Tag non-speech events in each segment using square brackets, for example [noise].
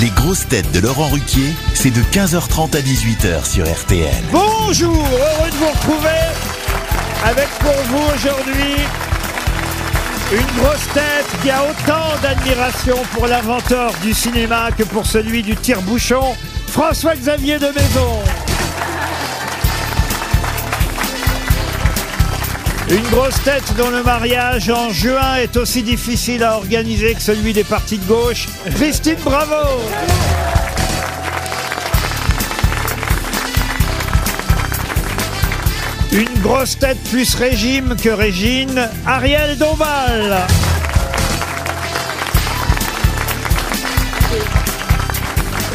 Les grosses têtes de Laurent Ruquier, c'est de 15h30 à 18h sur RTL. Bonjour, heureux de vous retrouver avec pour vous aujourd'hui une grosse tête qui a autant d'admiration pour l'inventeur du cinéma que pour celui du tire-bouchon, François-Xavier de Maison. Une grosse tête dont le mariage en juin est aussi difficile à organiser que celui des partis de gauche, Christine Bravo. Une grosse tête plus régime que Régine, Ariel Dombal.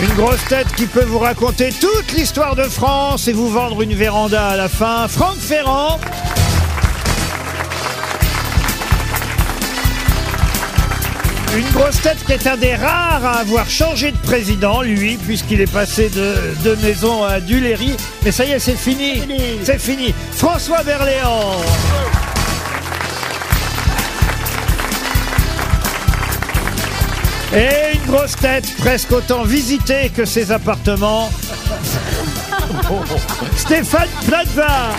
Une grosse tête qui peut vous raconter toute l'histoire de France et vous vendre une véranda à la fin, Franck Ferrand. Une grosse tête qui est un des rares à avoir changé de président, lui, puisqu'il est passé de, de maison à Duléry. Mais ça y est, c'est fini. C'est fini. François Berléand. Et une grosse tête presque autant visitée que ses appartements. Stéphane Plaza.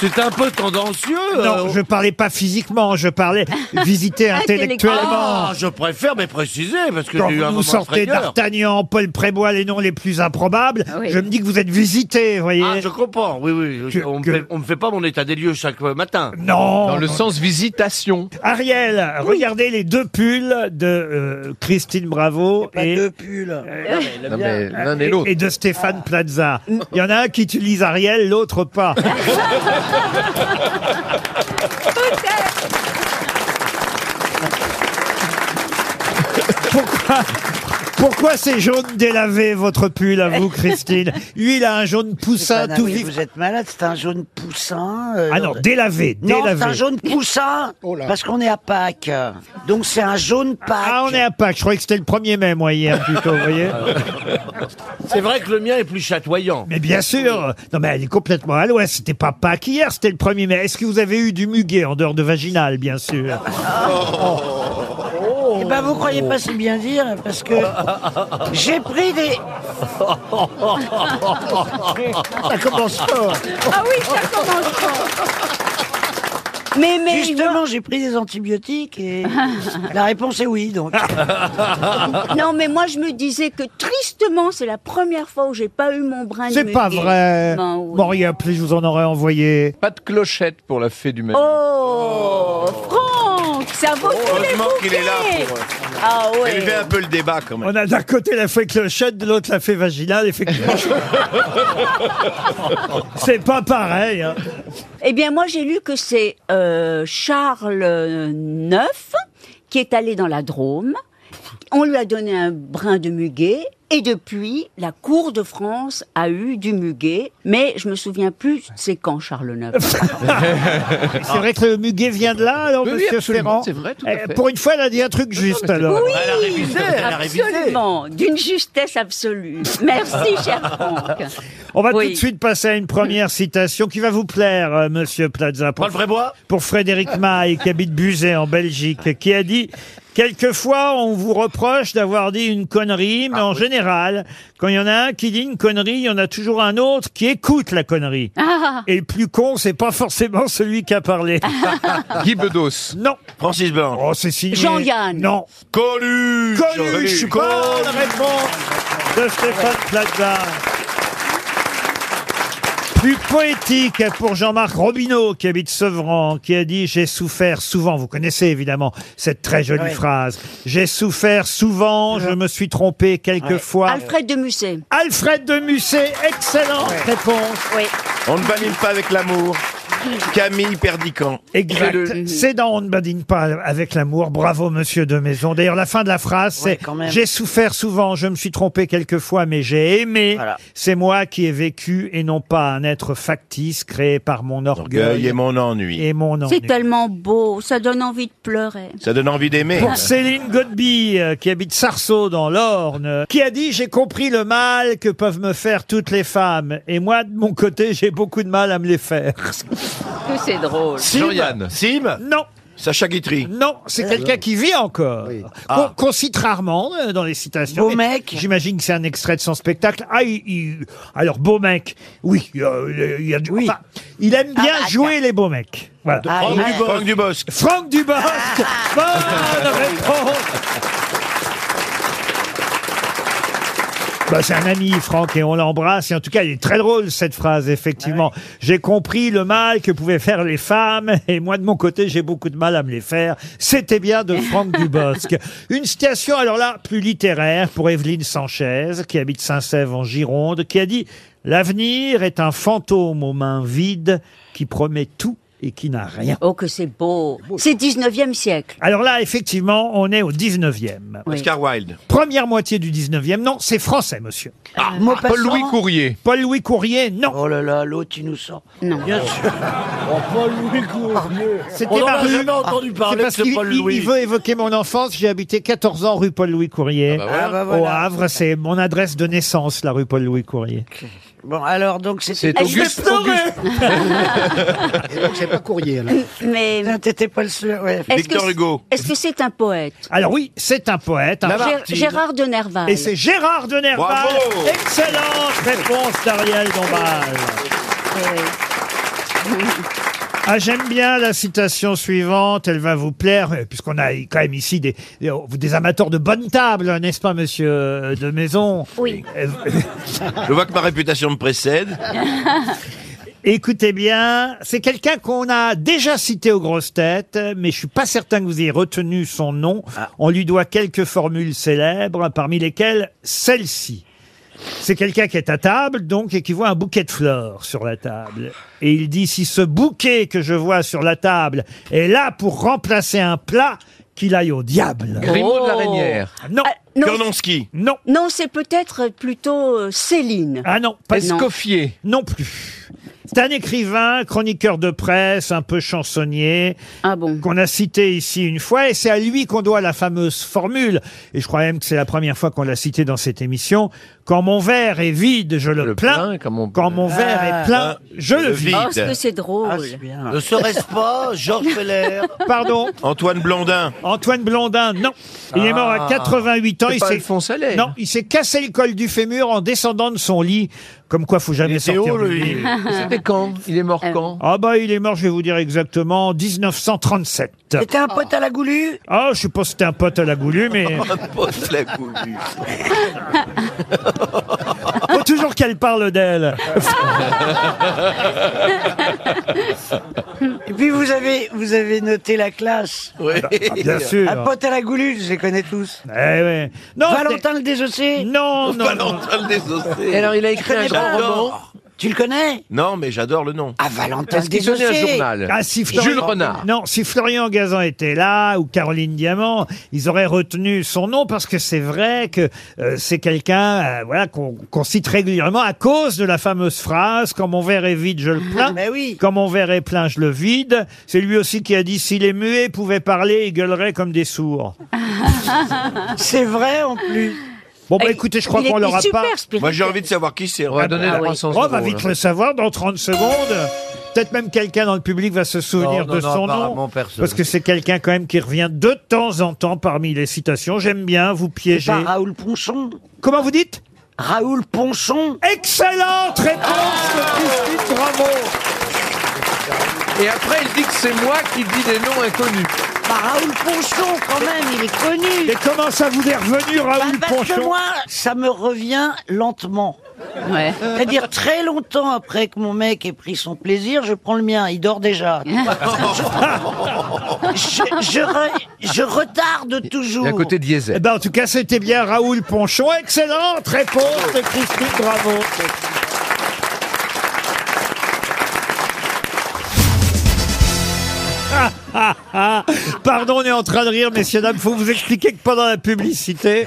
C'est un peu tendancieux. Non, euh, je parlais pas physiquement, je parlais visiter Ah, intellectuellement. Ah, je préfère mais préciser parce que Quand j'ai eu un vous moment sortez frayeur. d'Artagnan, Paul Prébois, les noms les plus improbables, oui. je me dis que vous êtes visité, vous voyez. Ah, je comprends. Oui, oui. Que- on, me que- fait, on me fait pas mon état des lieux chaque euh, matin. Non. Dans le non. sens visitation. Ariel, regardez les deux pulls de euh, Christine Bravo et, Euh, Non, mais l'un et l'autre. et de Stéphane Plaza. Il y en a un qui utilise Ariel, l'autre pas. Pourquoi pourquoi c'est jaune délavé, votre pull, à vous, Christine Lui, il a un jaune poussin Madame, Ah, tout oui, vif. Vous êtes malade, c'est un jaune poussin. euh, Ah non, délavé, non, délavé. c'est un jaune poussin, Oh parce qu'on est à Pâques. Donc c'est un jaune Pâques. Ah, on est à Pâques. Je croyais que c'était le 1er mai, moi, hier, plutôt, vous [laughs] voyez Ah, C'est vrai que le mien est plus chatoyant. Mais bien sûr Non, mais elle est complètement à l'ouest. C'était pas Pâques hier, c'était le 1er mai. Est-ce que vous avez eu du muguet en dehors de vaginal, bien sûr Oh. Oh. Eh ben, vous croyez pas si bien dire, parce que j'ai pris des... Ça commence fort Ah oui, ça commence fort. Mais, mais, Justement, j'ai pris des [laughs] antibiotiques et la réponse est oui, donc. [laughs] non, mais moi, je me disais que tristement, c'est la première fois où j'ai pas eu mon brin de C'est pas muguet. vrai Ben oui. Bon, rien plus, je vous en aurais envoyé. Pas de clochette pour la fée du même. Oh, Franck, ça vaut tous les heureusement bouquets. qu'il est là pour, euh, Ah ouais. Élever un peu le débat quand même. On a d'un côté la fée clochette, de l'autre la fée vaginale, effectivement. C'est pas pareil. hein. Eh bien, moi, j'ai lu que c'est euh, Charles IX qui est allé dans la Drôme. On lui a donné un brin de muguet. Et depuis, la cour de France a eu du muguet. Mais je me souviens plus, c'est quand Charles IX [laughs] C'est vrai que le muguet vient de là, alors, Oui, oui, monsieur absolument, Ferrand c'est vrai, tout à Eh, fait. Pour une fois, elle a dit un truc juste, alors. Oui, Elle a révisé, elle a révisé. absolument, d'une justesse absolue. Merci, Ah. cher Franck. On va Oui. tout de suite passer à une première citation qui va vous plaire, euh, monsieur Plaza. Pour Paul Frébois pour Frédéric Maille, qui habite Buzet en Belgique, qui a dit Quelquefois, on vous reproche d'avoir dit une connerie, mais Ah en général, quand il y en a un qui dit une connerie, il y en a toujours un autre qui écoute la connerie. Ah. Ah, [laughs] Et le plus con, c'est pas forcément celui qui a [laughs] parlé. Guy Bedos. non. Francis Blanc. Oh, c'est signé. Jean-Yann. Non. Coluche. Coluche. Coluche. Bonne réponse de Stéphane Plaza. Plus poétique pour Jean-Marc Robineau, qui habite Sevran, qui a dit « J'ai souffert souvent ». Vous connaissez évidemment cette très jolie Ouais. phrase. « J'ai souffert souvent, je me suis trompé quelquefois Alfred de Musset. Alfred de Musset, excellente réponse. Oui. On ne badine pas avec l'amour. Camille Perdican. Exact. le- C'est dans On ne badine pas avec l'amour. Bravo, monsieur de Maison. D'ailleurs, la fin de la phrase, Ouais, c'est quand même. J'ai souffert souvent, je me suis trompé quelquefois, mais j'ai aimé. Voilà. C'est moi qui ai vécu et non pas un être factice créé par mon orgueil, Orgueil et mon ennui. et mon ennui. C'est tellement beau, ça donne envie de pleurer. Ça donne envie d'aimer. Pour Céline Godby, euh, qui habite Sarceau dans l'Orne, euh, qui a dit J'ai compris le mal que peuvent me faire toutes les femmes. Et moi, de mon côté, j'ai beaucoup de mal à me les faire. Que c'est drôle. Oh, Jean-Yann. Sim. Non. Sacha Guitry. Non, c'est quelqu'un qui vit encore. Qu'on Ah. qu'on cite rarement euh, dans les citations. Beau mais mec. J'imagine que c'est un extrait de son spectacle. Ah, il- il- alors beau mec. Oui, euh, il, y a du- enfin, il aime bien Ah, jouer les beaux mecs. Voilà. Ah, Franck il- Dubosc. Franck Dubosc. Franck Dubosc. Ah, Bonne réponse. Bah, c'est un ami, Franck, et on l'embrasse. Et en tout cas, il est très drôle, cette phrase, effectivement. J'ai compris le mal que pouvaient faire les femmes, [laughs] et moi, de mon côté, j'ai beaucoup de mal à me les faire. C'était bien de Franck Dubosc. Une citation, alors là, plus littéraire, pour Evelyne Sanchez, qui habite Saint-Sève en Gironde, qui a dit « L'avenir est un fantôme aux mains vides qui promet tout et qui n'a rien ». Oh, que c'est beau. C'est 19e siècle. Alors là, effectivement, on est au 19e. Oui. Oscar Wilde. Première moitié du 19e. Non, c'est français, monsieur. Euh, Maupassant. Paul-Louis Courrier. Paul-Louis Courrier, non. Oh là là, l'autre, il nous sort. Non. Bien sûr. Oh, C'était On en a Maru. jamais entendu C'est parler de parce ce qu'il Paul il- Louis. il veut évoquer mon enfance. J'ai habité 14 ans rue Paul-Louis Courrier. Ah, bah, Au voilà. Havre, c'est mon adresse de naissance, la rue Paul-Louis Courrier. Bon, alors, donc, Ah, C'est c'était... Auguste. Auguste. [laughs] Mais Ah, T'étais pas le seul, ouais. est-ce que Victor c'est- Hugo. Est-ce que c'est un poète Alors oui, c'est un poète. un- Gér- Gérard de Nerval. Et c'est Gérard de Nerval. Bravo. Excellente réponse d'Ariel Dombal. Oui. Ah, j'aime bien la citation suivante, elle va vous plaire, euh, puisqu'on a quand même ici des, des- des amateurs de bonne table, n'est-ce pas, monsieur euh, de Maison Oui. Euh, [laughs] Je vois que ma réputation me précède. [laughs] Écoutez bien, c'est quelqu'un qu'on a déjà cité aux grosses têtes, mais je suis pas certain que vous ayez retenu son nom. On lui doit quelques formules célèbres, parmi lesquelles celle-ci. C'est quelqu'un qui est à table, donc, et qui voit un bouquet de fleurs sur la table. Et il dit, si ce bouquet que je vois sur la table est là pour remplacer un plat, qu'il aille au diable. Grimaud de la Oh. Reynière. Non, Ah, non, Kornonski. non, non, c'est peut-être plutôt euh, Céline. ah non, pas Escoffier. non plus. C'est un écrivain, chroniqueur de presse, un peu chansonnier, Ah bon qu'on a cité ici une fois, et c'est à lui qu'on doit la fameuse formule, et je crois même que c'est la première fois qu'on l'a cité dans cette émission, quand mon verre est vide, je le, Le plains, plein, comme on- quand mon Ah, verre est plein, je le le vis. vide. Oh, ce que c'est Ah, drôle. c'est bien. Ne serait-ce pas Georges Feller Pardon, Antoine Blondin. Antoine Blondin, non. Il est mort à 88 ans, Ah. C'est il pas s'est... Alphonse Allais. Non, il s'est cassé le col du fémur en descendant de son lit, comme quoi faut jamais était sortir haut, du lui. lit. [laughs] [laughs] C'était quand Il est mort Euh, quand Ah bah il est mort, je vais vous dire exactement, en 1937. C'était un pote à la goulue Ah, je suppose que c'était un pote à la goulue, [laughs] mais... Pote la coulue. Faut toujours qu'elle [laughs] parle d'elle. Et puis vous avez, vous avez noté la classe. Ah, bah, Ah, Ah, Bien sûr. Un pote à la goulue, je les connais tous. Eh ouais. Non, Valentin le c'est- désossé Non, non, non. Valentin le désossé. Alors, il a écrit un grand roman. Tu le connais Non, mais j'adore le nom. Ah, Valentin le Est-ce qu'il désossé donnait un journal Ah, si Florian- Jules Renard. Non, si Florian Gazan était là ou Caroline Diamant, ils auraient retenu son nom parce que c'est vrai que euh, c'est quelqu'un euh, voilà qu'on qu'on cite régulièrement à cause de la fameuse phrase quand mon verre est vide, je le plains. Mais oui. Quand mon verre est plein, je le vide. C'est lui aussi qui a dit si les muets pouvaient parler, ils gueuleraient comme des sourds. [laughs] C'est vrai en plus. Bon bah écoutez, je crois Il qu'on était l'aura super pas. spirituel. Moi, j'ai envie de savoir qui c'est. bah On va donner ah la oui. croissance. Oh, on va vite le savoir dans 30 secondes. Peut-être même quelqu'un dans le public va se souvenir Non, non, non, de son nom. apparemment personne. Parce que c'est quelqu'un quand même qui revient de temps en temps parmi les citations. J'aime bien vous piéger. Pas Raoul Ponchon Comment vous dites Raoul Ponchon Excellente réponse de Christine Bravo Et après, il dit Euh. que c'est moi qui dis des noms inconnus. Bah, Raoul Ponchon quand même, il est connu Et comment ça vous est revenu, Bah, Raoul Parce que Ponchon moi, ça me revient lentement. Ouais. C'est-à-dire très longtemps après que mon mec ait pris son plaisir, je prends le mien, il dort déjà. je, je re- je retarde toujours. Il est à côté de Eh Diesel. ben, en tout cas, c'était bien Raoul Ponchon. Excellente réponse de Christine Bravo. [laughs] Ah, ah, ah. Pardon, on est en train de rire, messieurs, dames. Faut vous expliquer que pendant la publicité,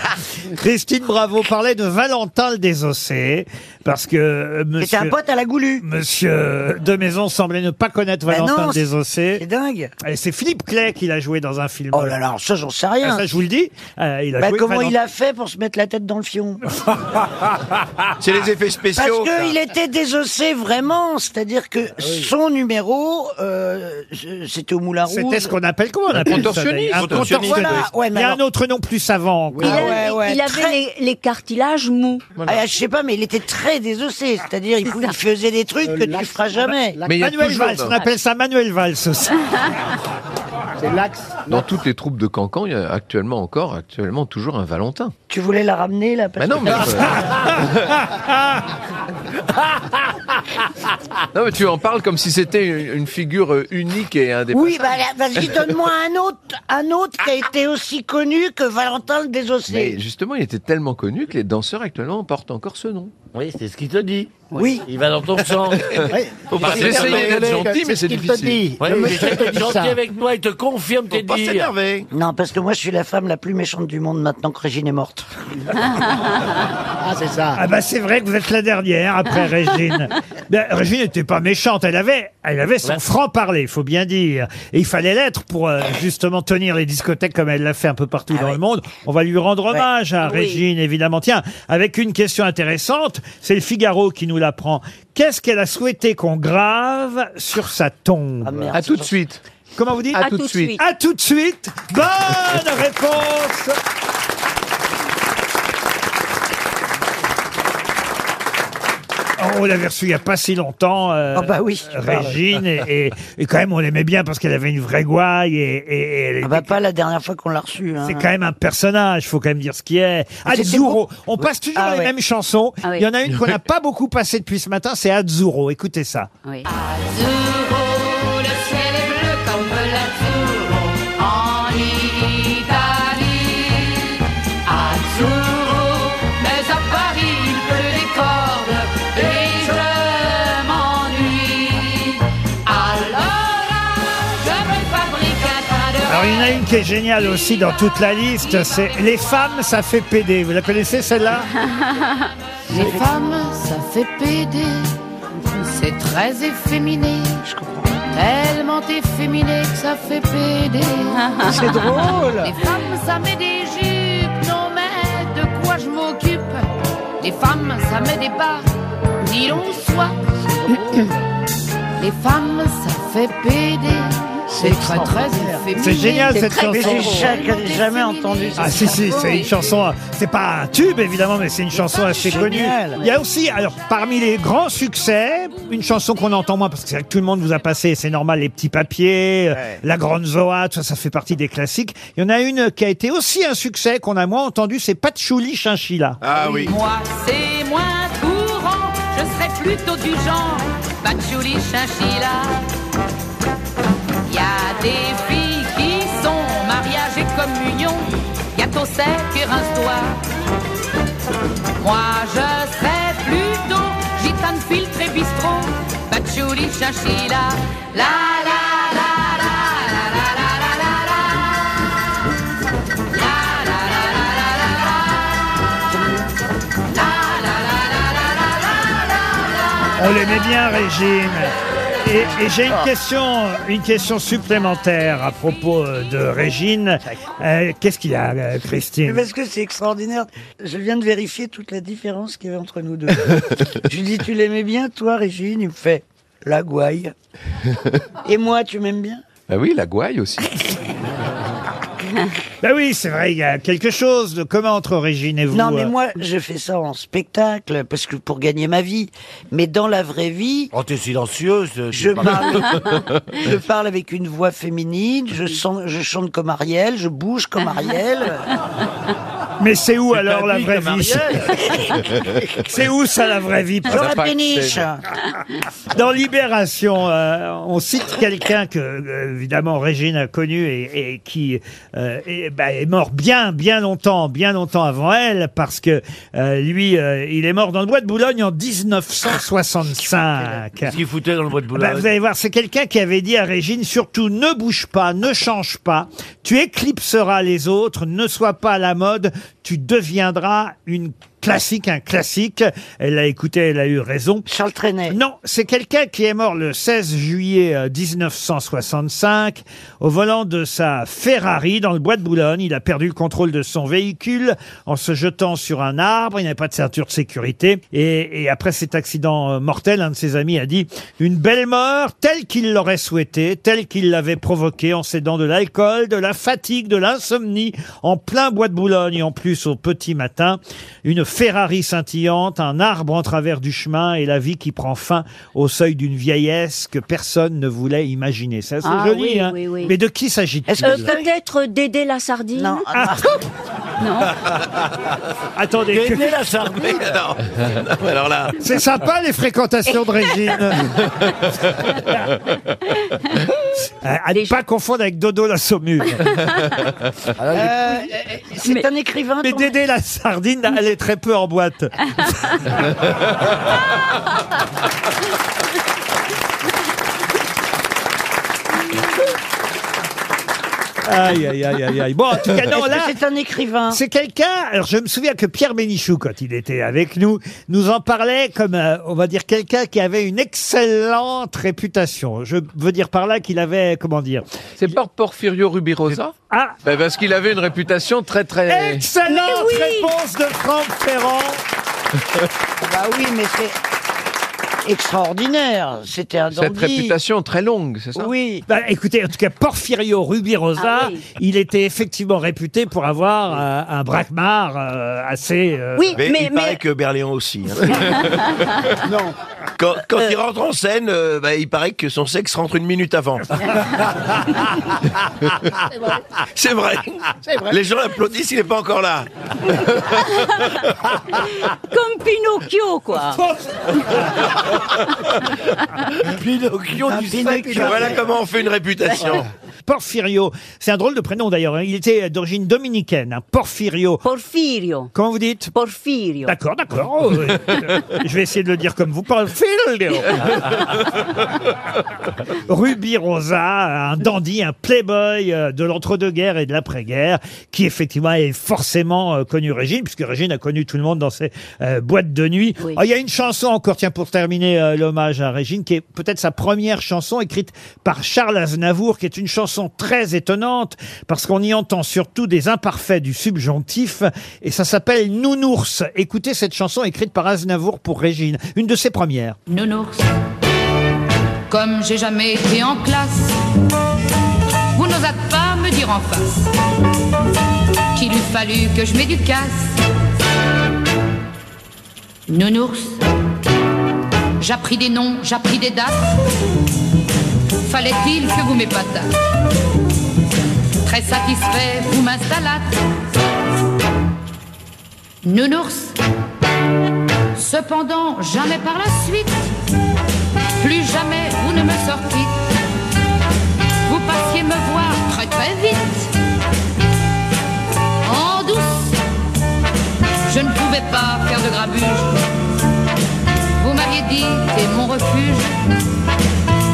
Christine Bravo parlait de Valentin le Désossé. Parce que euh, C'était monsieur, un pote à la goulue. monsieur de Maison semblait ne pas connaître Bah Valentin non, le c'est- Désossé. C'est dingue. Et C'est Philippe Clay qui l'a joué dans un film. Oh là là, ça j'en sais Ah, rien. Ça, je vous le dis. Euh, il a Bah, joué comment il Valentin. a fait pour se mettre la tête dans le [laughs] fion [laughs] C'est les effets Parce spéciaux. ça. qu'il était désossé vraiment, c'est-à-dire que Ah son numéro, euh, c'était au Moulin Rouge. C'était ce qu'on appelle comment on appelle ça, contorsionniste. d'ailleurs Un Contorsionniste. contorsionniste. Voilà, ouais, Il mais y a un alors- autre nom plus savant. encore. Il, Ah avait- ouais, ouais, il avait très- les, les cartilages mous. Ah, je sais pas, mais il était très désossé, c'est-à-dire il, il faisait des trucs Euh, que tu feras jamais. Mais il y a Manuel toujours Valls, dans- on appelle ça Manuel Valls aussi. [laughs] Dans toutes les troupes de Cancan, il y a actuellement encore, actuellement toujours un Valentin. Tu voulais la ramener là parce Mais non, mais. [laughs] Ah. non, mais tu en parles comme si c'était une une figure euh, unique et que- indépendante. Oui, bah là, vas-y, donne-moi un autre, un autre qui a été aussi connu que Valentin le Mais désossé. justement, il était tellement connu que les danseurs actuellement portent encore ce nom. Oui, c'est ce qu'il te dit. Oui. Il va [laughs] dans ton sens. Faut pas essayer d'être gentil, mais c'est difficile. Ouais, il essaie d'être gentil avec toi, il te confirme tes Faut pas dires. s'énerver. Non, parce que moi je suis la femme la plus méchante du monde maintenant que Régine est morte. Ah bah c'est vrai que vous êtes la [laughs] dernière après Régine. Ben, Régine n'était pas méchante, elle avait, elle avait son Ouais. franc-parler, il faut bien dire. Et il fallait l'être pour euh, justement tenir les discothèques comme elle l'a fait un peu partout Ah dans le monde. On va lui rendre hommage à Oui. Régine, évidemment. Tiens, avec une question intéressante, c'est le Figaro qui nous l'apprend. Qu'est-ce qu'elle a souhaité qu'on grave sur sa tombe Ah, merde. À tout de suite. Comment vous dites À tout de suite. À tout de suite. Bonne réponse. Oh, On l'avait reçue il n'y a pas si longtemps. euh, Ah bah oui. Régine, et, et- et quand même, on l'aimait bien parce qu'elle avait une vraie gouaille et, et- et elle Ah était- bah pas la dernière fois qu'on l'a reçu. hein. c'est quand même un personnage, faut quand même dire ce qui est. Azzurro, on passe toujours Ah les ouais. mêmes chansons. Ah oui. Il y en a une [laughs] qu'on n'a pas beaucoup passée depuis ce matin, c'est Azzurro. Écoutez ça. Oui. Azzurro, le ciel est bleu comme l'azzurro en Italie. Azzurro, mais à Paris il pleut des cordes et je m'ennuie. Alors là, je me fabrique un tas de Alors il y en a rêves. une qui est géniale aussi dans toute la liste, c'est Les femmes, ça fait pédé. Vous la connaissez celle-là [laughs] Les femmes, ça fait pédé, c'est très efféminé. Je comprends. Tellement efféminé que ça fait pédé. C'est drôle. Les femmes, ça met des jupes, non mais de quoi je m'occupe Les femmes, ça met des bas, ni l'on soit. Les femmes, ça fait pédé, c'est très très efféminé. C'est génial, cette très, chanson. très Mais j'ai jamais- jamais entendu ça. Ah si si, c'est une chanson, c'est pas un tube évidemment, mais c'est une chanson assez connue. Génial. Il y a aussi, alors parmi les grands succès, une chanson qu'on entend moins parce que c'est vrai que tout le monde vous a passé, c'est normal, les petits papiers, euh, la grande Zoa, tout ça, ça fait partie des classiques. Il y en a une qui a été aussi un succès qu'on a moins entendu, c'est Patchouli Chinchilla. Ah oui. Moi, c'est moins courant, je serais plutôt du genre Patchouli Chinchilla. Y a des filles qui sont mariage et communion, gâteau sec et rince-toi. Moi, je serais plutôt gitane filtre et bistrot, Patchouli Chinchilla. La la la la la la la la la la. La la la la la la la. On l'aimait bien, Régine. Et, et j'ai une question, une question supplémentaire à propos euh, de Régine. Euh, Qu'est-ce qu'il y a, euh, Mais Christine parce que c'est extraordinaire. Je viens de vérifier toute la différence qu'il y avait entre nous [laughs] deux. je lui dis, tu l'aimais bien, toi, Régine Il me fait, la gouaille. Et moi, tu m'aimes bien Bah oui, la gouaille aussi. [laughs] Ben oui, c'est vrai, il y a quelque chose de commun entre Régine et vous. Non, mais euh. moi, je fais ça en spectacle, parce que pour gagner ma vie. Mais dans la vraie vie, Oh, t'es silencieuse. tu je parles- parle, [laughs] je parle avec une voix féminine, je, sens- je chante comme Ariel, je bouge comme Ariel. [laughs] Mais c'est où C'est alors pas la dit vraie que vie [laughs] C'est où ça la vraie vie Dans la pas accès, péniche. [laughs] Dans Libération, euh, on cite quelqu'un que, euh, évidemment, Régine a connu et, et qui euh, est, bah, est mort bien, bien longtemps, bien longtemps avant elle, parce que euh, lui, euh, il est mort dans le bois de Boulogne en 1965. Qu'est-ce qu'il foutait dans le bois de Bah, Boulogne vous allez voir, c'est quelqu'un qui avait dit à Régine, surtout ne bouge pas, ne change pas, tu éclipseras les autres, ne sois pas à la mode, tu deviendras une classique, un classique. Elle l'a écouté, elle a eu raison. Charles Trenet. Non, c'est quelqu'un qui est mort le 16 juillet euh, 1965 au volant de sa Ferrari dans le bois de Boulogne. Il a perdu le contrôle de son véhicule en se jetant sur un arbre. Il n'avait pas de ceinture de sécurité. Et, et après cet accident euh, mortel, un de ses amis a dit une belle mort telle qu'il l'aurait souhaitée, telle qu'il l'avait provoquée en s'aidant de l'alcool, de la fatigue, de l'insomnie, en plein bois de Boulogne et en plus au petit matin. Une Ferrari scintillante, un arbre en travers du chemin et la vie qui prend fin au seuil d'une vieillesse que personne ne voulait imaginer. Ça, c'est Ah joli, oui, hein. oui, oui. Mais de qui s'agit-il Euh, Peut-être Dédé la sardine Non. Ah, [laughs] Attendez, que- Dédé la sardine Non. [laughs] Non, alors là, c'est sympa les fréquentations de [laughs] Régine. Euh, À- à ne pas confondre avec Dodo [laughs] la Saumure. Ah, Euh, euh, c'est Mais- un [laughs] écrivain. Mais ton- Dédé la sardine, elle est très peu [laughs] en boîte. Aïe, aïe, aïe, aïe, aïe. Bon, en tout cas, non, Est-ce là, que c'est un [laughs] écrivain. c'est quelqu'un, alors je me souviens que Pierre Bénichou, quand il était avec nous, nous en parlait comme, euh, on va dire, quelqu'un qui avait une excellente réputation. Je veux dire par là qu'il avait, comment dire, C'est pas Porfirio Rubirosa ah, Ben, Parce qu'il avait une réputation très très... excellente réponse de Franck Ferrand. Bah oui, mais c'est extraordinaire. C'était un Cette dandy. réputation très longue, c'est ça Oui. Bah, écoutez, en tout cas, Porfirio Rubirosa, Ah oui. il était effectivement réputé pour avoir euh, un braquemar euh, assez. euh, Oui, mais, mais, il mais, paraît que Berléand [laughs] aussi. non. Quand, quand il rentre en scène, euh, bah, il paraît que son sexe rentre une [laughs] minute avant. C'est vrai. Les gens applaudissent, il n'est pas encore là. comme Ah, Pinocchio, quoi. Pinocchio du Pinocchio. siècle. Voilà comment on fait une réputation. Porfirio, c'est un drôle de prénom d'ailleurs. hein. Il était d'origine dominicaine. hein. Porfirio. Porfirio. Comment vous dites Porfirio. D'accord, d'accord. Oh, [laughs] oui. Je vais essayer de le dire comme vous. Porfirio. Ruby Rosa, un dandy, un playboy euh, de l'entre-deux-guerres et de l'après-guerre, qui effectivement est forcément euh, connu Régine, puisque Régine a connu tout le monde dans ses euh, boîtes de nuit. Ah, Oui. Il y a une chanson encore, tiens, pour terminer euh, l'hommage à Régine, qui est peut-être sa première chanson écrite par Charles Aznavour, qui est une chanson très étonnante, parce qu'on y entend surtout des imparfaits du subjonctif, et ça s'appelle Nounours. Écoutez cette chanson écrite par Aznavour pour Régine, une de ses premières. Nounours. Comme j'ai jamais été en classe, vous n'osâtes pas me dire en face qu'il eût fallu que je m'éducasse. Nounours, j'appris des noms, j'appris des dates. Fallait-il que vous m'épatates Très satisfait, vous m'installâtes. Nounours, cependant, jamais par la suite. Plus jamais vous ne me sortîtes. Vous passiez me voir très très vite. En douce, je ne pouvais pas faire de grabuge. Vous m'aviez dit, t'es mon refuge.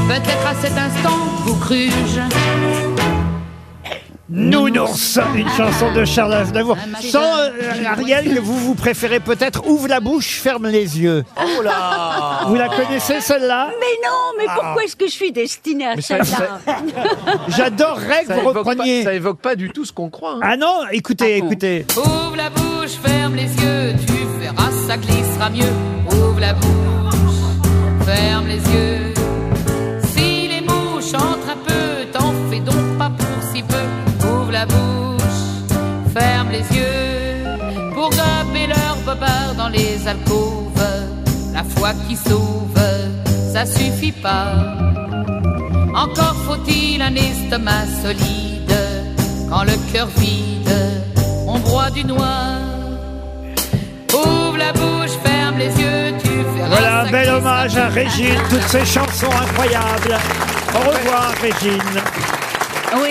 Peut-être à cet instant, vous cruge. Nounours, une chanson de Charles Aznavour. Ah, Sans euh, Ariel, que vous vous préférez peut-être, ouvre la bouche, ferme les yeux. Oh là Vous la connaissez celle-là Ah. Mais non, Oh, mais pourquoi est-ce que je suis destinée à ça- celle-là J'adorerais que Ça vous évoque, pas, repreniez. ça évoque pas du tout ce qu'on croit. hein. Ah non, écoutez, Ah bon écoutez. Oh, Ouvre la bouche, ferme les yeux, tu verras, ça glissera mieux. Ouvre la bouche, ferme les yeux. Si les mouches entrent un peu, t'en fais donc pas pour si peu. Ouvre la bouche, ferme les yeux. Pour gober leur bobard dans les alcôves, la foi qui sauve, ça suffit pas. Encore faut-il un estomac solide. Quand le cœur vide, on on broie du noir. Ouvre la bouche, ferme les yeux, tu verras. Voilà un ça bel glisse, hommage ça [laughs] à Régine, toutes ces chansons incroyables. Au revoir Régine. Oui.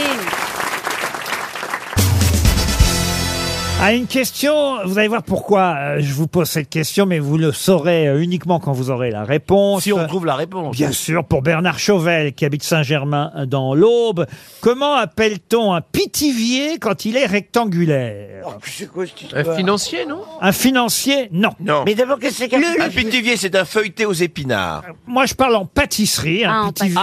À une question, vous allez voir pourquoi euh, je vous pose cette question, mais vous le saurez euh, uniquement quand vous aurez la réponse. Si on trouve la réponse. Bien sûr, pour Bernard Chauvel, qui habite Saint-Germain euh, dans l'Aube, comment appelle-t-on un pitivier quand il est rectangulaire Oh, C'est quoi cette Un histoire Euh, Oh. financier, non Un financier Non. Non. Mais d'abord, qu'est-ce que c'est qu'un Un pétivier, c'est un feuilleté aux épinards. Moi, je parle en pâtisserie. Un Ah, en pitivier,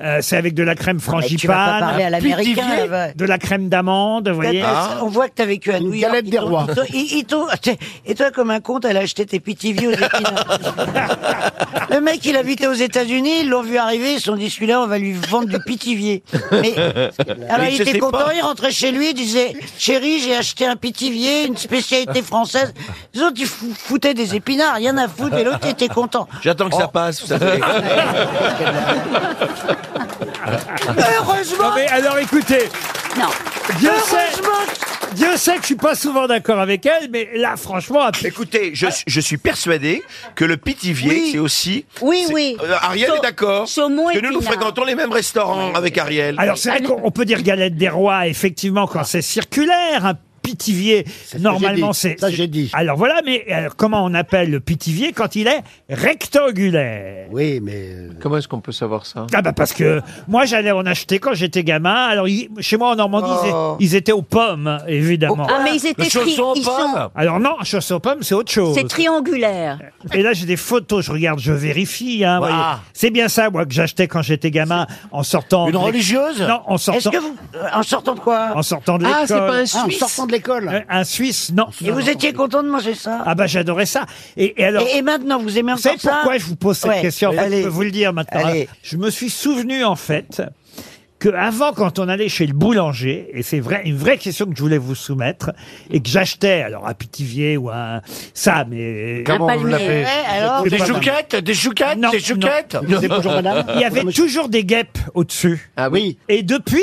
euh, c'est avec de la crème Ah, Mais Tu vas pas frangipane, parler à l'américain, pitivier là-bas. de la crème d'amande, vous voyez. Ah. On voit que t'as vécu à New York. galette ils des t'ont- rois. ils t'ont- ils- ils t'ont- [laughs] Et toi, comme un con, elle a acheté tes pitiviers aux épinards. [laughs] Le mec, il habitait aux États-Unis, ils l'ont vu arriver, ils se sont dit celui-là, on va lui vendre du pitivier. [laughs] Mais, alors, Mais il je était sais content, pas. il rentrait chez lui, il disait Chérie, j'ai acheté un pitivier, une spécialité française. Les autres, ils fou- foutaient des épinards, rien à foutre, et l'autre était content. J'attends Oh. que ça passe, vous [laughs] savez. Non, Heureusement, mais alors écoutez, Non. Dieu sait, heureusement Dieu sait que je suis pas souvent d'accord avec elle, mais là, franchement, Écoutez, je, je suis persuadé que le pitivier, Oui. c'est aussi. Oui, c'est- oui. Euh, Ariel Sau- est d'accord. saumon que et nous, nous pinard. fréquentons les mêmes restaurants avec Ariel. alors c'est vrai qu'on peut dire galette des rois, effectivement, quand c'est circulaire, un pitivier, Ah. ce que normalement j'ai dit, c'est... ça, j'ai dit. Alors voilà, mais euh, comment on appelle le pitivier quand il est rectangulaire Oui, mais. euh, Comment est-ce qu'on peut savoir ça ah bah parce que moi j'allais en acheter quand j'étais gamin. Alors il- chez moi en Normandie ils é- Oh. ils, étaient aux pommes évidemment. Ah, mais ils étaient Le chausson tri- aux ils sont- pommes Alors non, chasse aux pommes c'est autre chose. C'est triangulaire. Et là, j'ai des photos, je regarde, je vérifie. Hein, voyez. C'est bien ça, moi, que j'achetais quand j'étais gamin, en sortant. Une de l'é- religieuse Non, en Est-ce sortant, que vous. euh, En sortant de quoi en sortant de l'école. Ah, c'est pas un Ah, en Suisse sortant de l'école. Euh, un Suisse, non. Et vous étiez content de manger ça Ah bah j'adorais ça. Et, et alors, et, et maintenant, vous aimez vous encore savez ça pourquoi je vous pose cette Ouais, question en fait, allez. Je peux vous le dire maintenant. hein. Allez. Je me suis souvenu, en fait, que avant, quand on allait chez le boulanger, et c'est vrai, une vraie question que je voulais vous soumettre, et que j'achetais, alors, à Pitivier ou à ça, mais... euh, Un palmier. Ouais, alors, Des pas mal. chouquettes Des chouquettes Non, Des chouquettes C'est bonjour, madame. Il y avait toujours des guêpes au-dessus. Ah Oui, Et depuis,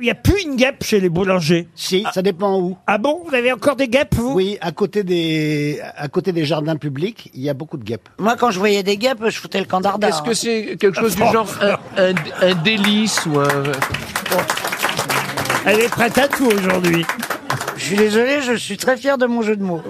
il n'y a plus une guêpe chez les boulangers. si, ça dépend où. Ah bon Vous avez encore des guêpes, vous Oui, à côté des, à côté des jardins publics, il y a beaucoup de guêpes. moi, quand je voyais des guêpes, je foutais le candardard. hein. Est-ce que c'est quelque chose Oh. du genre un, un, un délice ou un... Elle est prête à tout aujourd'hui. Je suis désolé, je suis très fier de mon jeu de [laughs] mots.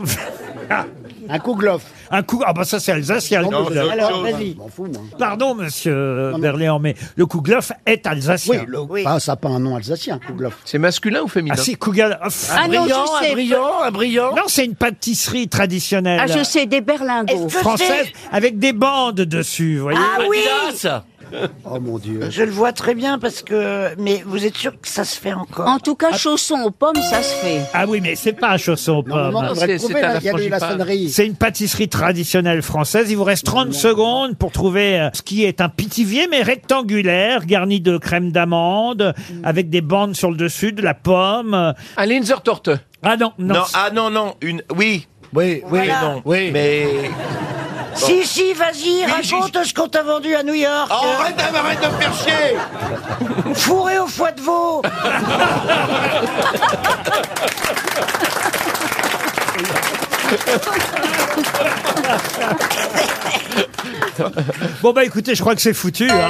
Un kouglof. Un coup. Ah, bah ça, c'est alsacien. le Non, kouglof. c'est- Alors, vas-y. Je m'en fous, moi. Pardon, monsieur Berléand, mais le kouglof est Oui, alsacien. le- Oui. Ah, ça n'a pas un nom alsacien, kouglof. C'est masculin ou féminin Ah, si, kouglof. Ah non, je sais. brillant, un brillant. Non, c'est une pâtisserie traditionnelle Ah, je sais, des Est-ce berlingots. que française avec des bandes dessus, vous voyez. Ah oui Oh mon Dieu. Je le vois très bien parce que. Mais vous êtes sûr que ça se fait encore En tout cas, chaussons aux pommes, ça se fait. Ah oui, mais c'est pas un chausson aux pommes. Normalement, on devrait c'est- le trouver, c'est à là, la il y a eu la frangipane. sonnerie. C'est une pâtisserie traditionnelle française. Il vous reste 30 secondes pour trouver euh, ce qui est un pitivier, mais rectangulaire, garni de crème d'amande, avec des bandes sur le dessus, de la pomme. euh. Un Linzertorte. Ah non, non. Non, ah non, non, une. Oui, mais Oui, oui, Voilà. non. Oui. Mais. Si, si, vas-y, raconte ce qu'on t'a vendu à New York. Oh, arrête, de- arrête de me faire chier Euh, Fourré au foie de veau [laughs] Ah Bon bah écoutez, je crois que c'est foutu. hein.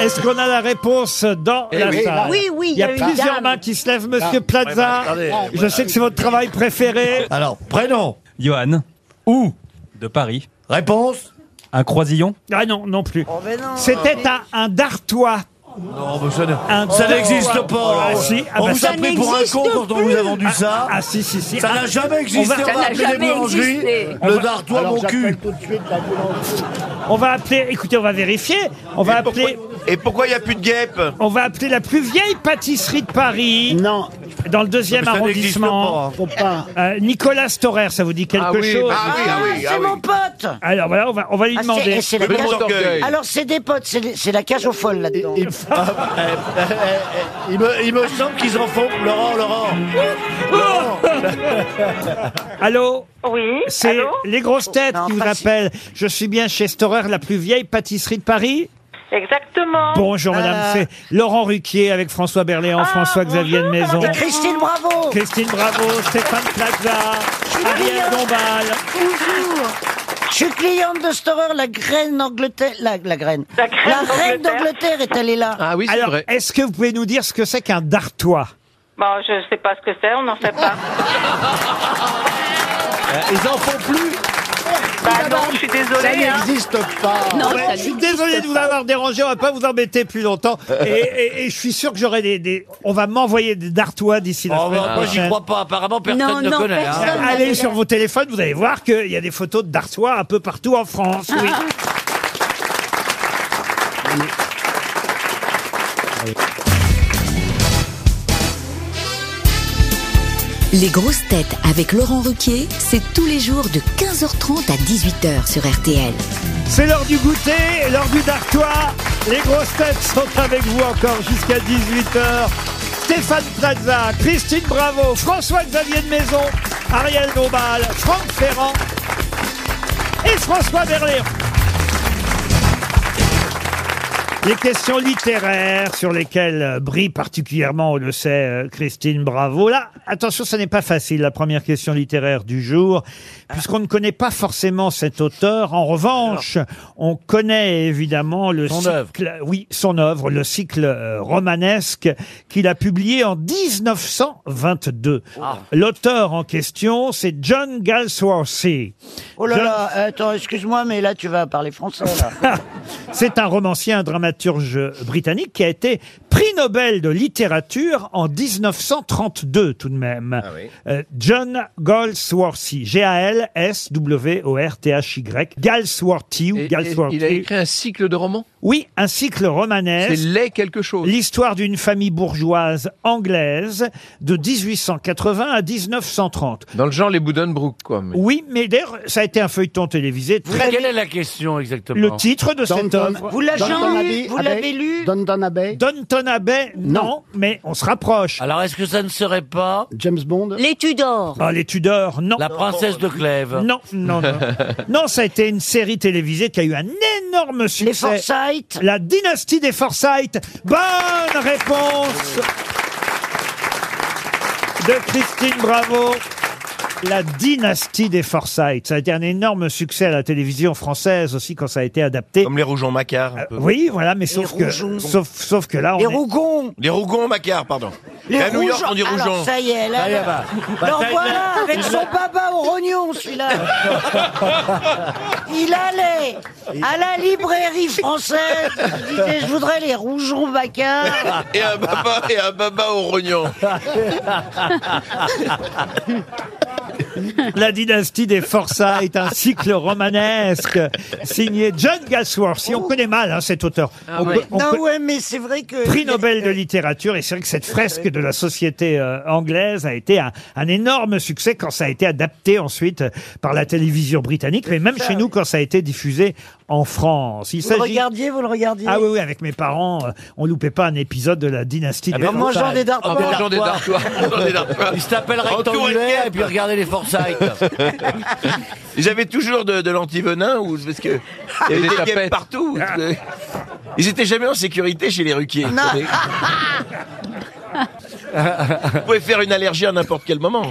Est-ce qu'on a la réponse dans la oui. salle Oui, oui, Il y a une plusieurs dame. mains qui se lèvent, Monsieur Plaza. je sais que c'est votre travail préféré. Alors, prénom. Johan. Où De Paris. Réponse. Un croisillon Ah non, non plus. ben non. C'était un, un Dartois. Non, mais ça ne- Un ça Dartois. n'existe pas. Ah, si. Ah, on bah, vous ça a pris pour un n'existe con quand on vous a vendu ça. Ah si, si, si. ça Ah, n'a jamais va- existé. Ça on va n'a appeler jamais les boulangeries, existé. Le dartois, mon cul. on va appeler, écoutez, on va vérifier. On va Et pourquoi- appeler... Et pourquoi il n'y a plus de guêpes On va appeler la plus vieille pâtisserie de Paris, Non, dans le deuxième ça n'existe arrondissement. pas. Faut pas. Euh, Nicolas Storer, ça vous dit quelque Ah oui, bah chose hein. Ah oui, ah Ah, oui, c'est ah oui. mon pote Alors voilà, on va, on va lui Ah, c'est- demander. et c'est la Le cage- mot d'orgueil. Alors, c'est des potes, c'est les- c'est la cage aux folles là-dedans. Il, Ah, euh, euh, euh, il me, il me semble qu'ils en font. Laurent, Laurent. Allô Oui. C'est les grosses têtes Non, qui vous pas si- appellent. Je suis bien chez Storer, la plus vieille pâtisserie de Paris Exactement. Ah, Bonjour Euh. Madame Fay. Laurent Ruquier avec François Berléand, François-Xavier de Maison. Et Christine Bravo. Christine Bravo, Stéphane Plaza, Ariel Dombal. Bonjour. Je suis cliente de Storer, la graine d'Angleterre. La, la graine. La, reine d'Angleterre est allée là. Ah oui, c'est Alors, est-ce que vous pouvez nous dire ce que c'est qu'un dartois Bon, je sais pas ce que c'est, on n'en sait pas. Eh, Ils en font plus Bah non, je suis désolée. Ça hein. n'existe pas. Ouais, je suis désolé de vous avoir dérangé, on va pas vous embêter plus [laughs] longtemps. Et, et- et je suis sûr que j'aurai des, des- On va m'envoyer des dartois d'ici la Oh, semaine Ah, bah, moi, j'y prochaine. crois pas. Apparemment, personne Non, ne non, connaît. Oh, personne. hein. Allez sur vos téléphones, vous allez voir qu'il y a des photos de Dartois un peu partout en France. Oui. Les grosses têtes avec Laurent Ruquier, c'est tous les jours de 15h30 à 18h sur RTL. C'est l'heure du goûter, l'heure du Dartois. Les grosses têtes sont avec vous encore jusqu'à 18h. Stéphane Plaza, Christine Bravo, François-Xavier de Maison, Ariel Dombal, Franck Ferrand et François Berléand. Les questions littéraires sur lesquelles euh, brille particulièrement, on le sait, euh, Christine Bravo. Là, attention, ça n'est pas facile, la première question littéraire du jour, puisqu'on ne connaît pas forcément cet auteur. En revanche, on connaît évidemment le Son œuvre. cycle, oui, son œuvre, le cycle euh, romanesque qu'il a publié en 1922. Ah. L'auteur en question, c'est John Galsworthy. Oh là John- là, attends, excuse-moi, mais là, tu vas parler français, là. [laughs] C'est un romancier, un dramaturge britannique qui a été prix Nobel de littérature en 1932 tout de même. Euh, John Galsworthy, G-A-L-S-W-O-R-T-H-Y, Galsworthy ou Galsworthy. il a écrit un cycle de romans Oui, un cycle romanesque. C'est laid quelque chose. L'histoire d'une famille bourgeoise anglaise de 1880 à 1930. Dans le genre les Buddenbrook, quoi. mais- Oui, mais d'ailleurs, ça a été un feuilleton télévisé. très Quelle est la question exactement le titre de cette Downton- œuvre. Vous l'avez Downton lu Abbey- Vous Abbey- l'avez lu Downton Abbey Downton Abbey, non, mais on se rapproche. Alors, est-ce que ça ne serait pas James Bond Les Tudors Ah, les Tudors, non. La princesse de Clèves Non, non, [laughs] non. non, ça a été une série télévisée qui a eu un énorme succès. Les Forsyth La dynastie des Forsyth. Bonne réponse de Christine Bravo. La dynastie des Forsyth. Ça a été un énorme succès à la télévision française aussi quand ça a été adapté. Comme les Rougon Macquart. un peu. Oui, voilà, mais sauf que, Rougon. sauf, sauf que là, on est- Rougon Les Rougon Macquart, pardon. Les Et à New York, Rougon- on dit Rougon. Alors, ça y est, là. Ça y est, là. bah. Bah, L'en ça y est, voilà, là. avec Il son l'a- papa au rognon, [laughs] celui-là. Il allait à la librairie française. Il disait, je voudrais les Rougon Bacard. Ah, Et un baba, et un baba au rognon. [laughs] La dynastie des Forsyth, un cycle romanesque signé John Galsworthy. On connaît mal hein, cet auteur. On co- on non, co- Ah ouais, mais c'est vrai que. Prix Nobel de littérature, et c'est vrai que cette fresque de la société euh, anglaise a été un, un énorme succès quand ça a été adapté ensuite euh, par la télévision britannique, mais même chez nous quand ça a été diffusé en France. Il Vous le s'agit- regardiez, vous le regardiez. Ah oui, oui, avec mes parents, euh, on loupait pas un épisode de la dynastie Ah des ben, en mangeant des dartois. En mangeant des dartois. [laughs] Il s'appelle rectangulaire et puis regardez les Forsyth. Ils avaient toujours de, de l'antivenin ou parce que Des il y avait des guêpes tapettes. partout. Ils étaient jamais en sécurité chez les ruquiers. [laughs] Vous pouvez faire une allergie à n'importe quel moment.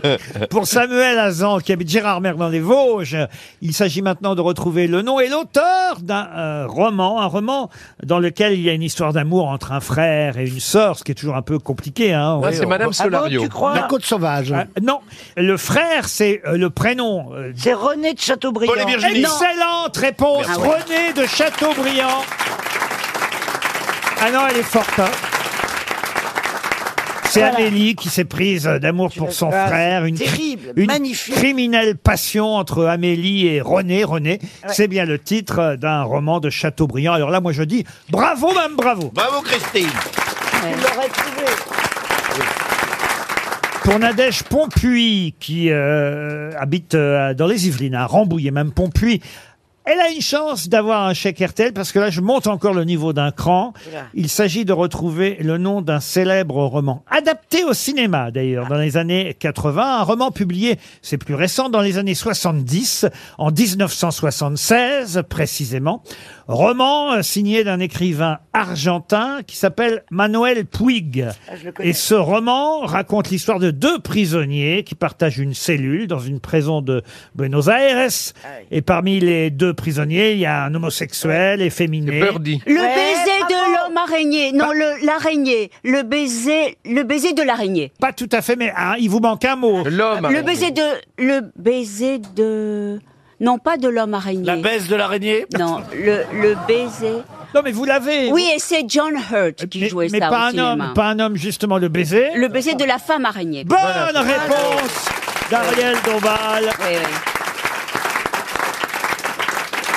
[laughs] Pour Samuel Azan, qui habite Gérardmer dans les Vosges, il s'agit maintenant de retrouver le nom et l'auteur d'un euh, roman, un roman dans lequel il y a une histoire d'amour entre un frère et une sœur, ce qui est toujours un peu compliqué. Hein, Ah, c'est Madame Ah bon, Solario. tu crois La Côte Sauvage. Ah, non, le frère, c'est euh, le prénom. euh, C'est René de Chateaubriand. Paul et Virginie. Excellente réponse, Ah ouais. René de Chateaubriand. Ah non, elle est forte. hein. C'est Voilà. Amélie qui s'est prise d'amour pour son Ah, frère, une, terrible, une magnifique. criminelle passion entre Amélie et René. René, Ouais. c'est bien le titre d'un roman de Chateaubriand. Alors là, moi je dis bravo, même bravo. Bravo Christine. Il l'aurait trouvé. Pour Nadège Pompuy, qui euh, habite euh, dans les Yvelines, à Rambouillet, même Pompuy, Elle a une chance d'avoir un chèque RTL parce que là, je monte encore le niveau d'un cran. Oula. Il s'agit de retrouver le nom d'un célèbre roman, adapté au cinéma d'ailleurs, dans les années 80. Un roman publié, c'est plus récent, dans les années 70, en 1976 précisément. Roman euh, signé d'un écrivain argentin qui s'appelle Manuel Puig. Ah, je le connais. Et ce roman raconte l'histoire de deux prisonniers qui partagent une cellule dans une prison de Buenos Aires. Et parmi les deux prisonniers, il y a un homosexuel efféminé. Birdie. Le baiser de l'homme araignée. Non, le- l'araignée. Le baiser, le baiser de l'araignée. Pas tout à fait, mais hein, il vous manque un mot. L'homme. Le baiser de, le baiser de, non pas de l'homme araignée. La baisse de l'araignée. Non, le, le baiser. Non, mais vous l'avez. Oui, et c'est John Hurt qui jouait Mais ça au pas un cinéma. homme, pas un homme justement le baiser. Le baiser de la femme araignée. Bonne réponse d'Ariel Dombal.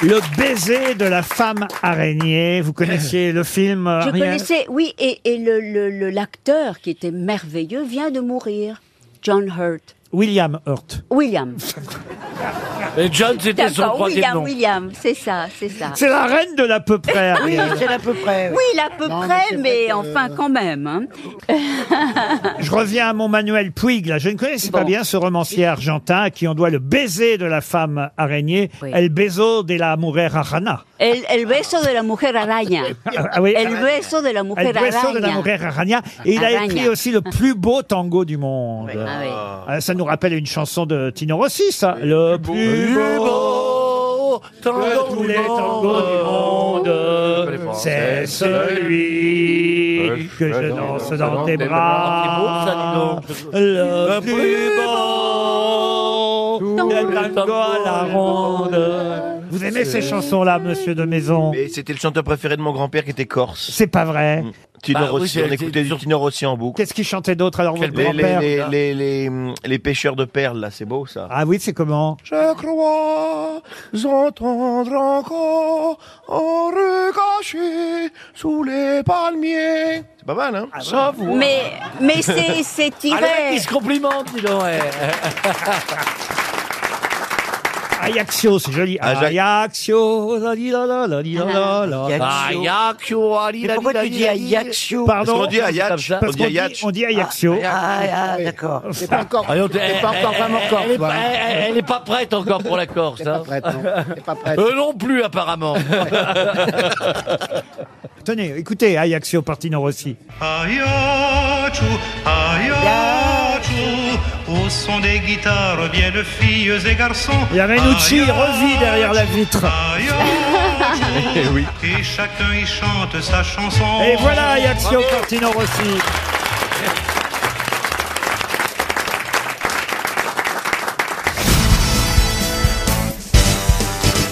Le baiser de la femme araignée. Vous connaissiez le film euh, Je Ariel connaissais, oui, et, et le- le- le- l'acteur qui était merveilleux vient de mourir. John Hurt. William Hurt. William. Et John, c'était son D'accord, troisième William, nom. William, c'est ça, c'est ça. C'est la reine de l'à peu près. [laughs] Oui, Ariel. c'est l'à peu [laughs] près. Eh Oui, l'à peu près, mais, enfin quand même. hein. [laughs] Je reviens à mon Manuel Puig. Là. Je ne connaissais pas bien ce romancier argentin à qui on doit le baiser de la femme araignée. El beso de la mujer arana. El, el beso de la mujer araña. Ah oui, el araña. beso de la El mujer beso de la araña. mujer arana. Et il a Araña. écrit aussi le plus beau tango du monde. Ah oui. Ah, Ça nous rappelle une chanson de Tino Rossi, ça. Le plus beau de tous les tangos du monde, c'est celui que je danse dans tes bras. Le plus beau des tangos à la ronde. Vous aimez ces chansons-là, monsieur de Maison Mais c'était le chanteur préféré de mon grand-père qui était corse. C'est pas Mm. vrai. Tino Bah oui, Rossi, c'est- on écoutait du Tino Rossi en boucle. Qu'est-ce qu'il chantait d'autre alors, votre les, les, grand-père les, les, les, hum, les pêcheurs de perles, là, c'est beau ça. Ah oui, c'est comment Je crois entendre encore en recaché sous les palmiers. Euh, C'est pas mal, hein Ah, Mais, mais c'est, [laughs] c'est tiré. Il se complimente, dis donc. ouais. Ajaxio, c'est joli. Ajaxio, la di la la la di la la la. Ayaxio, Ah, ali, Mais pourquoi tu ali, ali, dis ali. Ayaxio Pardon Parce qu'on dit Ayax, Parce on dit qu'on dit- Ayax. On dit Ajaxio. Ah, ah, d'accord. C'est pas encore- Ah, non, c'est elle- pas encore elle- vraiment corse, Elle est pas- voilà. elle- elle est pas prête encore pour la Corse. hein. Eux non [laughs] plus, apparemment. [laughs] Tenez, écoutez, Ajaxio Partino Rossi. Ayachu, ayachu, au son des guitares viennent filles et garçons. Il y a Renucci, il revit derrière la vitre. Eh Ayachu, Eh oui. et chacun y chante sa chanson. Et voilà Ajaxio Partino Rossi.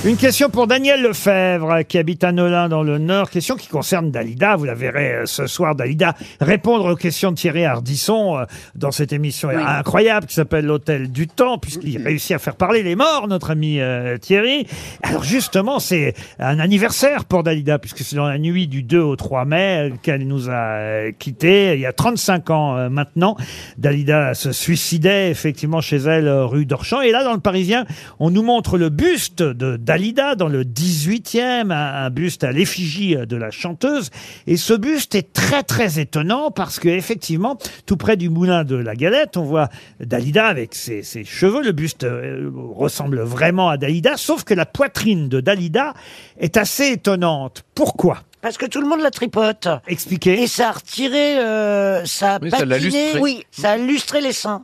Une question pour Daniel Lefebvre, qui habite à Nolin dans le Nord. Question qui concerne Dalida. Vous la verrez euh, ce soir, Dalida, répondre aux questions de Thierry Ardisson euh, dans cette émission Oui. incroyable qui s'appelle L'Hôtel du Temps, puisqu'il réussit à faire parler les morts, notre ami euh, Thierry. Alors justement, c'est un anniversaire pour Dalida, puisque c'est dans la nuit du 2 au 3 mai euh, qu'elle nous a euh, quittés, il y a 35 ans euh, maintenant. Dalida se suicidait effectivement chez elle, euh, rue d'Orchamps. Et là, dans le Parisien, on nous montre le buste de Dalida dans le 18e, un, un buste à l'effigie euh, de la chanteuse. Et ce buste est très très étonnant parce que effectivement, tout près du moulin de la Galette, on voit Dalida avec ses, ses cheveux. Le buste euh, ressemble vraiment à Dalida, sauf que la poitrine de Dalida est assez étonnante. Pourquoi Parce que tout le monde la tripote. Expliquez. Et ça a retiré, euh, ça a Oui, ça l'a patiné. lustré. oui, ça a lustré les seins.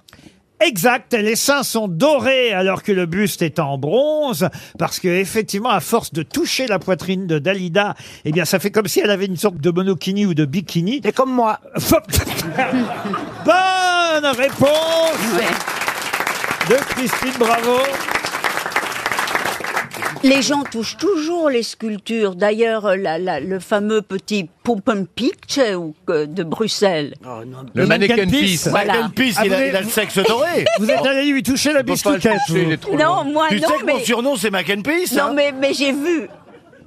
Exact, les seins sont dorés alors que le buste est en bronze, parce que effectivement, à force de toucher la poitrine de Dalida, eh bien, ça fait comme si elle avait une sorte de monokini ou de bikini. C'est comme moi. [laughs] Bonne réponse de Christine Bravo. Les gens touchent toujours les sculptures. D'ailleurs, euh, la- la- le fameux petit Pumpen Picture ou que- de Bruxelles. Le Le mannequin mannequin piece. piece. Voilà. Mannequin piece, il a- il a le sexe doré. Ah, [laughs] Vous êtes allé lui toucher la On peut pas le bistouquette. toucher, il est trop vous. Non, moi tu non, sais que mais... mon surnom, c'est Mac and Peace, non, hein. mais, mais j'ai vu.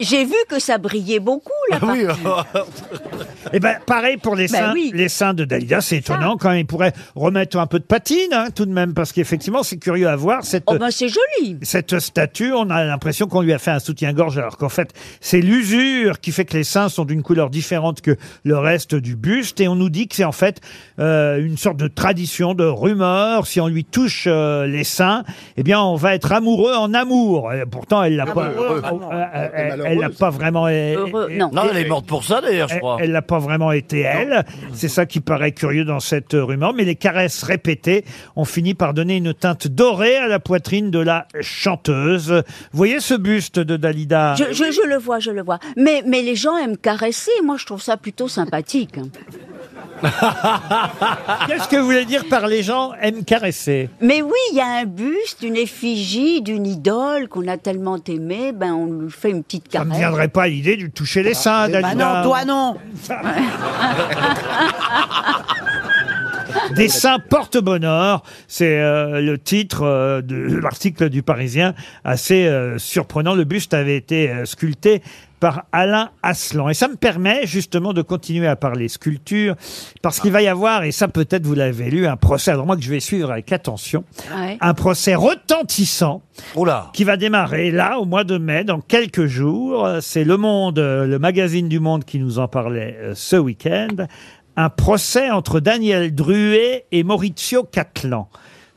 J'ai vu que ça brillait beaucoup, là. Ah oh. euh, Eh ben, pareil pour les Ben seins, oui. les seins de Dalida, c'est étonnant quand même. Il pourrait remettre un peu de patine, hein, tout de même, parce qu'effectivement, c'est curieux à voir cette. Oh, ben, c'est joli. Cette statue, on a l'impression qu'on lui a fait un soutien-gorge, alors qu'en fait, c'est l'usure qui fait que les seins sont d'une couleur différente que le reste du buste, et on nous dit que c'est en fait euh, une sorte de tradition, de rumeur. Si on lui touche euh, les seins, eh bien, on va être amoureux en amour. Et pourtant, elle l'a pas. Amoureux, Ah, euh, amoureux. euh, elle- Malheureux, elle l'a ça. pas vraiment. euh, euh, non. Non, elle est morte pour ça, d'ailleurs, je Elle- crois. Elle n'a pas vraiment été elle. C'est ça qui paraît curieux dans cette euh, rumeur. Mais les caresses répétées ont fini par donner une teinte dorée à la poitrine de la chanteuse. Vous voyez ce buste de Dalida Je, je- je le vois, je le vois. Mais, mais les gens aiment caresser. Moi, je trouve ça plutôt sympathique. [laughs] Qu'est-ce que vous voulez dire par les gens aiment caresser Mais oui, il y a un buste, une effigie d'une idole qu'on a tellement aimée. Ben, on lui fait une petite Ça ne caresse. me viendrait pas à l'idée de toucher les seins, Dalida. Ah, bah non. [laughs] Des seins porte-bonheur, c'est euh, le titre euh, de [laughs] l'article du Parisien, assez euh, surprenant. Le buste avait été euh, sculpté par Alain Aslan. Et ça me permet justement de continuer à parler sculpture, parce qu'il va y avoir, et ça peut-être vous l'avez lu, un procès, alors moi que je vais suivre avec attention, Ouais. un procès retentissant qui va démarrer là au mois de mai, dans quelques jours. Euh, C'est Le Monde, euh, le magazine du Monde qui nous en parlait euh, ce week-end. Un procès entre Daniel Druet et Maurizio Catlan.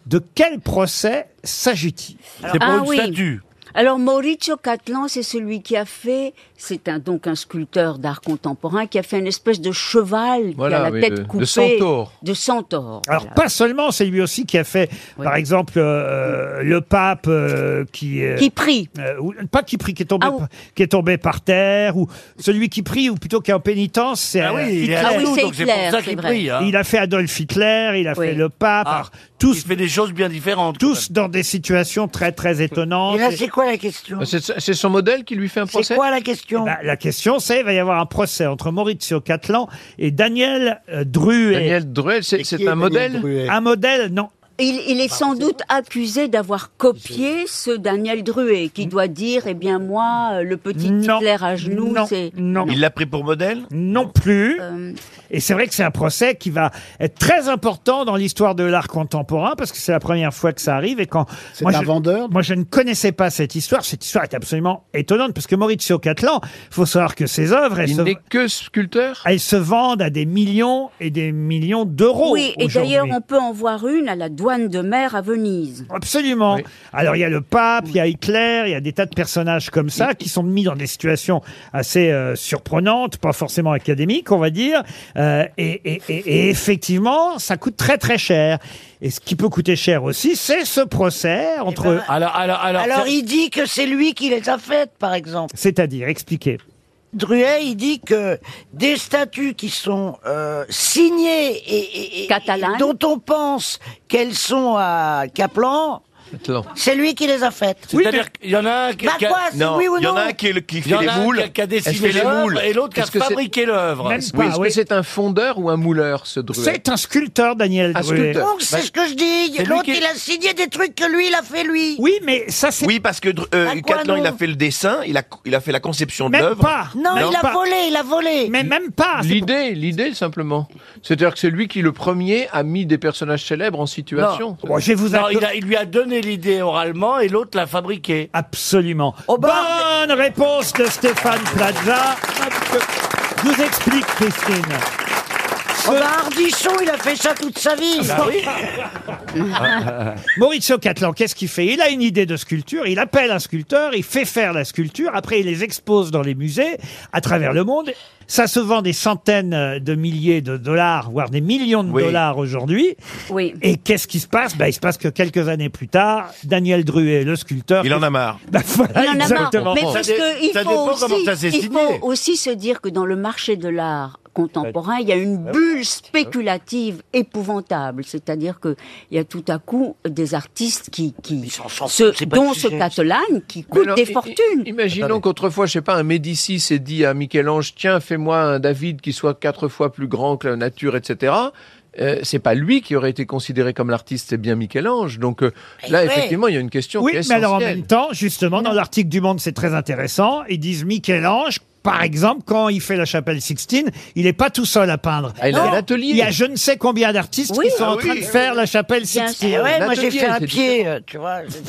De quel procès s'agit-il Ah oui. Alors Maurizio Catlan, c'est celui qui a fait, c'est un, donc un sculpteur d'art contemporain qui a fait une espèce de cheval Voilà, qui a la oui, tête de- de coupée. centaure. De centaure. Alors pas seulement, c'est lui aussi qui a fait, par exemple, euh, le pape euh, qui euh, Qui prie. euh, ou- pas qui prie, qui est Ah tombé, qui est tombé par terre, ou celui qui prie, ou plutôt qui est en pénitence, c'est Ah oui, euh, il est Hitler. à Ah oui, nous, c'est donc c'est pour Hitler, ça qu'il c'est vrai. prie, hein. Il a fait Adolf Hitler, il a Oui. fait le pape. Ah, Alors, tous, Il fait des choses bien différentes. tous dans des situations très très étonnantes. Et là, c'est quoi la question Euh, C'est son modèle qui lui fait un C'est quoi la question Eh ben, la question, c'est il va y avoir un procès entre Maurizio Catlan et Daniel euh, Druet. Daniel Druet, c'est- Et c'est qui est un Daniel modèle Druet Un modèle, non. Il, il est sans doute accusé d'avoir copié ce Daniel Druet, qui doit dire, eh bien moi, euh, le petit Hitler à genoux, c'est... Il l'a pris pour modèle Non plus. Euh. Et c'est vrai que c'est un procès qui va être très important dans l'histoire de l'art contemporain parce que c'est la première fois que ça arrive et quand C'est un vendeur. Moi, je ne connaissais pas cette histoire. Cette histoire est absolument étonnante parce que Maurizio Catlan, faut savoir que ses œuvres, elles Il se, n'est que sculpteur. elles se vendent à des millions et des millions d'euros. Oui, et aujourd'hui. d'ailleurs, on peut en voir une à la douane de mer à Venise. Absolument. Alors il y a le pape, il y a Hitler, il y a des tas de personnages comme ça qui sont mis dans des situations assez euh, surprenantes, pas forcément académiques, on va dire. Euh, et, et- et- et effectivement, ça coûte très très cher. Et ce qui peut coûter cher aussi, c'est ce procès entre. Eh ben, Alors, alors, alors. Alors, il dit que c'est lui qui les a faites, par exemple. C'est-à-dire, expliquez. Druet, il dit que des statues qui sont euh, signées et, et- et- et dont on pense qu'elles sont à Caplan, c'est lui qui les a faites. C'est-à-dire qu'il y en a un qui. Bah qui a- quoi, c'est oui ou il y en non a un qui, est le- qui Il fait y en les a un moules. qui a- qui a Elle dessiné fait les l'œuvre moules. et l'autre qui a Est-ce que c'est- fabriqué l'œuvre. Même Oui, pas, Est-ce oui. que c'est un fondeur ou un mouleur, ce Druet C'est un sculpteur, Daniel Un Druet. sculpteur. Donc, c'est ce que je dis. C'est lui L'autre, qui- il a signé des trucs que lui, il a fait lui. Oui, mais ça, c'est. Oui, parce que euh, À quoi, Catalan, il a non fait le dessin, il a, il a fait la conception de Même l'œuvre. pas. Non, il a volé, il a volé. Mais même pas. L'idée, l'idée simplement. C'est-à-dire que c'est lui qui le premier a mis des personnages célèbres en situation. Bon, je vais vous Non, acco- il, a- il lui a donné l'idée oralement et l'autre l'a fabriquée. Oh, bah, Absolument. Bonne réponse de Stéphane Plaza. Je vous explique, Christine. Oh, bah, Ardisson, il a fait ça toute sa vie. Ah Ah Bah oui. [laughs] Maurizio Catlan, qu'est-ce qu'il fait Il a une idée de sculpture, il appelle un sculpteur, il fait faire la sculpture, après il les expose dans les musées à travers le monde. Ça se vend des centaines de milliers de dollars, voire des millions de dollars aujourd'hui. Oui. Et qu'est-ce qui se passe Bah, Il se passe que quelques années plus tard, Daniel Druet, le sculpteur... Il en a marre. Bah, [laughs] voilà, Il en a marre. exactement. Mais parce que il ça faut dépend aussi, comment ça s'est il signé. faut aussi se dire que dans le marché de l'art contemporain, il y a une Ah bulle spéculative épouvantable. C'est-à-dire que il y a tout à coup des artistes qui, qui se- c'est pas dont le ce sujet. Catalane qui Mais coûte alors, des i- i- fortunes. Imaginons qu'autrefois, je sais pas, un Médicis s'est dit à Michel-Ange, tiens, fais-moi un David qui soit quatre fois plus grand que la nature, etc. euh, c'est pas lui qui aurait été considéré comme l'artiste, c'est bien Michel-Ange. Donc euh, Eh là, Ouais. effectivement, il y a une question Oui, qui est mais alors en essentielle. même temps, justement, dans l'article du Monde, c'est très intéressant. Ils disent Michel-Ange. Par exemple, quand il fait la chapelle Sixtine, il n'est pas tout seul à peindre. Ah, il a Non, un atelier. Il y a je ne sais combien d'artistes Oui. qui sont Ah en train oui, de oui. faire la chapelle Bien Sixtine. sûr. Eh Ouais, moi, j'ai fait un pied, euh, tu vois. [laughs]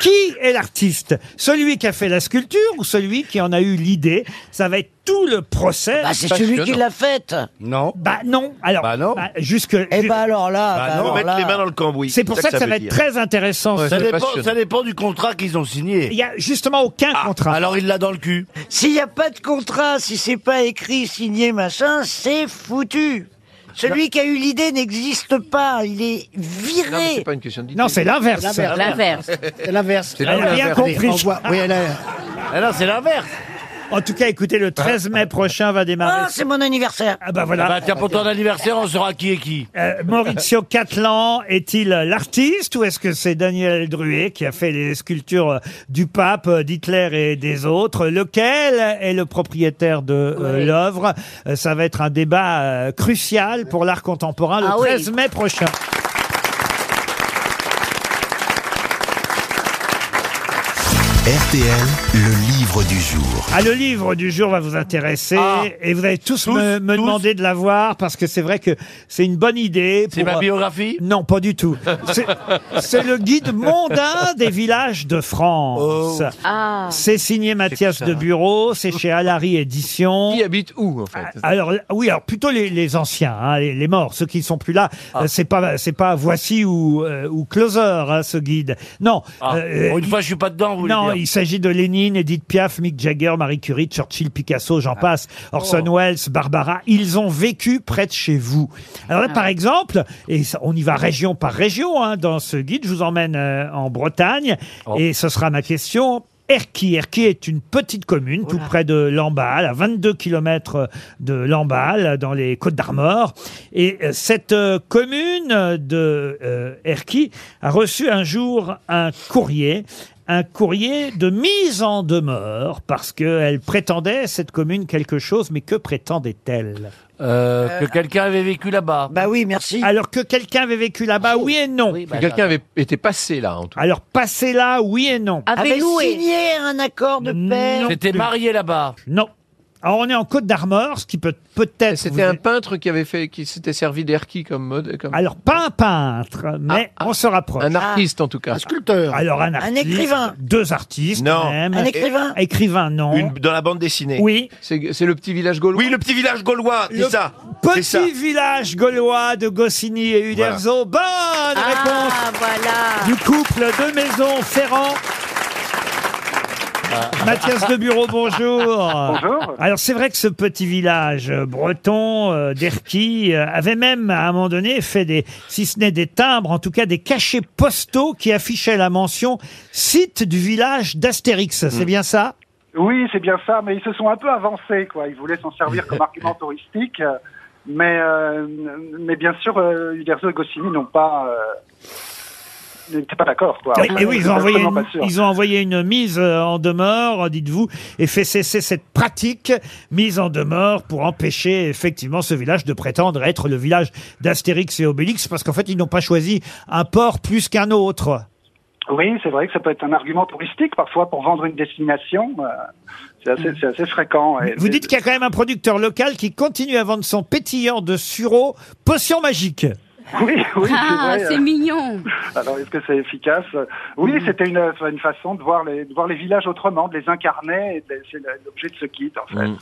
Qui est l'artiste Celui qui a fait la sculpture ou celui qui en a eu l'idée Ça va être tout le procès. Bah, c'est celui qui l'a faite. ben, Non. Bah non. Alors, bah, jusque. Eh bah alors là. Bah, non. mettre les mains dans le cambouis. C'est pour ça que ça, va être très intéressant. ce- ça, dépend, ça dépend du contrat qu'ils ont signé. Il y a justement aucun contrat. Ah, Alors il l'a dans le cul. S'il n'y a pas de contrat, si c'est pas écrit, signé, machin, c'est foutu. Celui qui a eu l'idée n'existe pas, il est viré. Non, mais c'est pas une question d'idée. Non, c'est l'inverse. C'est l'inverse. Elle a bien compris. je crois. non, c'est l'inverse. En tout cas, écoutez, le 13 mai prochain va démarrer. Ah, c'est mon anniversaire. Ah bah voilà. Ah bah, tiens, pour ton anniversaire, on saura qui est qui. Euh, Maurizio Catlan est-il l'artiste ou est-ce que c'est Daniel Druet qui a fait les sculptures euh, du pape, euh, d'Hitler et des autres Lequel est le propriétaire de euh, l'œuvre Euh, Ça va être un débat euh, crucial pour l'art contemporain le Ah oui. 13 mai prochain. RTL, le livre du jour. Ah, le livre du jour va vous intéresser et vous allez tous, me, me demander de l'avoir parce que c'est vrai que c'est une bonne idée. C'est pour- euh, ma biographie Non, pas du tout. C'est- C'est le guide mondain des villages de France. Ah. C'est signé Mathias de Bureau, c'est chez Alary Éditions. Euh, Qui habite où, en fait Alors là- oui, alors plutôt les, les anciens, hein, les, les morts, ceux qui ne sont plus là. Euh, C'est pas c'est pas voici ou euh, ou Closer, hein, ce guide. Non. Ah. euh, Bon, une fois, je suis pas dedans, vous voulez Non, dire. il s'agit de Lénine, Edith Piaf, Mick Jagger, Marie Curie, Churchill, Picasso, Ah. j'en passe, Orson Oh. Welles, Barbara. Ils ont vécu près de chez vous. Alors Ah là, par exemple, et ça- on y va région par région hein, dans ce guide. Je vous emmène euh, en Bretagne Oh. et ce sera ma question. Erquy. Erquy est une petite commune tout près de Lamballe, à 22 km de Lamballe, dans les Côtes d'Armor. Et euh, cette euh, commune euh, de euh, Erquy a reçu un jour un courrier un courrier de mise en demeure parce qu'elle prétendait, cette commune, quelque chose, mais que prétendait-elle Euh, que quelqu'un avait vécu là-bas. Bah oui, merci. Alors que quelqu'un avait vécu là-bas, oui et non. Que Quelqu'un avait été passé là, en tout Alors passé là, oui et non. Avait, signé un accord de paix. C'était marié là-bas. Non. Alors on est en Côte d'Armor, ce qui peut peut-être. C'était un peintre qui avait fait, qui s'était servi d'Erki comme mode. Comme... Ah, Alors pas un peintre, mais on se rapproche. Un artiste, en tout cas. sculpteur. Alors un artiste. écrivain. Deux artistes. Non. même. Un écrivain. Écrivain, non. Une- dans la bande dessinée. Oui. C'est c'est le petit village gaulois. Oui, le petit village gaulois, Le c'est ça. Petit village gaulois de Goscinny et Uderzo. Bonne réponse du couple de maison Ferrand. Mathias de Bureau, bonjour. Bonjour. Alors c'est vrai que ce petit village euh, breton euh, d'Erquy euh, avait même à un moment donné fait des, si ce n'est des timbres, en tout cas des cachets postaux qui affichaient la mention site du village d'Astérix. C'est bien ça Oui, c'est bien ça, mais ils se sont un peu avancés, quoi. Ils voulaient s'en servir comme argument touristique, euh, mais, euh, mais bien sûr, euh, Uderzo et Goscinny n'ont pas. euh, n'étaient pas d'accord, quoi. Et, et oui, ils ont, envoyé Absolument une, pas sûr. ils ont envoyé une mise euh, en demeure, dites-vous, et fait cesser cette pratique, mise en demeure pour empêcher effectivement ce village de prétendre être le village d'Astérix et Obélix, parce qu'en fait, ils n'ont pas choisi un port plus qu'un autre. Oui, c'est vrai que ça peut être un argument touristique parfois pour vendre une destination. euh, c'est assez, c'est assez fréquent. et Vous c'est- dites qu'il y a quand même un producteur local qui continue à vendre son pétillant de sureau potion magique. [laughs] Oui, oui, Ah, vrai, c'est euh. [laughs] mignon. Alors, est-ce que c'est efficace Oui, c'était une, une façon de voir, les, de voir les villages autrement, de les incarner. et de- C'est l'objet de ce kit, en fait. hein.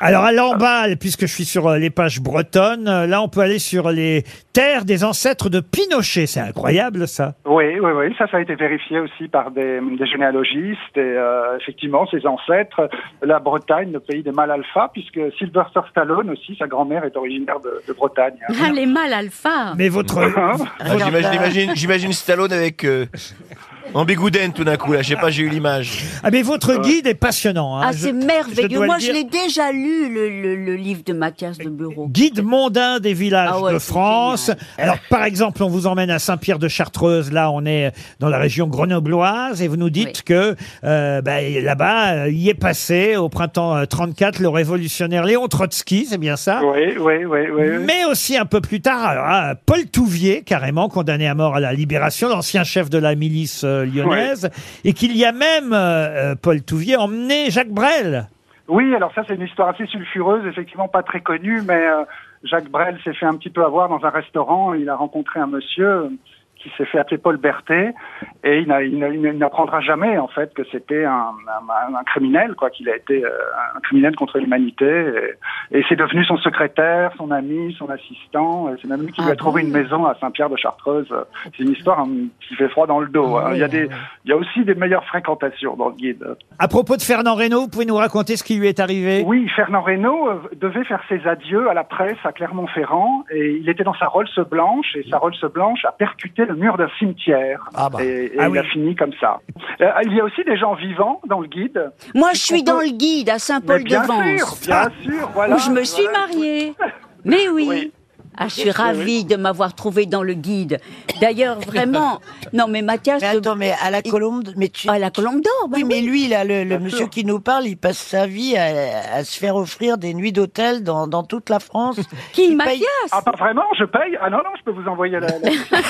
Alors à l'emballe, puisque je suis sur euh, les pages bretonnes, euh, là on peut aller sur les terres des ancêtres de Pinochet. C'est incroyable ça. Oui, oui, oui, ça, ça a été vérifié aussi par des, des généalogistes. Et euh, effectivement, ses ancêtres, la Bretagne, le pays des mâles alpha, puisque Sylvester Stallone aussi, sa grand-mère est originaire de, de Bretagne. hein. Ah, les mâles alpha. Ah. Ah. Mais votre. Ah. Ah, J'imagine- J'imagine j'imagine Stallone avec euh, En Bigouden, tout d'un coup, là, je sais pas, j'ai eu l'image. Ah, mais votre guide est passionnant. hein. Ah, Je- c'est je merveilleux. dois Moi, le je dire. l'ai déjà lu, le, le- le livre de Mathias de Bureau. Guide mondain des villages Ah de France. Alors, par exemple, on vous emmène à Saint-Pierre de Chartreuse. Là, on est dans la région grenobloise et vous nous dites que euh, bah, là-bas, euh, y est passé au printemps euh, 34 le révolutionnaire Léon Trotsky, c'est bien ça Oui, oui, oui, oui. oui. Mais aussi un peu plus tard, alors, ah, Paul Touvier, carrément condamné à mort à la Libération, l'ancien chef de la milice euh, lyonnaise, et qu'il y a même, euh, euh, Paul Touvier, emmené Jacques Brel. Oui, alors ça, c'est une histoire assez sulfureuse, effectivement pas très connue, mais euh, Jacques Brel s'est fait un petit peu avoir dans un restaurant. Il a rencontré un monsieur qui s'est fait appeler Paul Berthet, et il n'a- il n'a- il n'apprendra jamais, en fait, que c'était un, un- un criminel, quoi, qu'il a été euh, un criminel contre l'humanité. Et, et c'est devenu son secrétaire, son ami, son assistant. et C'est même lui qui lui a trouvé une maison à Saint-Pierre de Chartreuse. C'est une histoire hein, qui fait froid dans le dos. hein. Il, y a des, il y a aussi des meilleures fréquentations dans le guide. À propos de Fernand Reynaud, vous pouvez nous raconter ce qui lui est arrivé Oui, Fernand Reynaud euh, devait faire ses adieux à la presse à Clermont-Ferrand et il était dans sa Rolls blanche et sa Rolls blanche a percuté le mur d'un cimetière et, et Ah il a oui. fini comme ça. Euh, il y a aussi des gens vivants dans le guide. Moi, je suis dans le guide à Mais Saint-Paul-de-Vence. bien sûr, bien sûr, voilà. Ah, Où je me suis Voilà. mariée. Mais oui. Ah, je suis ravie de m'avoir trouvé dans le guide. D'ailleurs, [laughs] vraiment. Non, mais Mathias. Mais attends, mais à la colombe, mais tu... À la colombe d'or, bah oui, mais oui. lui, là, le, le Bien monsieur sûr. qui nous parle, il passe sa vie à, à se faire offrir des nuits d'hôtel dans, dans toute la France. qui, Mathias Ah, pas vraiment, je paye Ah non, non, je peux vous envoyer la... la- [laughs]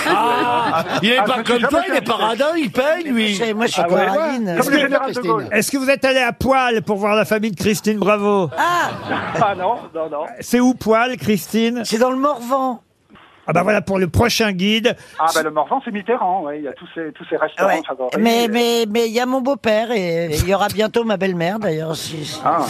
Il est Ah, je pas me suis jamais comme toi, il est cherché. paradin, il paye, lui. Moi, je suis Ah ouais. Coraline. Comme le général de Gaulle. Est-ce que vous êtes allé à Poil pour voir la famille de Christine Bravo Ah non, non, [laughs] non. C'est où Poil, Christine C'est dans le Morvan. Ah bah voilà, pour le prochain guide. Ah ben le Morvan, c'est Mitterrand, ouais, il y a tous ces, tous ces restaurants Ouais. favoris. Mais mais mais il y a mon beau-père et il y aura bientôt ma belle-mère d'ailleurs. Si, si- Ah.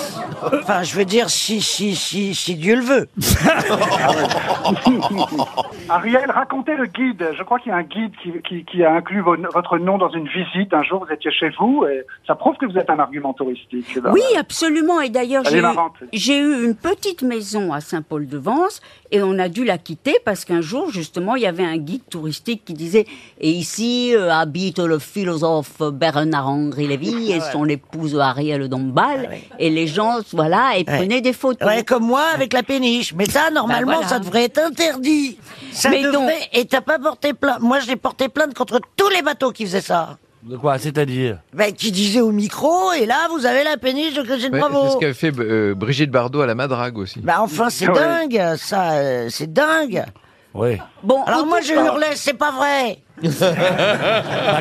Enfin, je veux dire si si si si Dieu le veut. [laughs] Ariel, racontez le guide. Je crois qu'il y a un guide qui, qui- qui a inclus vo- votre nom dans une visite. Un jour, vous étiez chez vous et ça prouve que vous êtes un argument touristique. Oui, absolument. Et d'ailleurs, Elle j'ai est eu, marrante. j'ai eu une petite maison à Saint-Paul-de-Vence et on a dû la quitter parce qu'un jour, justement, il y avait un guide touristique qui disait Et ici euh, habite le philosophe Bernard-Henri Lévy et Ah Ouais. Ah son épouse Ariel Dombal. Et les gens, voilà, et prenaient des photos. Ouais, comme moi avec la péniche. Mais ça, normalement, Bah, voilà. ça devrait être interdit. Ça Mais devrait. donc- Et t'as pas porté plainte. Moi, j'ai porté plainte contre tous les bateaux qui faisaient ça. De quoi C'est-à-dire Ben, qui disaient au micro. Et là, vous avez la péniche de Christine Ouais, Bravo. c'est ce qu'avait fait euh, Brigitte Bardot à la Madrague aussi. Bah enfin, c'est Ouais. dingue, ça, euh, c'est dingue. Ouais. Bon, Alors on moi, peut je pas. hurlais, c'est pas vrai. Ah,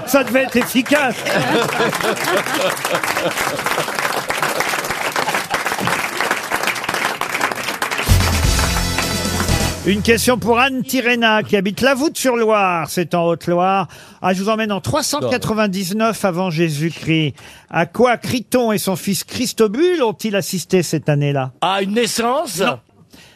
[laughs] Ça devait être efficace. Une question pour Anne Tirena qui habite La Voûte-sur-Loire, c'est en Haute-Loire. Ah, je vous emmène en 399 avant Jésus-Christ. À quoi Criton et son fils Christobule ont-ils assisté cette année-là Ah, une naissance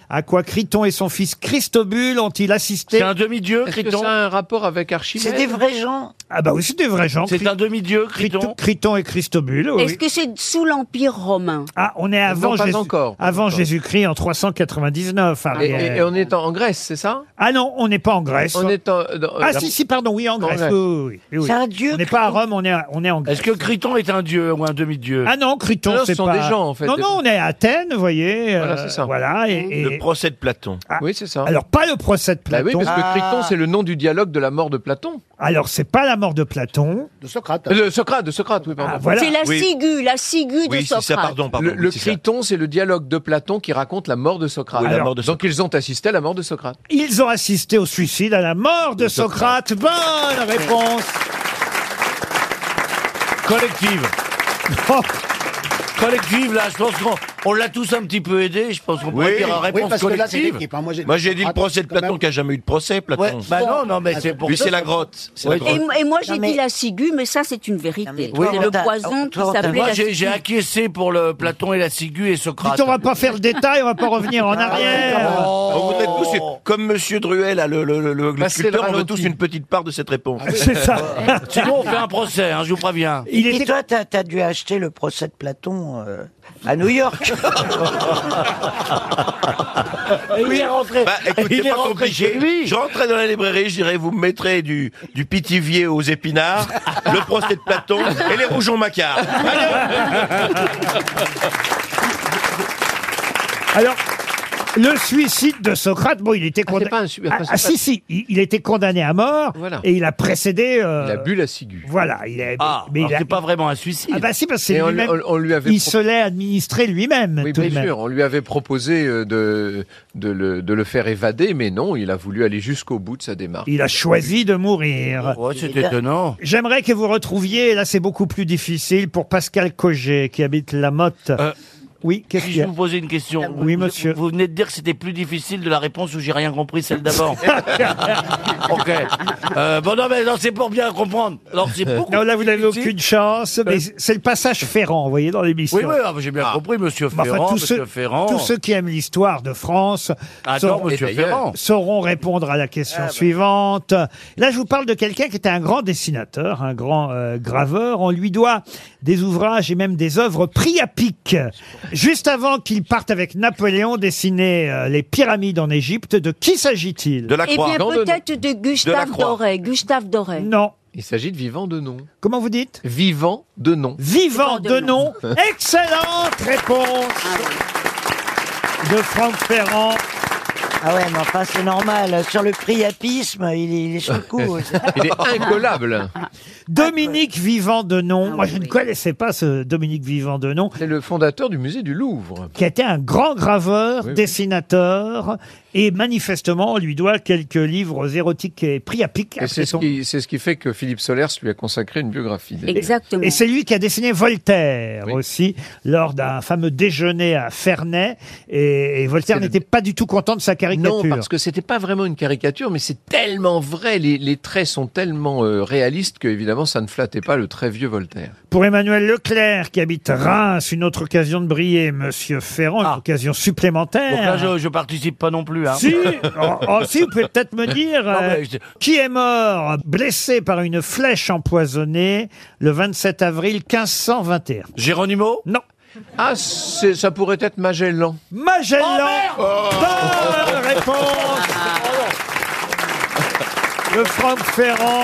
À quoi Criton et son fils Christobule ont-ils assisté C'est un demi-dieu, Est-ce que Criton ça a un rapport avec Archimède C'est des vrais gens. Ah bah oui, c'est des vrais gens. C'est un demi-dieu, Criton Criton et Christobule, Ah oui. Est-ce que c'est sous l'Empire romain Ah, on est Ah, avant, Non, pas Jésus- encore, pas avant encore. Jésus-Christ en 399. Ah, Et, Ariel. et- et on est en, en Grèce, c'est ça Ah non, on n'est pas en Grèce. On est en, dans- Ah la- si, si, pardon, oui, en Grèce. euh, Grèce. oui, oui, oui, oui. C'est un dieu. On n'est pas à Rome, on est, à- on est en Grèce. Est-ce que Criton est un dieu ou un demi-dieu Ah non, Criton, Non, ce c'est sont pas... des gens, en fait. Non, non, on est à Athènes, vous voyez. Voilà, euh, c'est ça. Voilà, et... et- Le procès de Platon. ah, Oui, c'est ça. Alors, pas le procès de Bah oui, Platon. parce que Criton, Ah. c'est le nom du dialogue de la mort de Platon. Euh, Alors, c'est pas la mort de Platon. [laughs] De Socrate. De Socrate, de Socrate, oui, pardon. Ah, voilà. C'est la Oui. ciguë, la ciguë de Oui, c'est Socrate. ça, pardon, pardon. le le oui, c'est ça. Criton, c'est le dialogue de Platon qui raconte la mort de Socrate. Oui, la mort de Donc ils ont assisté à la mort de Socrate. Ah, Ils ont assisté au suicide, à la mort de Socrate. Bonne réponse [laughs] Collective. Oh, Collective, là, je pense qu'on on l'a tous un petit peu aidé. Je pense qu'on Oui. peut dire en réponse Oui, parce que là, c'est collective. l'équipe. hein. Moi, j'ai Moi, j'ai dit le Socrate, procès de quand même. Ah, Platon qui a jamais eu de procès, ouais, Platon. bah non, non, mais c'est pour Lui, ça. c'est la grotte. C'est Ouais. la Et, grotte. et moi, j'ai Non, mais- dit la ciguë, mais ça, c'est une vérité. toi, c'est on le t'a- poison on- qui toi, on t'a- s'appelait Moi, la j'ai ciguë. j'ai acquiescé pour le Platon et la ciguë et Ah, Socrate. Oh, Dites, on va pas Ah, faire le détail, on va pas revenir en arrière. On voudrait tous une- comme Monsieur Druel, là, le, le, le- le Passer le sculpteur, on veut ralenti. tous une petite part de cette réponse. C'est ça. Sinon, on fait un procès, hein, je vous préviens. Il Et était toi, t'as as dû acheter le procès de Platon. non, euh, à New York. Eh ben, il est rentré. Bah, écoutez, Il est pas rentré compliqué. chez lui. Je rentrais dans la librairie, je dirais, vous me mettrez du, du pitivier aux épinards, le procès de Platon et les rougeons macards. Alors, le suicide de Socrate, bon, il était condamné. Ah, enfin, ah, c'est pas- si, si, il, il était condamné à mort Voilà. et il a précédé. euh, Il a bu la ciguë. Voilà, il est. Ah, alors c'est pas vraiment un suicide. Ah bah si, parce que c'est Et on- lui-même. on- on lui avait il pro- se l'est administré lui-même. Oui, tout de bien même. sûr, on lui avait proposé euh, de, de, le, de le faire évader, mais non, il a voulu aller jusqu'au bout de sa démarche. Il a choisi de mourir. Ouais, c'est étonnant. J'aimerais que vous retrouviez, et là c'est beaucoup plus difficile, pour Pascal Cogé qui habite la Motte. oui, qu'est-ce Euh, Si qu'il y je a vous posais une question, Oui, vous- monsieur. Vous, venez de dire que c'était plus difficile de la réponse où j'ai rien compris, celle d'avant. [laughs] ok. Euh, bon, non, mais non, c'est pour bien comprendre. Alors, c'est [laughs] beaucoup. Non, là vous n'avez difficile. aucune chance, mais Euh. c'est le passage Ferrand, vous voyez, dans l'émission. Oui, oui, ah, j'ai bien compris, monsieur Mais enfin, Ferrand. tous, monsieur ceux, Ferrand. tous ceux qui aiment l'histoire de France Attends, monsieur Ferrand. sauront répondre à la question Ah, bah. suivante. Là, je vous parle de quelqu'un qui était un grand dessinateur, un grand euh, graveur. On lui doit des ouvrages et même des œuvres pris à pic. Juste avant qu'il parte avec Napoléon dessiner euh, les pyramides en Égypte, de qui s'agit-il Eh bien, [laughs] peut-être de Gustave Doré. Gustave Doré. Non. Il s'agit de Vivant de nom. Comment vous dites Vivant de nom. Vivant de nom. [laughs] Excellente réponse de Franck Ferrand. Ah ouais, mais enfin, c'est normal. Sur le priapisme, il est, il est sous le coup. Il est incollable. Dominique Vivant de nom. Moi, je ne connaissais pas ce Dominique Vivant de nom. C'est le fondateur du musée du Louvre. qui a été un grand graveur, dessinateur, et manifestement, on lui doit quelques livres érotiques et pris à pic. Et c'est ce, après-t-on. qui, c'est ce qui fait que Philippe Solers lui a consacré une biographie. d'ailleurs. Et c'est lui qui a dessiné Voltaire aussi, lors d'un fameux déjeuner à Ferney. Et, et Voltaire n'était pas du tout content de sa caricature. Non, parce que c'était pas vraiment une caricature, mais c'est tellement vrai. Les, les traits sont tellement euh, réalistes que, évidemment, ça ne flattait pas le très vieux Voltaire. Pour Emmanuel Leclerc, qui habite Reims, une autre occasion de briller, Monsieur Ferrand, Ah. une occasion supplémentaire. Donc là, je, je participe pas non plus. Hein. [laughs] Si, oh, oh, si, vous pouvez peut-être me dire Non, euh, mais je- qui est mort blessé par une flèche empoisonnée le 27 avril 1521. Géronimo Non. Ah, c'est- ça Oh, pourrait être Magellan. Magellan Bonne réponse Le Franck Ferrand.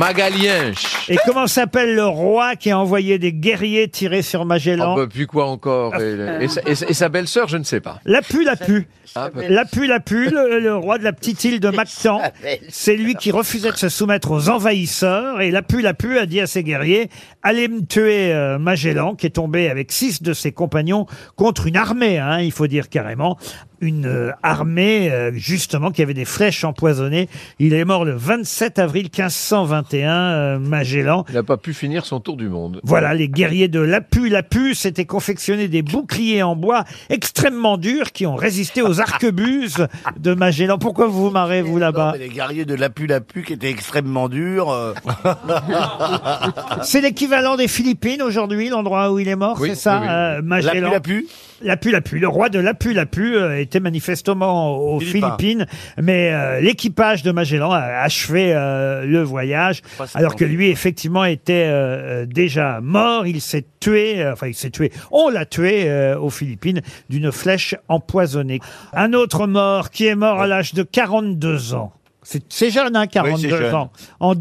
Magalien. Et comment s'appelle le roi qui a envoyé des guerriers tirer sur Magellan Ah bah, puis quoi encore Et, et sa- et sa- et sa belle-sœur, je ne sais pas. La pu, la pu. Ah, peut-être. La pu, la pu, le, le roi de la petite île de Mactan. C'est lui qui refusait de se soumettre aux envahisseurs. Et la pu, la pu a dit à ses guerriers, allez me tuer euh, Magellan, qui est tombé avec six de ses compagnons contre une armée, hein, il faut dire carrément. Une euh, armée, euh, justement, qui avait des flèches empoisonnées. Il est mort le 27 avril 1521, euh, Magellan. Il n'a pas pu finir son tour du monde. Voilà, les guerriers de Lapu Lapu s'étaient confectionnés des boucliers en bois extrêmement durs qui ont résisté aux arquebuses de Magellan. Pourquoi vous vous marrez, vous, là-bas Les guerriers de l'Apu Lapu qui étaient extrêmement durs. euh. [laughs] [laughs] C'est l'équivalent des Philippines aujourd'hui, l'endroit où il est mort, Oui, c'est ça, oui, oui. euh, Magellan Lapu-Lapu Lapu Lapu. Le roi de Lapu Lapu euh, était manifestement aux Philippins. Philippines, mais euh, l'équipage de Magellan a achevé euh, le voyage, Pas si alors que long. lui, effectivement, était euh, euh, déjà mort. Il s'est tué, euh, enfin, il s'est tué, on l'a tué euh, aux Philippines d'une flèche empoisonnée. Un autre mort qui est mort à l'âge de 42 ans. C'est c'est jeune, hein, 42 jeune. ans. En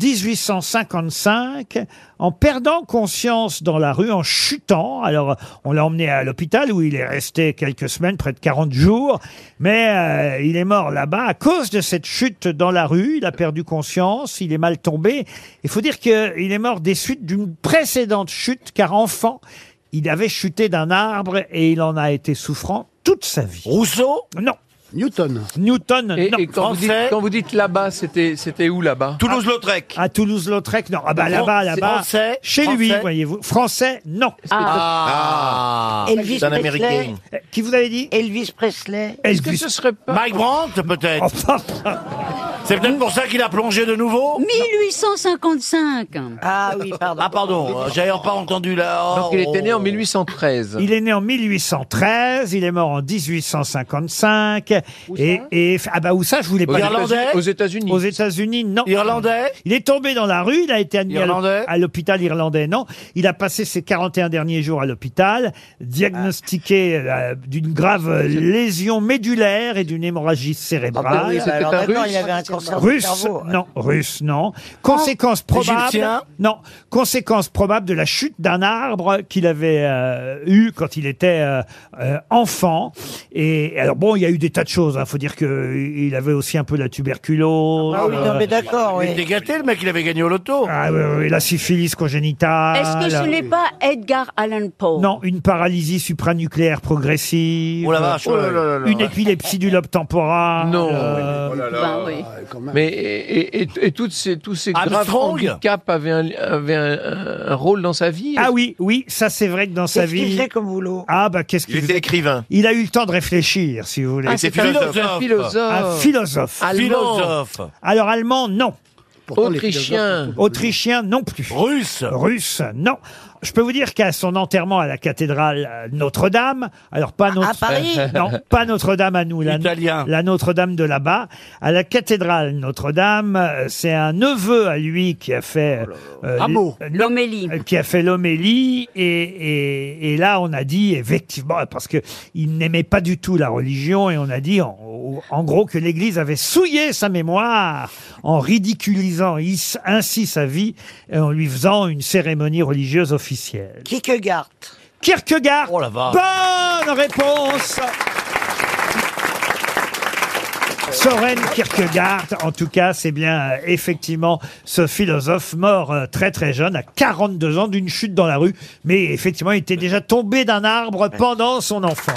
1855, en perdant conscience dans la rue, en chutant, alors on l'a emmené à l'hôpital où il est resté quelques semaines, près de 40 jours, mais euh, il est mort là-bas à cause de cette chute dans la rue. Il a perdu conscience, il est mal tombé. Il faut dire qu'il est mort des suites d'une précédente chute, car enfant, il avait chuté d'un arbre et il en a été souffrant toute sa vie. Rousseau Non. Newton. Newton, Et, non. et quand, vous dites, quand vous dites là-bas, c'était c'était où là-bas Toulouse-Lautrec. À Toulouse-Lautrec, non. Ah bah là-bas, là-bas. Français. Chez lui, Français. voyez-vous. Français, non. Ah. Ah. Elvis C'est un Presley. Américain. Euh, Qui vous avez dit Elvis Presley. Elvis. Oh, [laughs] Mike Brandt, peut-être. C'est peut-être pour ça qu'il a plongé de nouveau 1855. Ah oui, pardon. Ah pardon, euh, j'avais pas entendu là. oh, Donc il était né en oh. 1813. Il est né en 1813, il est mort en 1855. et, et- ah bah où ça, je voulais Aux pas. Irlandais Aux États-Unis. Aux États-Unis, non. Irlandais. Il est tombé dans la rue, il a été admis à l'hôp- Irlandais à l'hôpital irlandais, non. Il a passé ses 41 derniers jours à l'hôpital, diagnostiqué euh, d'une grave lésion médulaire et d'une hémorragie cérébrale. Ah bah oui, c'était Alors un d'abord, Russe. il avait un cancer du Russe, cerveau. non, russe, non. Conséquence probable. Égyptien Non, conséquence probable de la chute d'un arbre qu'il avait euh, eu quand il était euh, euh, enfant. Et alors bon, il y a eu des tas de choses. Il faut dire que euh, il avait aussi un peu la tuberculose. euh, Ah oui, non, mais d'accord, Il oui. était gâté, le mec, il avait gagné au loto. Ah oui, oui, oui, la syphilis congénitale. Est-ce que ce n'est pas Edgar Allan Poe Non, une paralysie supranucléaire progressive. Oh la vache, oh là là là Une là. épilepsie du lobe temporal. Non. euh, Oh Bah Mais et, et- et- et toutes ces, tous ces graves Armstrong handicaps avaient, un, avaient un- un- un rôle dans sa vie. Ah oui, oui, ça c'est vrai que dans sa Qu'est-ce qu'il vie. faisait comme boulot Ah bah qu'est-ce Il qu'il était faisait écrivain. Il a eu le temps de réfléchir, si vous voulez. Ah, Il était c'est un philosophe. philosophe. Philosophe. Un philosophe. Allemand. Philosophe. Alors allemand, non. Pourtant, les Autrichien. philosophes Autrichien, non plus. Russe. Russe, non. Je peux vous dire qu'à son enterrement à la cathédrale euh, Notre-Dame, alors pas notre... Ah, Paris Non, pas Notre-Dame à nous, la, la Notre-Dame de là-bas, à la cathédrale Notre-Dame, euh, c'est un neveu à lui qui a Oh fait... euh, Ah bon euh, L'homélie. euh, qui a fait l'homélie et, et- et là on a dit effectivement parce que il n'aimait pas du tout la religion et on a dit en, au- en gros que l'Église avait souillé sa mémoire en ridiculisant is- ainsi sa vie et en lui faisant une cérémonie religieuse officielle. Kierkegaard. Kierkegaard. Oh la vache. Ah. Bonne réponse. Soren Kierkegaard, en tout cas, c'est bien euh, effectivement ce philosophe mort euh, très très jeune, à 42 ans, d'une chute dans la rue, mais effectivement, il était déjà tombé d'un arbre pendant son enfance.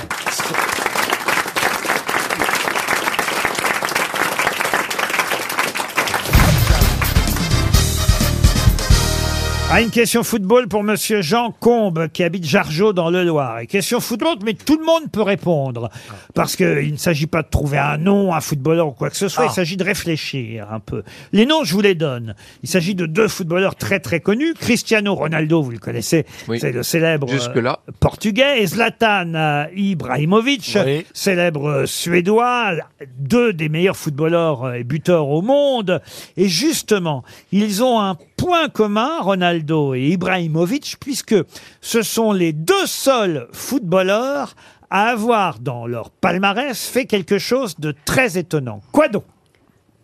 Ah, une question football pour Monsieur Jean Combe qui habite Jargeau dans le Loir. Et question football, mais tout le monde peut répondre parce que il ne s'agit pas de trouver un nom, un footballeur ou quoi que ce soit. Ah. Il s'agit de réfléchir un peu. Les noms, je vous les donne. Il s'agit de deux footballeurs très très connus. Cristiano Ronaldo, vous le connaissez, c'est le célèbre euh, Jusque-là. portugais. Et Zlatan euh, Ibrahimovic, Oui. célèbre euh, suédois, deux des meilleurs footballeurs euh, et buteurs au monde. Et justement, ils ont un point commun, Ronaldo et Ibrahimovic, puisque ce sont les deux seuls footballeurs à avoir dans leur palmarès fait quelque chose de très étonnant. Quoi donc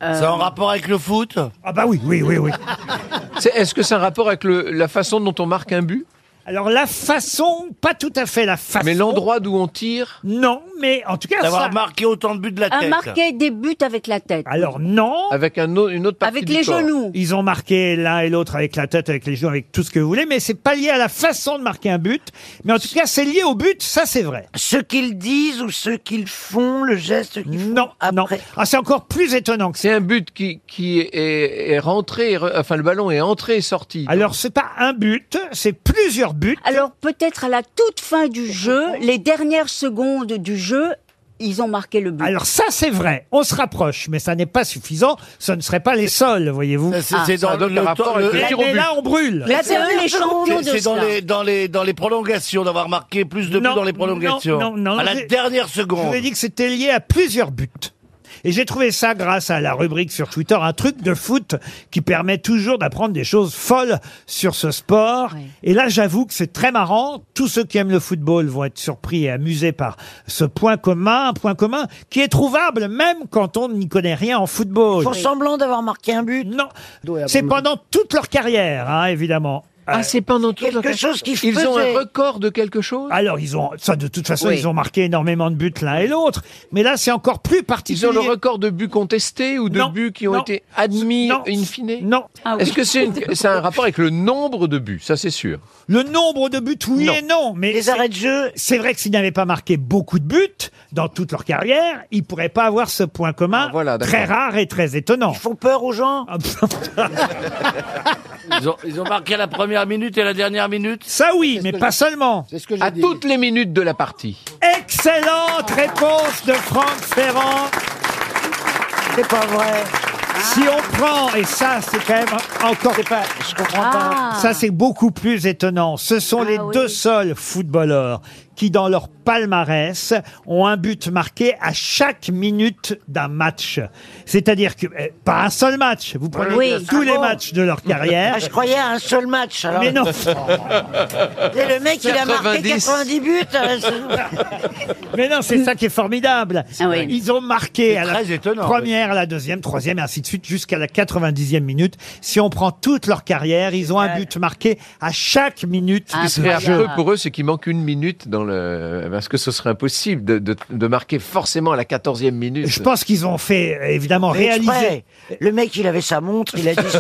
C'est en rapport avec le foot Ah bah oui, oui, oui, oui. C'est- Est-ce que c'est un rapport avec le- la façon dont on marque un but Alors la façon, pas tout à fait la façon. Mais l'endroit d'où on tire Non, mais en tout cas, D'avoir ça- marqué autant de buts de la A tête. marqué des buts avec la tête. Alors non. Avec un au- une autre partie Avec du les corps. genoux. Ils ont marqué l'un et l'autre avec la tête, avec les genoux, avec tout ce que vous voulez, mais c'est pas lié à la façon de marquer un but. Mais en tout cas, c'est lié au but, ça c'est vrai. Ce qu'ils disent ou ce qu'ils font, le geste qu'ils font. Non, non. Ah, c'est encore plus étonnant que ça. C'est un but qui, qui est, est rentré, re- enfin le ballon est entré et sorti. Alors c'est pas un but, c'est plusieurs buts. Alors peut-être à la toute fin du jeu, les dernières secondes du jeu, ils ont marqué le but. Alors ça c'est vrai, on se rapproche, mais ça n'est pas suffisant. Ce ne serait pas les seuls, voyez-vous. C'est c'est Ah, dans Ah. le, le temps- le- Là, mais là, on brûle. Là, c'est eux les champions de C'est dans cela. les, dans, les, dans les prolongations, d'avoir marqué plus de buts Non, dans les prolongations. non, non, non, à la j'ai- dernière Je seconde. vous ai dit que c'était lié à plusieurs buts. Et j'ai trouvé ça grâce à la rubrique sur Twitter, un truc de foot qui permet toujours d'apprendre des choses folles sur ce sport. Et là, j'avoue que c'est très marrant. Tous ceux qui aiment le football vont être surpris et amusés par ce point commun, un point commun qui est trouvable même quand on n'y connaît rien en football. Font semblant d'avoir marqué un but. Non. Ah, C'est pendant toute leur carrière, hein, évidemment. Euh, Ah, c'est pendant toute Quelque leur- chose qu'ils Ils ont faisaient. un record de quelque chose alors ils ont ça de toute façon Oui. ils ont marqué énormément de buts l'un et l'autre mais là c'est encore plus Ils particulier ont le record de buts contestés ou de Non, buts qui ont non, été admis non, in fine non Est-ce que c'est une- c'est un rapport avec le nombre de buts Ça, c'est sûr. Le nombre de buts, oui Non. et non. Mais Les c'est- arrêts de jeu. c'est vrai que s'ils n'avaient pas marqué beaucoup de buts dans toute leur carrière, ils pourraient pas avoir ce point commun Ah, voilà, d'accord. très rare et très étonnant. Ils font peur aux gens. Ah, pff, Ils ont, ils ont marqué la première minute et la dernière minute. Ça oui, mais pas seulement. À toutes les minutes de la partie. Excellente réponse de Franck Ferrand. C'est pas vrai. Si on prend, et ça c'est quand même encore... je comprends pas. Ah. Ça c'est beaucoup plus étonnant. Ce sont les deux seuls footballeurs qui, dans leur palmarès, ont un but marqué à chaque minute d'un match. C'est-à-dire que, eh, pas un seul match, vous prenez Oui. tous Ah les bon matchs de leur carrière. Ah, je croyais à un seul match. alors. [laughs] Mais non. Et Ah. le mec, il a marqué 90 buts. euh, c'est- Mais non, c'est ça qui est formidable. Ah Ils ont marqué à la première, à la deuxième, troisième, et ainsi de suite, jusqu'à la 90e minute. Si on prend toute leur carrière, ils ont un but marqué à chaque minute. Ce qui serait affreux pour eux, c'est qu'il manque une minute dans le. Parce que ce serait impossible de, de- de marquer forcément à la 14e minute. Je pense qu'ils ont fait, euh, évidemment, Mais exprès. réaliser. Le mec, il avait sa montre, il a [laughs] dit.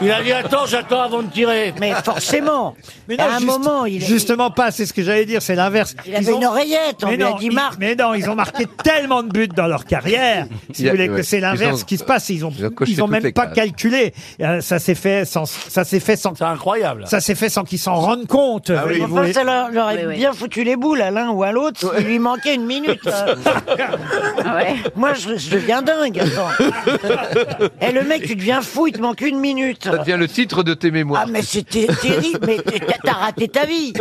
Il a dit attends, j'attends avant de tirer. Mais forcément. [laughs] Mais non, à un juste- moment, il. Justement pas, c'est ce que j'allais dire, c'est l'inverse. Il avait une oreillette, on mais lui a non, dit, ils- Mais non, ils [laughs] ont marqué tellement de buts dans leur carrière, si Il y vous a- voulez, que ouais. c'est l'inverse Ils ont- qui se passe. Ils ont, ils ont coché ils ont toutes même les pas cases. calculé. Euh, Ça s'est fait sans, ça s'est fait sans. C'est incroyable. Ça s'est fait sans qu'ils s'en rendent compte. Ah Enfin, voyez-vous. ça leur, leur a bien foutu les boules à l'un ou à l'autre. Il lui manquait [laughs] une minute. euh. Moi, je, je deviens dingue. [laughs] attends. Et le mec, tu deviens fou, il te manque une minute. Ça devient le titre de tes mémoires. Ah, mais c'était terrible, mais t'as- t'as raté ta [laughs] vie.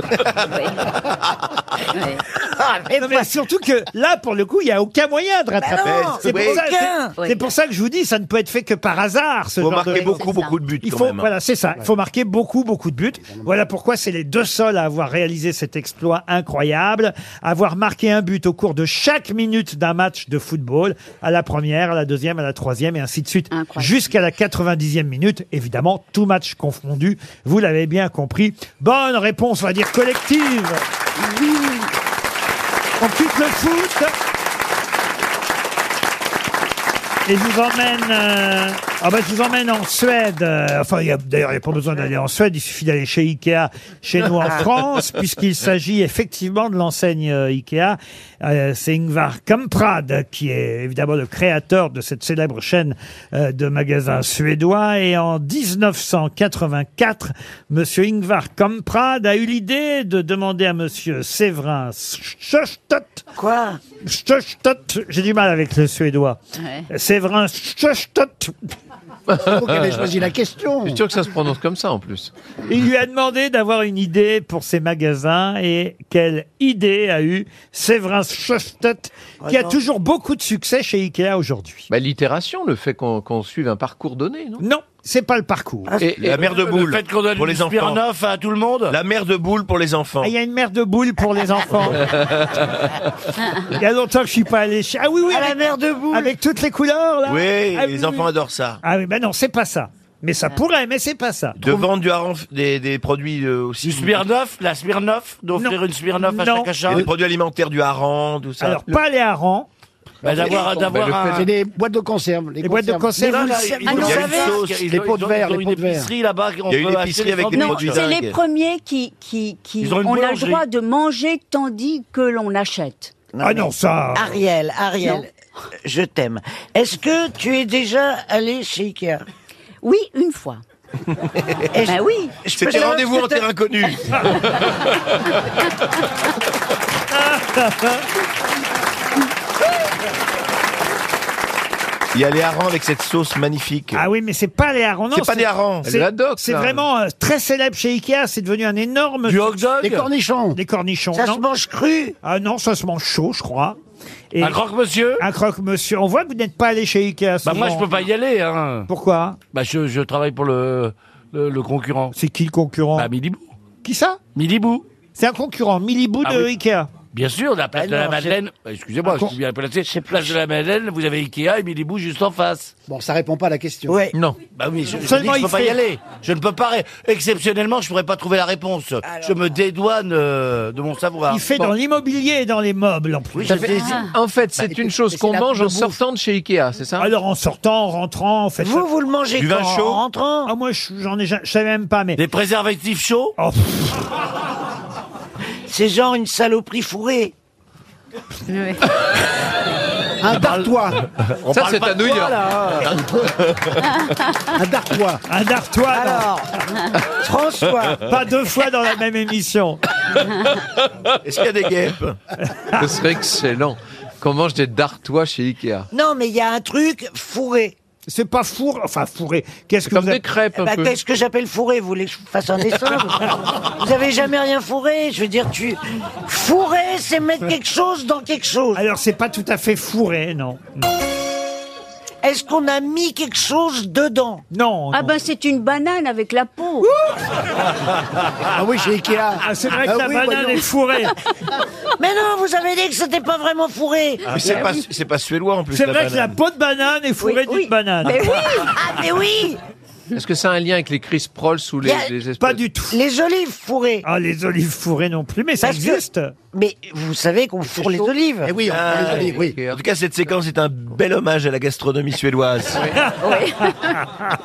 Non, mais surtout que là, pour le coup, il n'y a aucun moyen de rattraper. Ah, Bah non, c'est, pour oui. ça, aucun. c'est- c'est pour ça que je vous dis, ça ne peut être fait que par hasard. Ce Faut genre marquer de- beaucoup, C'est ça. beaucoup de buts, Il quand faut, même. hein. Voilà, c'est ça. Il faut marquer beaucoup, beaucoup de buts. Voilà pourquoi c'est les deux seuls à avoir réalisé cet exploit incroyable. Avoir marqué un but au cours de chaque minute d'un match de football, à la première, à la deuxième, à la troisième, et ainsi de suite, jusqu'à la 90e minute. Évidemment, tout match confondu. Vous l'avez bien compris. Bonne réponse, on va dire collective. On quitte le foot. Et je vous emmène, euh, ah bah, je vous emmène en Suède. Euh, enfin, il y a- d'ailleurs, il n'y a pas besoin d'aller en Suède. Il suffit d'aller chez Ikea, chez [laughs] nous en France, puisqu'il s'agit effectivement de l'enseigne euh, Ikea. Euh, c'est Ingvar Kamprad qui est évidemment le créateur de cette célèbre chaîne euh, de magasins suédois. Et en 1984, Monsieur Ingvar Kamprad a eu l'idée de demander à Monsieur Séverin Sjöstedt. Quoi Sjöstedt. J'ai du mal avec le suédois. Séverin Sjöstedt. Vous avez choisi la question. Je suis sûr que ça se prononce comme ça en plus. Il lui a demandé d'avoir une idée pour ses magasins et quelle idée a eu Séverin Sjöstedt qui a Ah non. toujours beaucoup de succès chez Ikea aujourd'hui. Bah, L'itération, le fait qu'on qu'on suive un parcours donné, non Non, c'est pas le parcours. Ah, la mère de boule Le fait qu'on donne pour du les enfants. Smirnoff à tout le monde. La mère de boule pour les enfants. Ah, Il y a une mère de boule pour les [laughs] enfants. Il y a longtemps que je suis pas allé chez. Ah oui, oui. la mère de boule. Avec toutes les couleurs, là. oui, Ah les enfants adorent ça. Ah oui, ben non, c'est pas ça. Mais ça pourrait, mais c'est pas ça. De vendre du hareng, des, des produits euh, aussi. Du Smirnoff, la Smirnoff, d'offrir une Smirnoff à chaque achat. Des produits alimentaires, du hareng, tout ça. Alors, pas les harengs. Bah, d'avoir- d'avoir un- C'est des boîtes de conserve. Les, Les boîtes de conserve, Mais là, vous le là, savez- ils- Ah, non, ils- ça ils- va. ils- Ils les ont- pots de ils ont- verre, ils ont les une pots de verre. épicerie là-bas. Il y a une épicerie avec des Non, produits c'est les dingues. premiers qui, qui, qui Ils ont une on a le boulangerie. droit de manger tandis que l'on achète. Ah non, ça. euh, Ariel, Ariel, Non. je t'aime. Est-ce que tu es déjà allé chez Ikea Oui, une [laughs] fois. Ben oui. C'était rendez-vous en terrain [laughs] connu. Il y a les harengs avec cette sauce magnifique. Ah oui, mais c'est pas les harengs. non, C'est pas des harengs. c'est- C'est la doc, C'est là. vraiment euh, très célèbre chez Ikea. C'est devenu un énorme. Du hot dog Des Des cornichons. Des cornichons. Ça non. se mange cru Ah non, ça se mange chaud, je crois. Et- Un croque-monsieur Un croque-monsieur. On voit que vous n'êtes pas allé chez Ikea. Bah moi je souvent. peux pas y aller. Hein. Pourquoi Bah je, je travaille pour le, le, le concurrent. C'est qui le concurrent Bah Milibou. Qui ça Milibou. C'est un concurrent, Milibou Ah de oui. Ikea. Bien sûr, la Bah place de la non, Madeleine. Bah, Excusez-moi, je suis bien placé. Place de la Madeleine, vous avez Ikea et Milibou juste en face. Bon, ça répond pas à la question. Ouais. Non. Bah oui, je, je Seulement il dis que je peux pas fait- y aller. Je ne peux pas. ré- Exceptionnellement, je pourrais pas trouver la réponse. je me dédouane euh, de mon savoir. Il fait Bon. dans l'immobilier et dans les meubles en plus. Oui, Ça je fait- sais. En fait, Bah, c'est une chose qu'on mange en sortant de chez Ikea, c'est ça Alors en sortant, en rentrant, en fait. Vous, vous le mangez Du vin quand, en chaud rentrant Ah, moi, je- j'en ai, ja- je savais même pas, mais. Des préservatifs chauds Oh, pff, C'est genre une saloperie fourrée. Un dartois. On Ça, parle c'est pas à de New toi, York. hein. Un dartois. un dartois. [laughs] [laughs] Alors, François. Pas deux fois dans la même émission. Est-ce qu'il y a des guêpes [laughs] Ce serait excellent qu'on mange des dartois chez Ikea. Non, mais il y a un truc fourré. C'est pas fourré, enfin fourré. Qu'est-ce que vous avez- Eh ben, Qu'est-ce que j'appelle fourré Vous voulez que je vous fasse [laughs] un dessin Vous avez jamais rien fourré Je veux dire, tu. Fourré, c'est mettre quelque chose dans quelque chose. Alors, c'est pas tout à fait fourré, non. Est-ce qu'on a mis quelque chose dedans Non. Ah ben c'est une banane avec la peau. Ah oui, chez Ikea. Ah, c'est vrai que la banane est fourrée. [laughs] Mais non, vous avez dit que c'était pas vraiment fourré. Eh Ah, Mais c'est pas, c'est pas suédois en plus. C'est vrai que la peau de banane est fourrée d'une banane. Mais oui Ah, mais oui Est-ce que ça a un lien avec les Chris Prolls ou les, Il y a- les espèces Pas du tout. Les olives fourrées. Ah, les olives fourrées non plus, mais ça Parce que- existe. Mais vous savez qu'on fourre les olives. Ah, oui, Ah, En tout cas, cette séquence est un bel hommage à la gastronomie suédoise.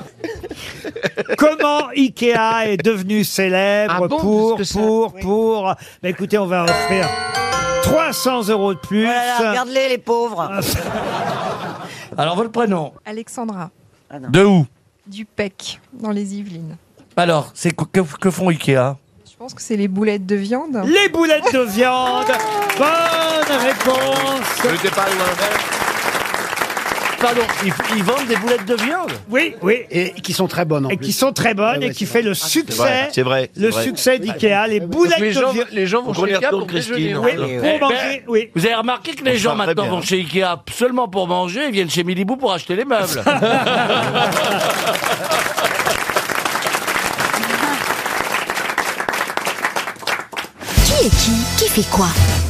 [laughs] Comment Ikea est devenu célèbre Ah bon, pour, parce que ça- pour, pour. Mais écoutez, on va offrir 300 euros de plus. Voilà, Oh Regarde-les, les pauvres. Alors, votre prénom Alexandra. Ah, De où Du PEC, dans les Yvelines. Alors, c'est que, que- que font Ikea Je pense que c'est les boulettes de viande. Les boulettes de viande. Bonne réponse. pas Pardon, ils, ils vendent des boulettes de viande Oui, oui. Et qui sont très bonnes en Et plus. qui sont très bonnes et qui fait le succès. vrai, c'est vrai, c'est Le vrai. succès d'Ikea, les boulettes les de gens- viande. les gens vont On chez y Ikea pour retourne, déjeuner. Christine. hein. Oui, Ouais. pour Ben, manger, oui. Vous avez remarqué que les On gens parle très maintenant bien. vont chez Ikea seulement pour manger, ils viennent chez Milibou pour acheter les meubles. Qui est qui Qui fait quoi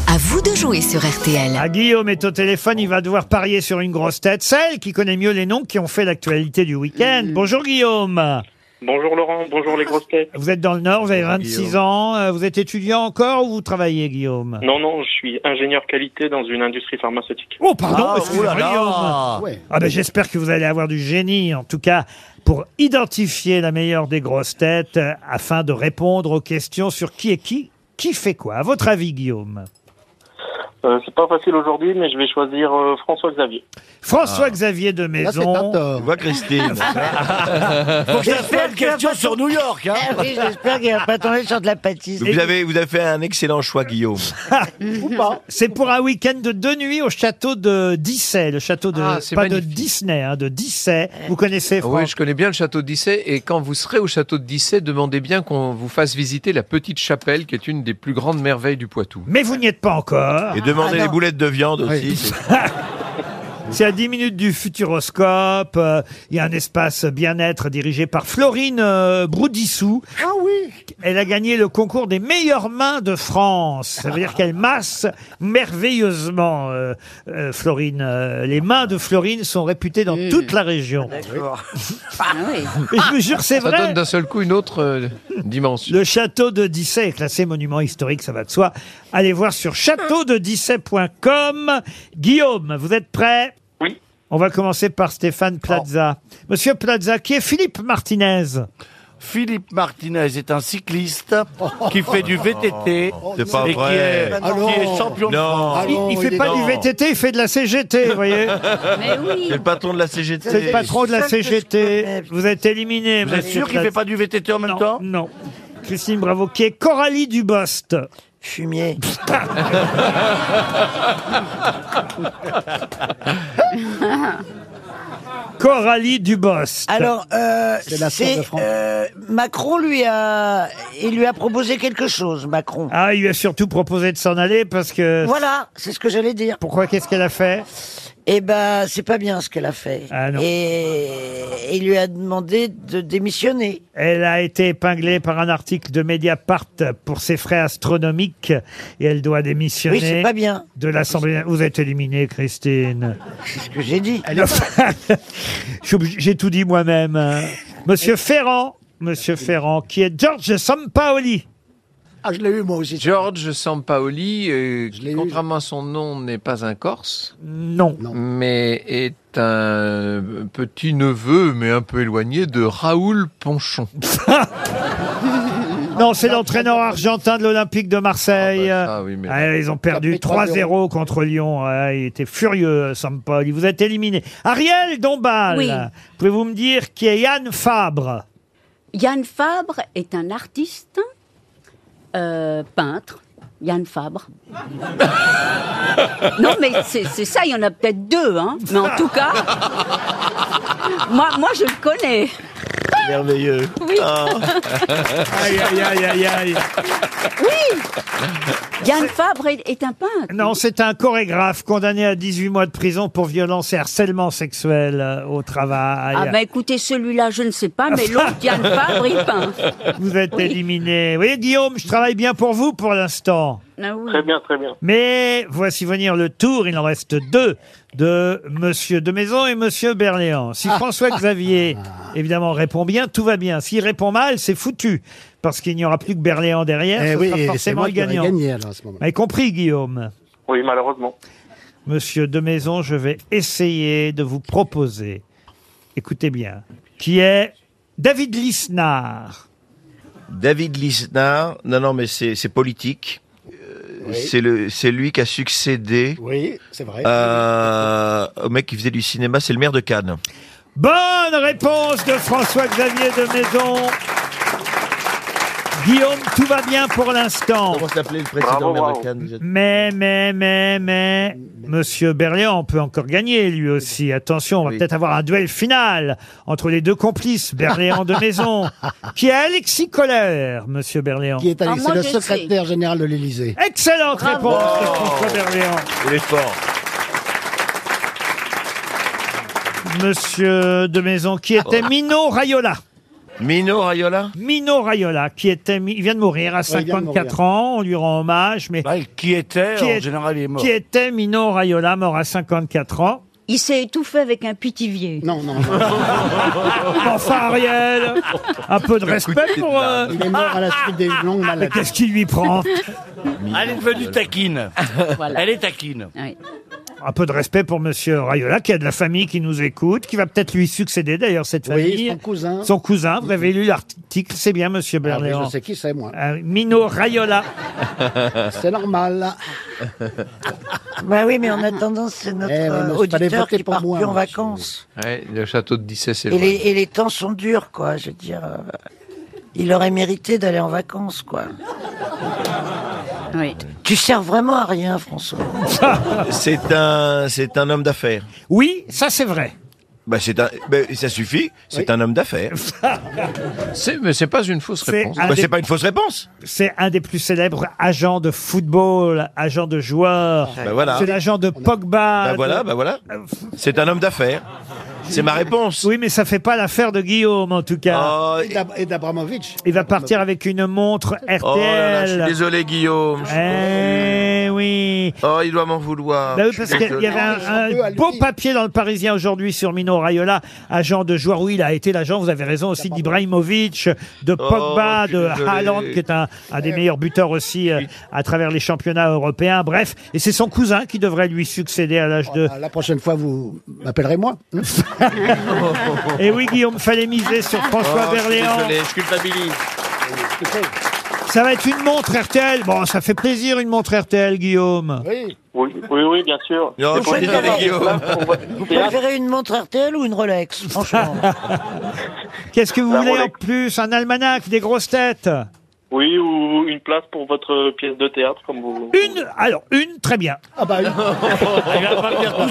À vous de jouer sur RTL. Ah, Guillaume est au téléphone, il va devoir parier sur une grosse tête, celle qui connaît mieux les noms qui ont fait l'actualité du week-end. Bonjour Guillaume. Bonjour Laurent, bonjour les grosses têtes. Vous êtes dans le Nord, vous avez 26 Guillaume. ans, euh, vous êtes étudiant encore ou vous travaillez Guillaume Non, non, je suis ingénieur qualité dans une industrie pharmaceutique. Oh pardon, Ah, excusez-moi, oulala. Guillaume. Ouais. Ah ben j'espère que vous allez avoir du génie, en tout cas pour identifier la meilleure des grosses têtes, euh, afin de répondre aux questions sur qui est qui, qui fait quoi. À votre avis, Guillaume Euh, c'est pas facile aujourd'hui, mais je vais choisir euh, François Xavier. François-Xavier Ah. de Là, c'est un Maison. Tu tort. [laughs] vois, Christine. Faut que je fasse une question sur New York. Hein. Ah oui, j'espère qu'il va pas tomber sur de la pâtisse. vous, avez, vous avez fait un excellent choix, Guillaume. [laughs] C'est pour un week-end de deux nuits au château de Dissay, le château de Ah, c'est pas de magnifique. Disney, hein, de Dissay. Vous connaissez Ah Oui, François je connais bien le château d'Issé et quand vous serez au château d'Issé, demandez bien qu'on vous fasse visiter la petite chapelle qui est une des plus grandes merveilles du Poitou. Mais vous n'y êtes pas encore. Et demandez Ah, non. les boulettes de viande [laughs] aussi. c'est- C'est à 10 minutes du Futuroscope. euh, Il y a un espace bien-être dirigé par Florine euh, Broudissou. Ah oui Elle a gagné le concours des meilleures mains de France. Ça veut dire qu'elle masse merveilleusement, euh, euh, Florine. Euh, les mains de Florine sont réputées dans Mm. toute la région. [laughs] D'accord. Ah oui. Et je vous jure, c'est Ça vrai. [laughs] donne d'un seul coup une autre euh, dimension. Le château de Dissay est classé monument historique, ça va de soi. Allez voir sur châteaudedissay.com. Guillaume, vous êtes prêt Oui. On va commencer par Stéphane Plaza. Monsieur Plaza, qui est Philippe Martinez Philippe Martinez est un cycliste qui fait du VTT C'est pas et qui est, vrai. qui est champion de Non. France. Ah non, Il fait est pas dans- du VTT, il fait de la CGT, vous [laughs] voyez Mais oui. C'est le patron de la CGT. C'est le patron de la seul que je CGT. connais. Vous êtes éliminé. Vous êtes monsieur sûr qu'il Plaza. fait pas du VTT en même temps Non, non. Christine Bravo, qui est Coralie Dubost. Fumier. [laughs] Coralie Dubost. Alors, euh, C'est la sœur de c'est Franck. euh, Macron lui a, il lui a proposé quelque chose, Macron. Ah, il lui a surtout proposé de s'en aller parce que... Voilà, c'est ce que j'allais dire. Pourquoi Qu'est-ce qu'elle a fait Eh ben, c'est pas bien ce qu'elle a fait. Ah non. Et il lui a demandé de démissionner. Elle a été épinglée par un article de Mediapart pour ses frais astronomiques et elle doit démissionner Oui, c'est pas bien. de l'Assemblée. Vous êtes éliminée, Christine. C'est ce que j'ai dit. [laughs] Je suis obligé- J'ai tout dit moi-même. hein. Monsieur Ferrand, Monsieur Ferrand, qui est George Sampaoli. Ah, je l'ai eu moi aussi. George Sampaoli, euh, l'ai qui, eu. contrairement à son nom, n'est pas un Corse, Non. Non. mais est un petit neveu, mais un peu éloigné, de Raoul Ponchon. Non, c'est l'entraîneur argentin de l'Olympique de Marseille. Ah, bah, ça, oui, mais- Ah, ils ont perdu Ça fait 3-0. 3-0 contre Lyon. Ah, il était furieux, Sampaoli. Vous êtes éliminé. Ariel Dombal. Oui. Pouvez-vous me dire qui est Yann Fabre Yann Fabre est un artiste, euh, peintre. Yann Fabre. non, mais c'est c'est ça, il y en a peut-être deux, hein. Mais en tout cas, moi, moi, je le connais. Merveilleux. Oui. Ah. Aïe, aïe, aïe, aïe, aïe. Oui Yann Fabre est est un peintre. Non, c'est un chorégraphe condamné à 18 mois de prison pour violence et harcèlement sexuel euh, au travail. Ah bah écoutez, celui-là, je ne sais pas, mais [laughs] l'autre, Yann Fabre, il peint. Vous êtes Oui. éliminé. Vous voyez, Guillaume, je travaille bien pour vous pour l'instant. Ah oui. Très bien, très bien. Mais voici venir le tour, il en reste deux, de Monsieur de Maison et Monsieur Berléand. Si Ah. François-Xavier, évidemment, répond bien, tout va bien. S'il répond mal, c'est foutu, parce qu'il n'y aura plus que Berléand derrière, Eh ce oui, sera et c'est forcément moi le qui aurais gagnant. gagné, alors, à ce moment-là. Vous avez compris, Guillaume Oui, malheureusement. Monsieur de Maison, je vais essayer de vous proposer, écoutez bien, qui est David Lisnard. David Lisnard, non, non, mais c'est c'est politique. Euh, Oui. C'est le, c'est lui qui a succédé Oui, c'est vrai. euh, au mec qui faisait du cinéma, c'est le maire de Cannes. Bonne réponse de François-Xavier de Maison. Guillaume, tout va bien pour l'instant. Comment s'appelait le Bravo, maire de bravo. Cannes déjà Mais, mais, mais, mais, Monsieur Berléand peut encore gagner, lui aussi. Attention, on va Oui. peut-être avoir un duel final entre les deux complices, Berléand de [laughs] Maison, qui est Alexis Kohler, Monsieur Berléand. Qui est allé- Ah, moi, c'est le je sais. secrétaire général de l'Élysée. Excellente Bravo. réponse de François Berléand. Il est fort. Monsieur de Maison, qui était Ah. Mino Raiola. Mino Raiola Mino Raiola, qui était, mi- il vient de mourir à Ouais, il vient de 54 mourir. ans, on lui rend hommage, mais Bah, qui était Qui En est- général, il est mort. qui était Mino Raiola, mort à 54 ans. Il s'est étouffé avec un pitivier. Non, non, non. [laughs] Enfin, [laughs] Ariel, un peu de Bah, respect pour... euh, Il est mort à la suite d'une longue mais maladie. qu'est-ce qui lui prend [laughs] Elle est devenue taquine. Voilà. Elle est taquine. Ouais. Un peu de respect pour Monsieur Rayola, qui a de la famille qui nous écoute, qui va peut-être lui succéder d'ailleurs cette Oui, famille. son cousin. Son cousin, vous avez lu l'article, c'est bien Monsieur Ah oui, Berléand. je sais qui c'est, moi. Ah, Euh, Mino Rayola. C'est normal. Bah oui, mais [laughs] en attendant, c'est notre Eh oui, mais euh, fallait auditeur voter qui pour part moi, plus en monsieur. vacances. [laughs] Ouais, le château de Dissay, c'est Et loin. les, et les temps sont durs, quoi, je veux dire. euh, Il aurait mérité d'aller en vacances, quoi. Oui. Tu sers vraiment à rien, François. C'est un, c'est un homme d'affaires. Oui, ça c'est vrai. Bah, c'est un, bah, ça suffit. C'est un homme d'affaires. C'est- Mais c'est pas une fausse C'est réponse. un Bah, des- c'est pas une fausse réponse. C'est un des plus célèbres agents de football, agent de joueurs. Bah, voilà. C'est l'agent de Pogba. Bah de- voilà, bah voilà. Euh, C'est un homme d'affaires. C'est ma réponse. Oui, mais ça fait pas l'affaire de Guillaume en tout cas. Oh, Et d'Ab- Et d'Abramovic. Il va partir avec une montre RTL. oh là là, je suis désolé, Guillaume. Eh oui. Oh, il doit m'en vouloir. Bah oui, Je parce suis qu'il y- il y désolé. avait Ils sont deux Oh, un, un à beau lui. papier dans le Parisien aujourd'hui sur Mino Raiola, agent de joueur. Oui, il a été l'agent, vous avez raison, aussi d'Ibrahimovic, de Pogba, Oh, je suis de désolé. Haaland, qui est un, un des meilleurs buteurs aussi euh, à travers les championnats européens. Bref, et c'est son cousin qui devrait lui succéder à l'âge de... Ah, La prochaine fois, vous m'appellerez moi. hein [laughs] Et oui, Guillaume, fallait miser sur Oh, François je suis Berléand. désolé, je culpabilise. Ça va être une montre RTL. Bon, ça fait plaisir une montre RTL, Guillaume. Oui. Oui, oui, oui, bien sûr. Non, C'est je pour suis les désolé, avoir. Guillaume. C'est là pour- Vous c'est là- préférez une montre RTL ou une Rolex, franchement Qu'est-ce que vous Ah, La voulez en Rolex. plus Un almanach, des grosses têtes Oui, ou une place pour votre pièce de théâtre, comme vous. Une Alors, une, très bien. Ah bah oui. [laughs] Il va pas le faire tout Ah, bah,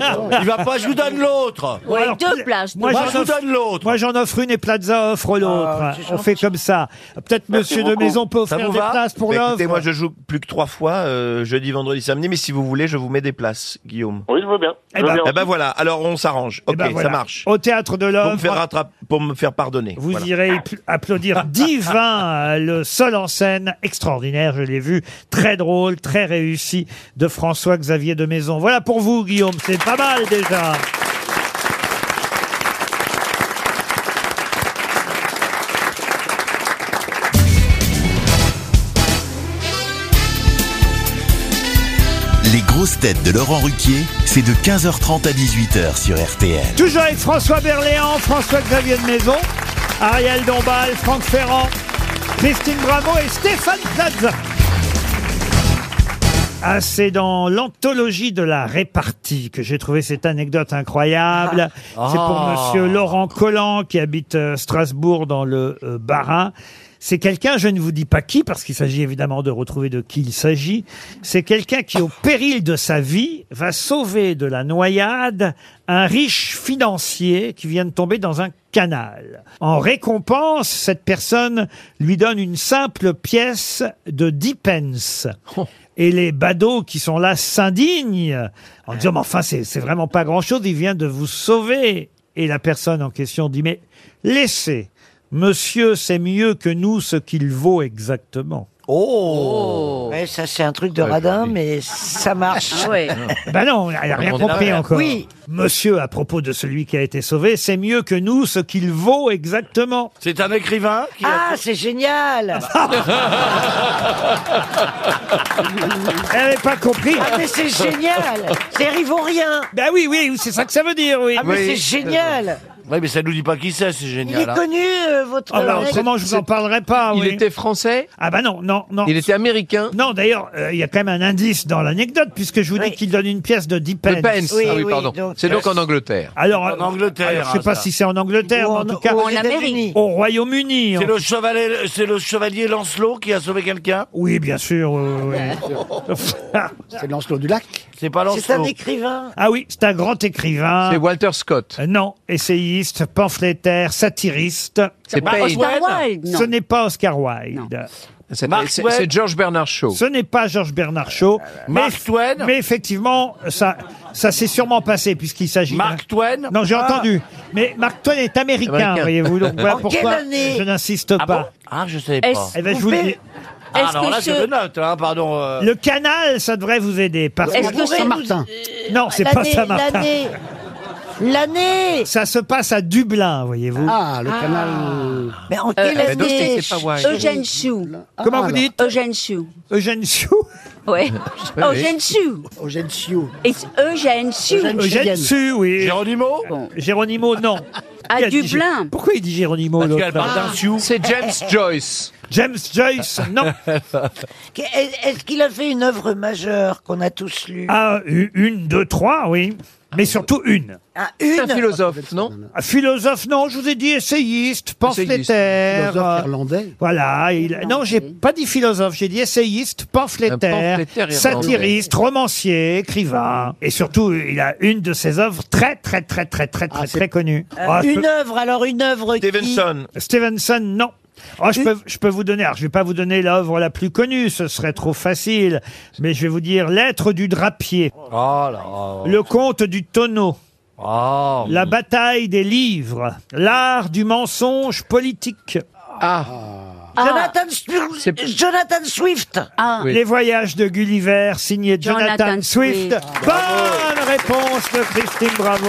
seul. Il va pas, je vous donne l'autre. Bon, Ouais, alors, deux pla- places. moi, deux Moi, j'en je vous offre- donne l'autre. Moi, j'en offre une et Plaza offre l'autre. Ah, c'est On fait comme ça. Peut-être Monsieur de beaucoup. Maison peut Ça offrir vous des va places pour Bah, l'offre. Écoutez, moi, je joue plus que trois fois, euh, jeudi, vendredi, samedi. Mais si vous voulez, je vous mets des places, Guillaume. Oui, je veux bien. Eh Je veux ben, bien. Eh ben voilà. Alors, on s'arrange. Eh Ok, ben, voilà. ça marche. Au théâtre de Pour me faire l'œuvre. rattraper, pour me faire pardonner. Vous Voilà. [laughs] irez pl- applaudir Divin, euh, le seul en scène extraordinaire, je l'ai vu, très drôle, très réussi, de François-Xavier de Maison. Voilà pour vous, Guillaume, c'est pas mal déjà. Les grosses têtes de Laurent Ruquier, c'est de 15h30 à 18h sur RTL. Toujours avec François Berléand, François-Xavier de Maison, Ariel Dombal, Franck Ferrand, Christine Bravo et Stéphane Plaza. Ah, c'est dans l'anthologie de la répartie que j'ai trouvé cette anecdote incroyable. C'est pour Ah. monsieur Laurent Collant qui habite euh, Strasbourg dans le euh, Bas-Rhin. C'est quelqu'un, je ne vous dis pas qui, parce qu'il s'agit évidemment de retrouver de qui il s'agit. C'est quelqu'un qui, au péril de sa vie, va sauver de la noyade un riche financier qui vient de tomber dans un canal. En récompense, cette personne lui donne une simple pièce de 10 pence. Et les badauds qui sont là s'indignent en disant, mais enfin, c'est c'est vraiment pas grand chose, il vient de vous sauver. Et la personne en question dit, mais laissez, monsieur c'est mieux que nous ce qu'il vaut exactement. Oh, Ouais, Ça, c'est un truc de radin, mais ça marche. [laughs] Ben non, elle n'a rien On est compris d'accord. encore. Oui. Monsieur, à propos de celui qui a été sauvé, c'est mieux que nous ce qu'il vaut exactement. C'est un écrivain qui Ah, c'est génial [laughs] Ah, Elle n'avait pas compris. Ah, mais c'est génial C'est Rivorien Ben oui, oui, c'est ça que ça veut dire, oui. Ah, mais c'est génial Oui, mais ça nous dit pas qui c'est, c'est Il génial. est hein. connu, euh, votre... Ah bah, euh, autrement, je vous en parlerai pas. Il oui. était français Ah bah non, non, non. Il était américain Non, d'ailleurs, euh, il y a quand même un indice dans l'anecdote, puisque je vous dis qu'il donne une pièce de 10 pence. De Pence. ah oui, pardon. c'est donc en Angleterre. Alors, En euh, Angleterre, alors, je sais hein, pas ça. si c'est en Angleterre, Ou mais en, en- tout cas ou en Aux Amérique. États-Unis. au Royaume-Uni. hein. C'est en- le chevalier, c'est le chevalier Lancelot qui a sauvé quelqu'un Oui, bien sûr. oui, oui, [laughs] oui. [laughs] C'est Lancelot du Lac. C'est pas Lancelot. C'est un écrivain ah oui, c'est un grand écrivain. C'est Walter Scott. Euh, Non, essayiste, pamphlétaire, satiriste. C'est Bah, pas Payne. Oscar Wilde, non. Ce n'est pas Oscar Wilde. C'est Mark c'est- Twain. c'est George Bernard Shaw. Ce n'est pas Georges Bernard Shaw. Mais, mais effectivement, ça, ça s'est sûrement passé puisqu'il s'agit. Mark Twain Non, j'ai Ah. entendu. Mais Mark Twain est américain, Américain. [laughs] voyez-vous. Donc voilà En pourquoi quelle année je n'insiste Ah bon pas. Ah, je savais Est-ce- pas. Eh ben, je vous le dis. Ah, Est-ce que alors là, ce- je le note, hein, pardon. euh. Le canal, ça devrait vous aider. Parce Est-ce que c'est Saint-Martin Non, c'est pas l'année- Saint-Martin. l'année- L'année Ça se passe à Dublin, voyez-vous. Ah, le canal. Ah. Mais en Euh, quelle euh, donc, année Ah, c'est- c'est pas Wilde. Eugène Chou. Comment vous dites Eugène Chou. Eugène Chou Ouais. oui. Eugène Chou. Eugène Chou. It's Eugène Chou. Eugène Sue, oui. Géronimo Géronimo, non. À Il a dit Gé- Dublin. Pourquoi il dit Géronimo l'autre qu'elle parle d'un Sioux. C'est James Joyce. James Joyce, non. Qu'est- Est-ce qu'il a fait une œuvre majeure qu'on a tous lue Ah, u- une, deux, trois, oui. Mais surtout une. Ah, une un philosophe, non Ah, Philosophe, non, je vous ai dit essayiste, pamphlétaire. Philosophe euh, irlandais. Voilà, il... Ah, non, j'ai pas dit philosophe, j'ai dit essayiste, Un pamphlétaire, pamphlétaire irlandais. satiriste, romancier, écrivain. Et surtout, il a une de ses œuvres très, très, très, très, très, très, très connue. Euh, Ah, je Une peux- œuvre, alors une œuvre qui- Stevenson, non. Oh, je, peux, je peux vous donner, alors je vais pas vous donner l'œuvre la plus connue, ce serait trop facile, mais je vais vous dire L'être du drapier, Oh là. Le conte du tonneau, Oh. La bataille des livres, L'art du mensonge politique, Ah. Ah. Jonathan, Spu- Jonathan Swift Oui. Ah. Les voyages de Gulliver, signé Jonathan, Jonathan Swift. Swift. Bonne réponse de Christine Bravo.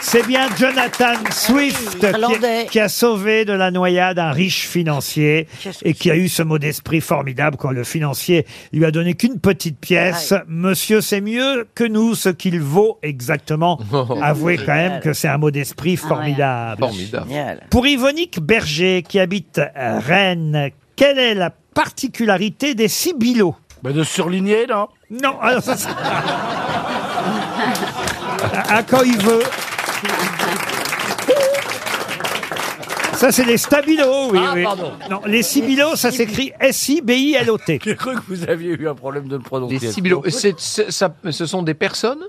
C'est bien Jonathan Swift qui- Irlandais. qui, a sauvé de la noyade un riche financier et qui a eu ce mot d'esprit formidable quand le financier lui a donné qu'une petite pièce. Monsieur, c'est mieux que nous ce qu'il vaut exactement. Avouez quand même que c'est un mot d'esprit formidable. Formidable. Pour Yvonique Berger, qui habite euh, Rennes, quelle est la particularité des Sibylots Mais Bah, de surligner, non Non, alors ça, c'est- à, à quand il veut. Ça, c'est les stabilos, oui, Ah, oui. pardon. Non, les sibylos, ça s'écrit S-I-B-I-L-O-T. [laughs] J'ai cru que vous aviez eu un problème de prononciation. Les Sibylots. C'est- c'est- ça- ce sont des personnes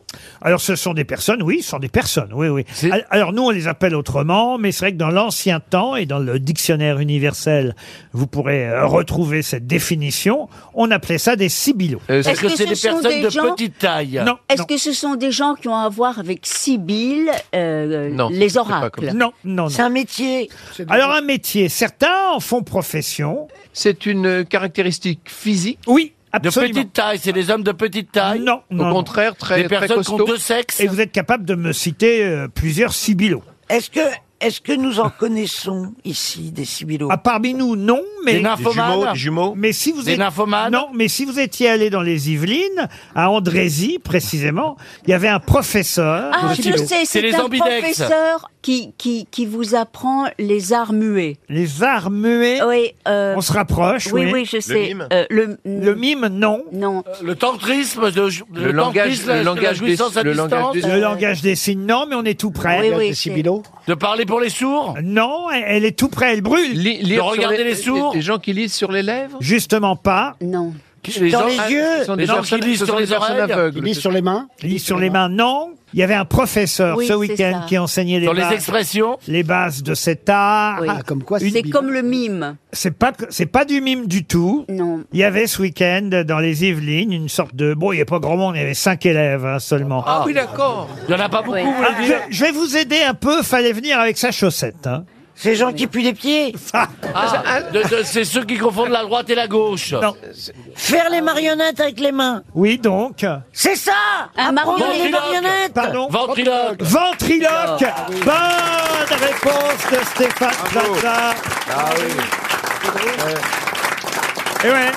Alors, ce sont des personnes, oui, ce sont des personnes, oui, oui. Al- Alors, nous, on les appelle autrement, mais c'est vrai que dans l'ancien temps, et dans le dictionnaire universel, vous pourrez euh, retrouver cette définition, on appelait ça des sibylos. Est-ce Est-ce que que Euh, c'est ce des sont personnes des de gens- petite taille Non. Est-ce que ce sont des gens qui ont à voir avec Sibylle, euh, Non, les c'est pas oracles comme ça. Non, non, non. C'est un métier. Alors, un métier, certains en font profession. C'est une euh, caractéristique physique Oui, De absolument. petite taille, c'est des hommes de petite taille Non, Au non, non. contraire, très, Des très personnes qui ont costauds. deux sexes Et vous êtes capable de me citer euh, plusieurs sibylos. Est-ce que, est-ce que nous en connaissons ici des Sibylos Ah, parmi nous, non, mais. Des nymphomanes Des jumeaux, des Mais si vous Des êtes- Non, mais si vous étiez allé dans les Yvelines, à Andrézy, précisément, il y avait un professeur. Ah, je sais, c'est un ambidex. professeur qui, qui, qui vous apprend les arts muets. Les arts muets Oui. euh, On se rapproche, Oui, oui. oui, je Le sais. mime Euh, le, Le mime, non. Non. Euh, Le tantrisme, de, le, Le langage- tantrisme, le la- la langage des- Euh, jouissance à le distance. langage des- Le langage des signes, non, mais on est tout près. Oui, oui, c'est- De parler pour les sourds Non, elle, elle est tout près, elle brûle. lire sur regarder les- les sourds les gens qui lisent sur les lèvres Justement pas. Non. Les Dans gens- les ah, yeux ce sont des personnes- ce sont des personnes aveugles. Ils lisent sur les mains Ils lisent sur les mains, non. Il y avait un professeur Oui, ce c'est week-end ça. qui enseignait les Dans les bases- expressions les bases de cet art. Ah, Oui. C'est comme le mime. C'est pas que- c'est pas du mime du tout. Non. Il y avait ce week-end dans les Yvelines une sorte de bon, il n'y a pas grand monde, il y avait cinq élèves hein, seulement. Ah oui, d'accord. Il n'y en a pas beaucoup. Ah, je, je vais vous aider un peu. Fallait venir avec sa chaussette. Hein. Ces gens qui puent les [laughs] pieds. Ah, de- de- c'est ceux qui confondent la droite et la gauche. Faire les marionnettes avec les mains. Oui, donc. C'est ça Un Apprendre marionnette. les marionnettes Pardon Ventriloque. Ventriloque. Ah, Bonne réponse de Stéphane Plaza. Ah oui. Et Eh ouais.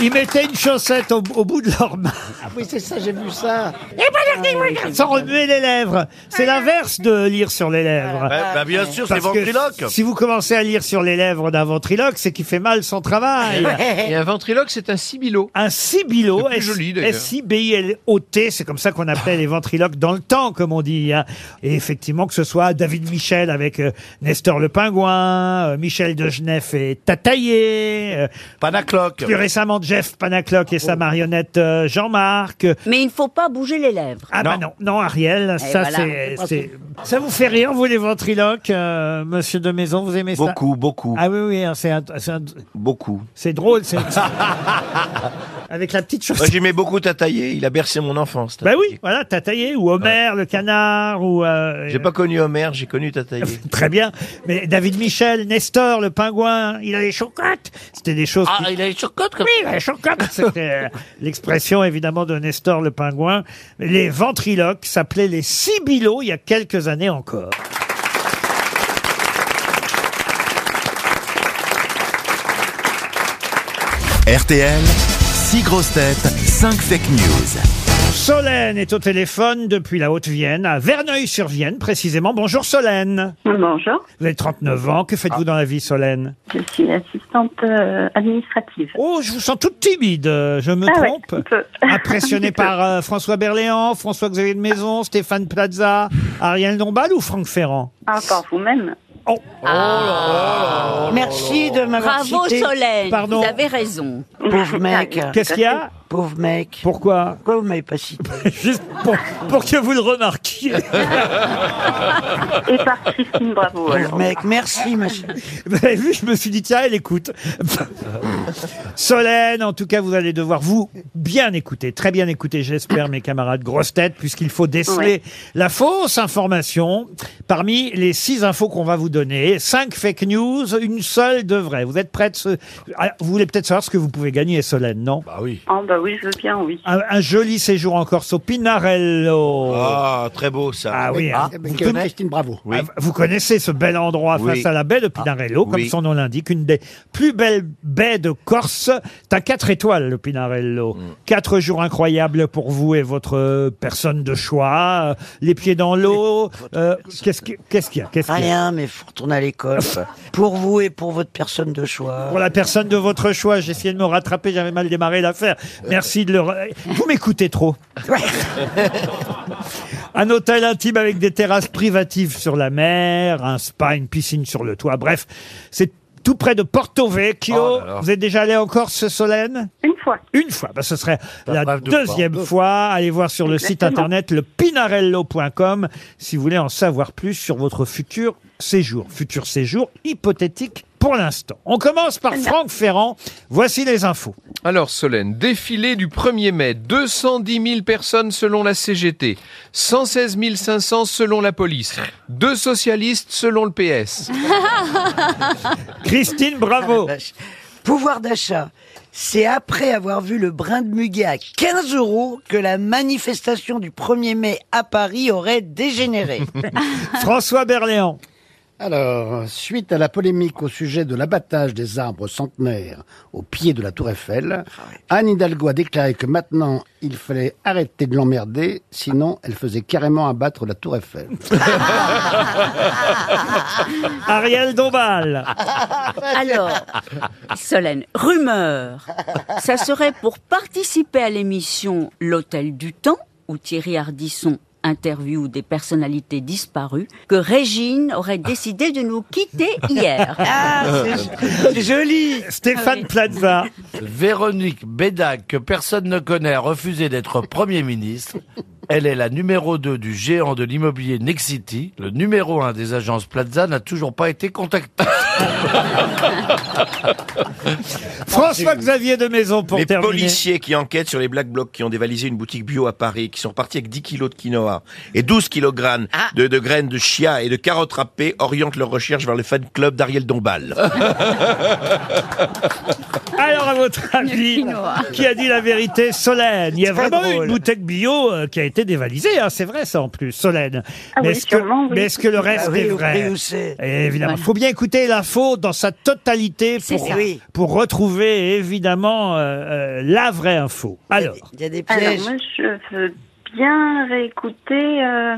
Ils mettaient une chaussette au, au bout de leur main Ah oui, c'est ça, j'ai vu ça. Ah, sans remuer les lèvres. C'est l'inverse de lire sur les lèvres. Ouais, bah, bien sûr, c'est Parce que ventriloque. Si vous commencez à lire sur les lèvres d'un ventriloque, c'est qu'il fait mal son [laughs] travail. [laughs] Et un ventriloque, c'est un sibilo. Un sibilo, C'est plus joli, d'ailleurs. S-I-B-I-L-O-T, c'est comme ça qu'on appelait les ventriloques dans le temps, comme on dit. hein. Et effectivement, que ce soit David Michel avec euh, Nestor le Pingouin, euh, Michel de Genève et Tataillé, euh, Panacloc. plus récemment Jeff Panacloc et sa marionnette euh, Jean-Marc. Oh. Mais il ne faut pas bouger les lèvres. Ah bah non, non Ariel, ça voilà. c'est- c'est... Ça vous fait rire, vous les ventriloques, euh, monsieur de Maison, vous aimez ça Beaucoup, beaucoup. Ah oui, oui, hein, c'est un- c'est un- Beaucoup. C'est drôle, c'est... Avec la petite chose. Moi, j'aimais beaucoup Tataillé, il a bercé mon enfance. Bah oui, voilà, Tataillé, ou Homer, le canard, ou... euh, J'ai pas connu Homer, j'ai connu Tataillé. [laughs] Très bien. Mais David Michel, Nestor, le pingouin, il a les chocottes. C'était des choses... Ah, qui- il a les chocottes comme Oui, il a les chocottes. C'était euh, l'expression, évidemment, de Nestor, le pingouin. Les ventriloques s'appelaient les sibylos il y a quelques années encore. RTL, 6 grosses têtes, 5 fake news. Solène est au téléphone depuis la Haute-Vienne, à Verneuil-sur-Vienne précisément. Bonjour Solène. Bonjour, Ah. Vous avez 39 ans, que faites-vous dans la vie Solène je suis assistante euh, administrative. Oh, je vous sens toute timide, euh, je me Ah ouais, trompe. un peu. [laughs] Impressionné Un petit peu. par euh, François Berléand, François-Xavier [laughs] de Maison, Stéphane Plaza, Ariel Dombal ou Franck Ferrand Ah, [laughs] Encore vous-même. Oh, Merci de m'avoir Bravo cité. Solène, Pardon. vous avez raison. [laughs] Pauvre mec. Qu'est-ce qu'il y a Pauvre mec. Pourquoi Pourquoi vous m'avez pas cité [laughs] Juste pour, pour que vous le remarquiez. Et par Christine Bravo. Pauvre mec, merci ma chérie. Vous avez vu, je me suis dit, tiens, elle écoute. Solène, en tout cas, vous allez devoir vous bien écouter, très bien écouter, j'espère, mes camarades grosses têtes, puisqu'il faut déceler la fausse information parmi les six infos qu'on va vous donner. Cinq fake news, une seule de vraie. Vous êtes prête ce- Ah, Vous voulez peut-être savoir ce que vous pouvez gagner, Solène, non Bah oui. Ah bah oui, je veux bien, oui. [laughs] un, un joli séjour en Corse au Pinarello. Ah, très beau ça. Ah oui, hein. vous, Avec, euh, Christine Bravo. Oui. Ah, Vous connaissez ce bel endroit Oui. face à la baie de Pinarello, Ah, comme oui. son nom l'indique, une des plus belles baies de Corse. T'as quatre étoiles, le Pinarello. Mm. Quatre jours incroyables pour vous et votre euh, personne de choix. Euh, Les pieds dans l'eau. Euh, Qu'est-ce qui- qu'est-ce qu'il y a, Qu'est-ce qu'il y a Rien, mais faut retourner à [laughs] l'école. pour vous et pour votre personne de choix. pour la personne de votre choix, j'ai essayé de me rattraper, j'avais mal démarré l'affaire. Euh. Merci de le... re- Vous m'écoutez trop. Un hôtel intime avec des terrasses privatives sur la mer, un spa, une piscine sur le toit. Bref, c'est tout près de Porto Vecchio. Oh là là. Vous êtes déjà allé en Corse, Solène Une fois. Une fois. Bah, ce serait la brave de deuxième fois. Allez voir sur le site Exactement. internet le pinarello.com si vous voulez en savoir plus sur votre futur séjour. Futur séjour hypothétique pour l'instant. On commence [laughs] par Franck Ferrand. Voici les infos. Alors Solène, défilé du 1er mai, 210 000 personnes selon la CGT, 116 500 selon la police, deux socialistes selon le PS. Christine, Ah, bravo. Pouvoir d'achat. C'est après avoir vu le brin de muguet à 15 euros que la manifestation du 1er mai à Paris aurait [laughs] dégénéré. François Berléand. Alors, suite à la polémique au sujet de l'abattage des arbres centenaires au pied de la Tour Eiffel, Ah Anne Hidalgo a déclaré que maintenant, il fallait arrêter de l'emmerder, sinon elle faisait carrément abattre la Tour Eiffel. Ariel Dombal. [laughs] Alors, Solène, rumeur. Ça serait pour participer à l'émission L'Hôtel du Temps, où Thierry Ardisson interview des personnalités disparues que Régine aurait décidé de nous quitter hier. Ah, Euh, c'est joli Ah Stéphane Plaza. Véronique Bédac, que personne ne connaît, a refusé d'être Premier ministre. Elle est la numéro 2 du géant de l'immobilier Nexity. Le numéro 1 des agences Plaza n'a toujours pas été contacté. François-Xavier de Maison pour les terminer. policiers qui enquêtent sur les Black Blocs qui ont dévalisé une boutique bio à Paris, qui sont partis avec 10 kilos de quinoa et 12 kilogrammes de, de graines de chia et de carottes râpées, orientent leurs recherches vers le fan club d'Ariel Dombal. Alors, à votre avis, qui a dit la vérité Solène. Il y a très vraiment drôle. une bouteille bio euh, qui a été dévalisée, hein, c'est vrai ça en plus, Solène. Ah mais oui, est-ce que, sûrement, oui. mais est-ce que le reste Ah oui, est au vrai prix où c'est. Et Évidemment, il Voilà. faut bien écouter l'info dans sa totalité C'est pour, ça. Oui. pour retrouver évidemment euh, euh, la vraie info. Alors, Il y a des [laughs] Alors, moi, je veux bien réécouter euh,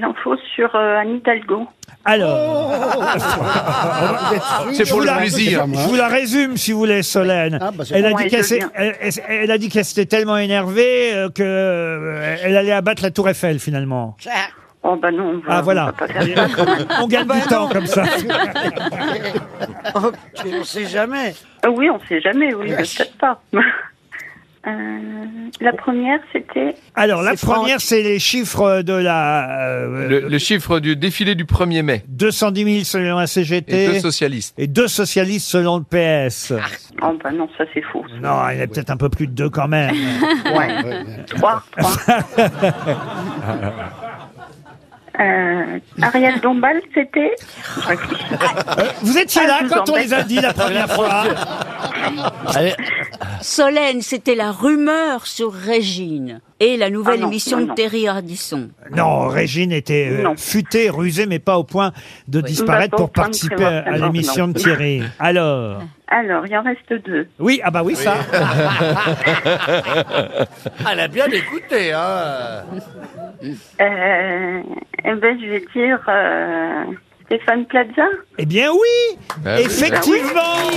l'info sur euh, Anne Hidalgo. Oh, alors. C'est oh, Je pour vous le la- plaisir. Je vous la résume, si vous voulez, Solène. bah, c'est elle, a bon. dit Ouais, je qu'elle veux s'est- bien. elle, elle- elle a dit qu'elle s'était tellement énervée euh, que euh, elle allait abattre la Tour Eiffel, finalement. Oh bah non, on va, Ah, voilà. on va pas faire ça. Ah, bah, On gagne du temps comme ça. Oh, on sait jamais. Ah oui, on sait jamais, oui, peut-être pas. Euh, la première, c'était... Alors, la première, c'est les chiffres de la euh, Le, le chiffre du défilé du 1er mai. 210 000 selon la CGT. Et deux socialistes. Et deux socialistes selon le PS. Oh bah non, ça c'est faux. Non, il y en a peut-être un peu plus de deux quand même. Ouais. Trois. Euh, Ariel Dombal, c'était... Euh, Vous étiez Ah, là je vous quand on embête. les a dit la première fois. Solène, c'était la rumeur sur Régine et la nouvelle Ah non, émission non, de non. Terry Hardisson. Non, Régine était euh, Non. futée, rusée, mais pas au point de disparaître Bah, pas au pour point de participer prévoir à sa mort, l'émission non. de Thierry. Alors [laughs] Alors, il en reste deux. Oui, ah bah oui, ça. Elle a bien écouté, hein Euh, eh ben, je vais dire euh, Stéphane Plaza. eh bien oui, Bah Ben oui, effectivement.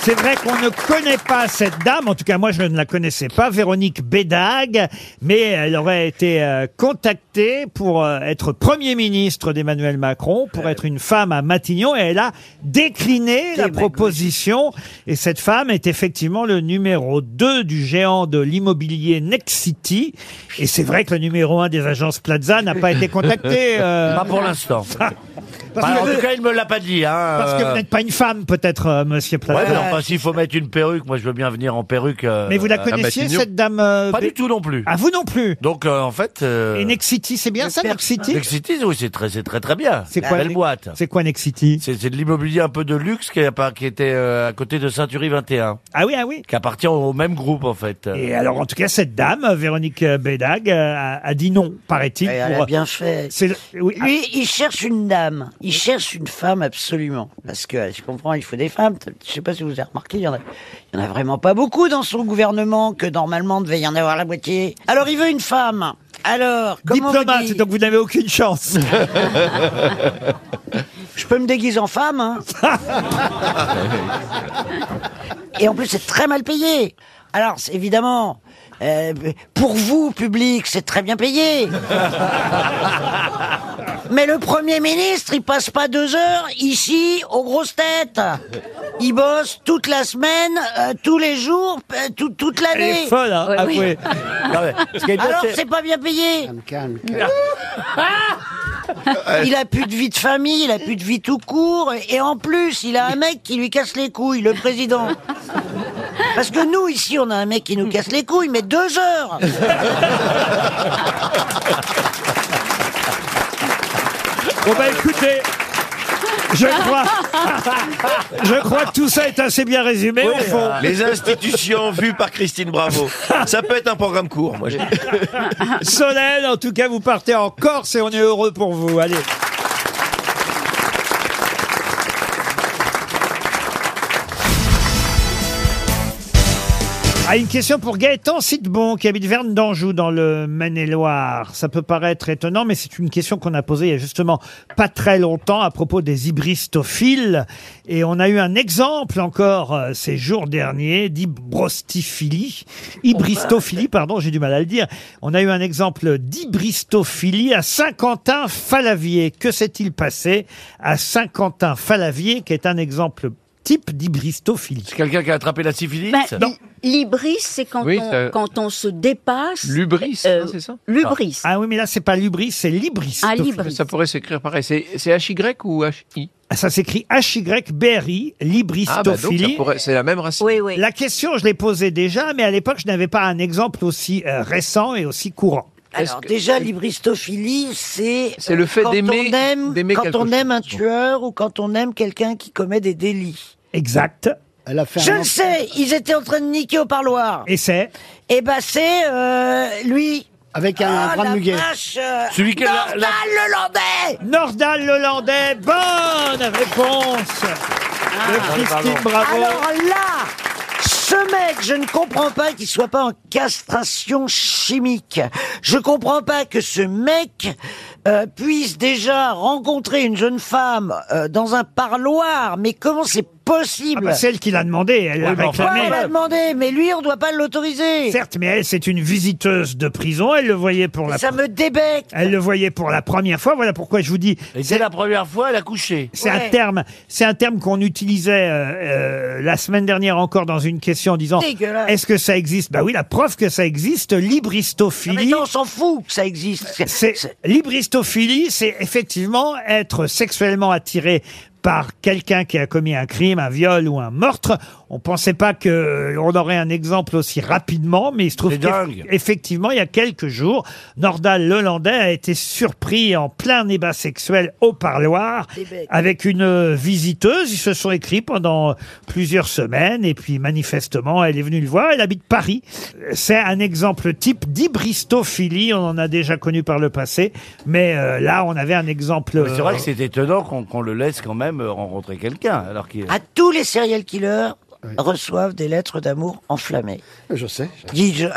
C'est vrai qu'on ne connaît pas cette dame, en tout cas moi je ne la connaissais pas, Véronique Bédag, mais elle aurait été euh, contactée pour euh, être Premier ministre d'Emmanuel Macron, pour être une femme à Matignon, et elle a décliné la proposition. Et cette femme est effectivement le numéro 2 du géant de l'immobilier Nexity. Et c'est vrai que le numéro 1 des agences Plaza n'a pas été contacté. [laughs] euh. Pas pour l'instant. Parce Bah, en que- tout cas, il me l'a pas dit. Hein. Parce que euh. vous n'êtes pas une femme, peut-être, euh, monsieur Plaza. Ouais, mais enfin, s'il faut mettre une perruque, moi je veux bien venir en perruque. euh, Mais vous la à connaissiez, Matignon. cette dame euh, Pas Bé- du tout non plus. Ah, vous non plus Donc euh, en fait. euh, Et Nexity, c'est bien ça, Nexity Nexity, oui, c'est très, c'est très très bien. C'est quoi, Belle Nex- boîte. C'est quoi Nexity C'est c'est de l'immobilier un peu de luxe qui, appara- qui était euh, à côté de Century 21. Ah oui, ah oui. Qui appartient au même groupe en fait. Et alors, en tout cas, cette dame, euh, Véronique euh, Bédag, euh, a, a dit non, paraît-il. elle pour- euh, a bien fait. C'est le- oui, ah, Lui, il cherche une dame. Il cherche une femme absolument. Parce que, je comprends, il faut des femmes. Je sais pas si vous avez remarqué, il y en a, il y en a vraiment pas beaucoup dans son gouvernement, que normalement, devait y en avoir la moitié. Alors, il veut une femme. Alors, comment diplomate, vous dites donc vous n'avez aucune chance. [laughs] Je peux me déguiser en femme, [laughs] hein Bah Et en plus, c'est très mal payé. Alors, c'est- évidemment, euh, pour vous, public, c'est très bien payé. Mais le Premier ministre, il passe pas deux heures ici aux grosses têtes. Il bosse toute la semaine, euh, tous les jours, euh, tout- toute Elle l'année. est folle, hein, avouez. Non, mais, ce qui est [laughs] bien, Alors, c'est- c'est pas bien payé. Calme, Il a plus de vie de famille, il a plus de vie tout court, et en plus, il a un mec qui lui casse les couilles, le président. Parce que nous, ici, on a un mec qui nous casse les couilles, mais deux heures Bon, bah écoutez. Je crois, je crois que tout ça est assez bien résumé au fond. Les institutions vues par Christine Bravo. Ça peut être un programme court, moi. j'ai- Solène, en tout cas, vous partez en Corse et on est heureux pour vous. Allez. Ah, une question pour Gaëtan Sitbon, qui habite Verne d'Anjou, dans le Maine-et-Loire. Ça peut paraître étonnant, mais c'est une question qu'on a posée il y a justement pas très longtemps à propos des hybristophiles. Et on a eu un exemple encore euh, ces jours derniers d'hybrostophilie. Oh, Hybristophilie, bah. pardon, j'ai du mal à le dire. On a eu un exemple d'hybristophilie à Saint-Quentin-Falavier. Que s'est-il passé à Saint-Quentin-Falavier, qui est un exemple type d'hybristophilie C'est quelqu'un qui a attrapé la syphilis Ben, L'ibris, c'est quand, Oui, on- ça- quand on se dépasse. Lubris, euh, hein, c'est ça Lubris. Ah oui, mais là, c'est pas Lubris, c'est Libris. Ah, Libris. Ça pourrait s'écrire pareil. C'est c'est HY ou HI Ah, Ça s'écrit HYBRI, Ah, bah donc, ça libristophilie. pourrait- c'est la même racine. La question, je l'ai posée déjà, mais à l'époque, je n'avais pas un exemple aussi euh, récent et aussi courant. Alors déjà, l'ibristophilie, c'est C'est le fait quand d'aimer- on aime, d'aimer quand quelque on chose. aime un tueur ou quand on aime quelqu'un qui commet des délits. Exact. Elle a fait Je un- le sais, ils étaient en train de niquer au parloir. Et c'est Eh ben c'est euh, lui. Ah, Avec un bras de la muguet. vache, euh, Celui qui a la- Nordal la- le Landais Nordal Lelandais, bonne réponse Ah. de Christine Bravo. Ah. Alors là, ce mec, je ne comprends pas qu'il soit pas en castration chimique. Je comprends pas que ce mec euh, puisse déjà rencontrer une jeune femme euh, dans un parloir. Mais comment c'est Ah possible bah, celle qui l'a demandé, elle l'a Ouais, réclamé. on l'a demandé, mais lui, on ne doit pas l'autoriser. Certes, mais elle, c'est une visiteuse de prison. Elle le voyait pour la. Ça me débecte. Elle le voyait pour la première fois. Voilà pourquoi je vous dis. Et c'est- c'est la première fois, elle a couché. C'est un terme, c'est un terme qu'on utilisait euh, euh, la semaine dernière encore dans une question en disant Dégueulasse. est-ce que ça existe Bah oui, la preuve que ça existe, libristophilie. Mais non, on s'en fout que ça existe. C'est libristophilie, c'est effectivement être sexuellement attiré par quelqu'un qui a commis un crime, un viol ou un meurtre. On pensait pas que euh, on aurait un exemple aussi rapidement, mais il se trouve C'est dingue. qu'effectivement, il y a quelques jours, Nordal Lelandais a été surpris en plein débat sexuel au parloir Des bêtes. avec une euh, visiteuse. Ils se sont écrits pendant plusieurs semaines et puis manifestement, elle est venue le voir. Elle habite Paris. C'est un exemple type d'hybristophilie. On en a déjà connu par le passé, mais euh, là, on avait un exemple. euh, Mais C'est vrai que c'est étonnant qu'on qu'on le laisse quand même euh, rencontrer quelqu'un. Alors qu'il. À tous les serial killers reçoivent des lettres d'amour enflammées. Je sais. Guy, je-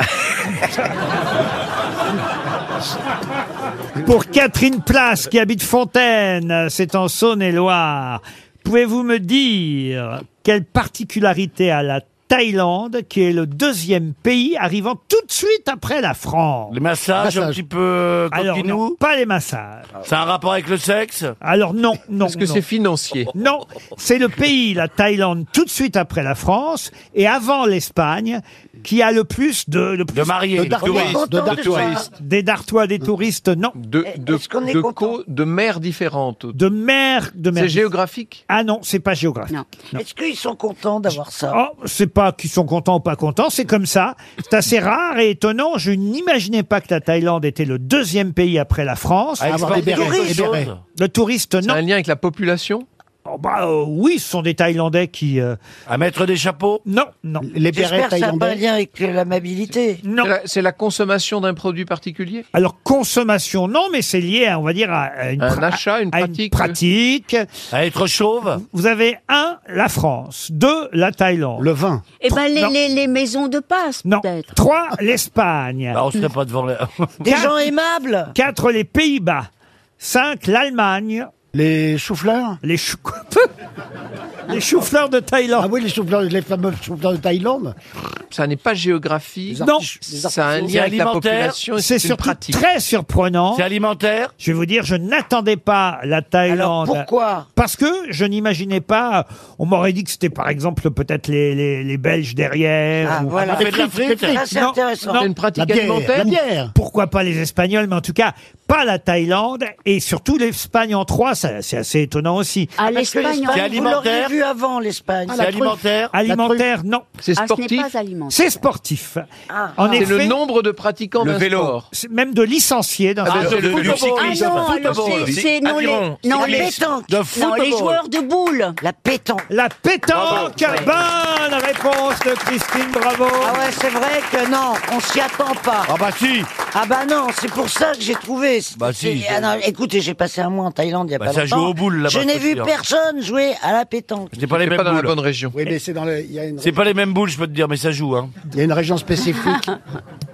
[laughs] Pour Catherine Place, qui habite Fontaine, c'est en Saône-et-Loire. Pouvez-vous me dire quelle particularité a la Thaïlande, qui est le deuxième pays arrivant tout de suite après la France Les massages, un petit peu euh, Alors, coquinou. non, pas les massages. C'est un rapport avec le sexe Alors non, non. Est-ce que c'est financier [laughs] Non, c'est le pays, la Thaïlande, tout de suite après la France et avant l'Espagne, qui a le plus de le plus- mariés, De de Dartois, touristes, de Dartois. de touristes. des Dartois, des touristes, non. De, de, de, co- de mers différentes. De mer, de mer. C'est géographique Ah non, c'est pas géographique. Non. Est-ce qu'ils sont contents d'avoir ça Oh, c'est pas qu'ils sont contents ou pas contents, c'est comme ça. C'est assez rare et étonnant. Je n'imaginais pas que la Thaïlande était le deuxième pays après la France. À avoir des bérets, Touriste. des bérets. Le touriste, non. Un lien avec la population Oh, bah, euh, oui, ce sont des Thaïlandais qui. euh, À mettre des chapeaux Non, non. Les J'espère que ça n'a pas un lien avec l'amabilité. Non. C'est la- C'est la, consommation d'un produit particulier Alors consommation, non, mais c'est lié, à, on va dire, à- à une, Un pra- achat, une à pratique pratique. À être chauve Vous avez un, la France. Deux, la Thaïlande. Le vin. Eh ben, les, Ah. Non. les, les maisons de passe, peut-être. Trois, l'Espagne. Bah, on serait [laughs] pas devant le. Des gens aimables Quatre, les Pays-Bas. Cinq, l'Allemagne. Les choux-fleurs Les choux... [laughs] les choux-fleurs de Thaïlande. Ah oui, les choux-fleurs, les fameux choux-fleurs de Thaïlande. Ça n'est pas géographique. Les artis- Non. les Ça a artisans. un C'est lien avec la alimentaire. population. et C'est C'est une surtout pratique. très surprenant. C'est alimentaire Je vais vous dire, je n'attendais pas la Thaïlande. Pourquoi Parce que je n'imaginais pas. On m'aurait dit que c'était par exemple peut-être les, les, les Belges derrière. Ah, ou- voilà. fait de la frite. Ça, c'est Non, intéressant. non. C'est une pratique La bière, alimentaire la bière. Pourquoi pas les Espagnols, mais en tout cas pas la Thaïlande et surtout l'Espagne en trois. ça, C'est assez étonnant aussi. À Parce que l'Espagne, C'est Ah, l'Espagne, vous l'auriez alimentaire. vu avant, l'Espagne. Ah, C'est alimentaire Alimentaire, non. C'est Ah, ce n'est sportif pas alimentaire. C'est sportif. Ah, en C'est le effet, nombre de pratiquants Le d'un vélo. sport. c'est même de licenciés dans Ah, un- bah, Le- de le- du football. Ah cyclisme. non, alors football. c'est- c'est non, les, Aviron. non, La les, pétanque. De non, les football. joueurs de boules. La pétanque. La pétanque. Bravo. Bonne réponse de Christine Bravo. Ah ouais, c'est vrai que non, on s'y attend pas. Ah bah si Ah bah non, c'est pour ça que j'ai trouvé. c'est- Bah, si, c'est- ah je- non, écoutez, j'ai passé un mois en Thaïlande il y a Bah, pas ça longtemps. joue au boule, là-bas, Je n'ai faut vu dire. personne jouer à la pétanque. C'est pas les mêmes boules. Oui, mais c'est dans le. Il y a une. C'est pas les mêmes boules, je peux te dire, mais ça joue. Hein. Il y a une région [laughs] spécifique.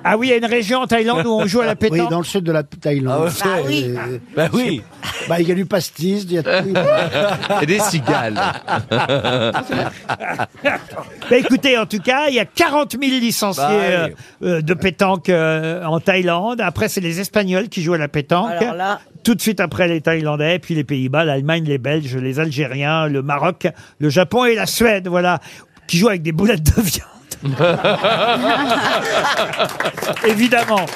Ah oui, il y a une région en Thaïlande où on joue à la [laughs] pétanque. Oui, dans le sud de la Thaïlande. Ah ouais. Bah oui. Et- [laughs] Bah oui. Bah, il y a du pastis, [laughs] il y a tout. Et des cigales. Bah, écoutez, en tout cas, il y a 40 000 licenciés Bah, euh, oui. euh, de pétanque euh, en Thaïlande. Après, c'est les Espagnols qui jouent à la pétanque. Alors là- Tout de suite après les Thaïlandais, puis les Pays-Bas, l'Allemagne, les Belges, les Algériens, le Maroc, le Japon et la Suède, voilà, qui jouent avec des boulettes de viande. [laughs] Évidemment.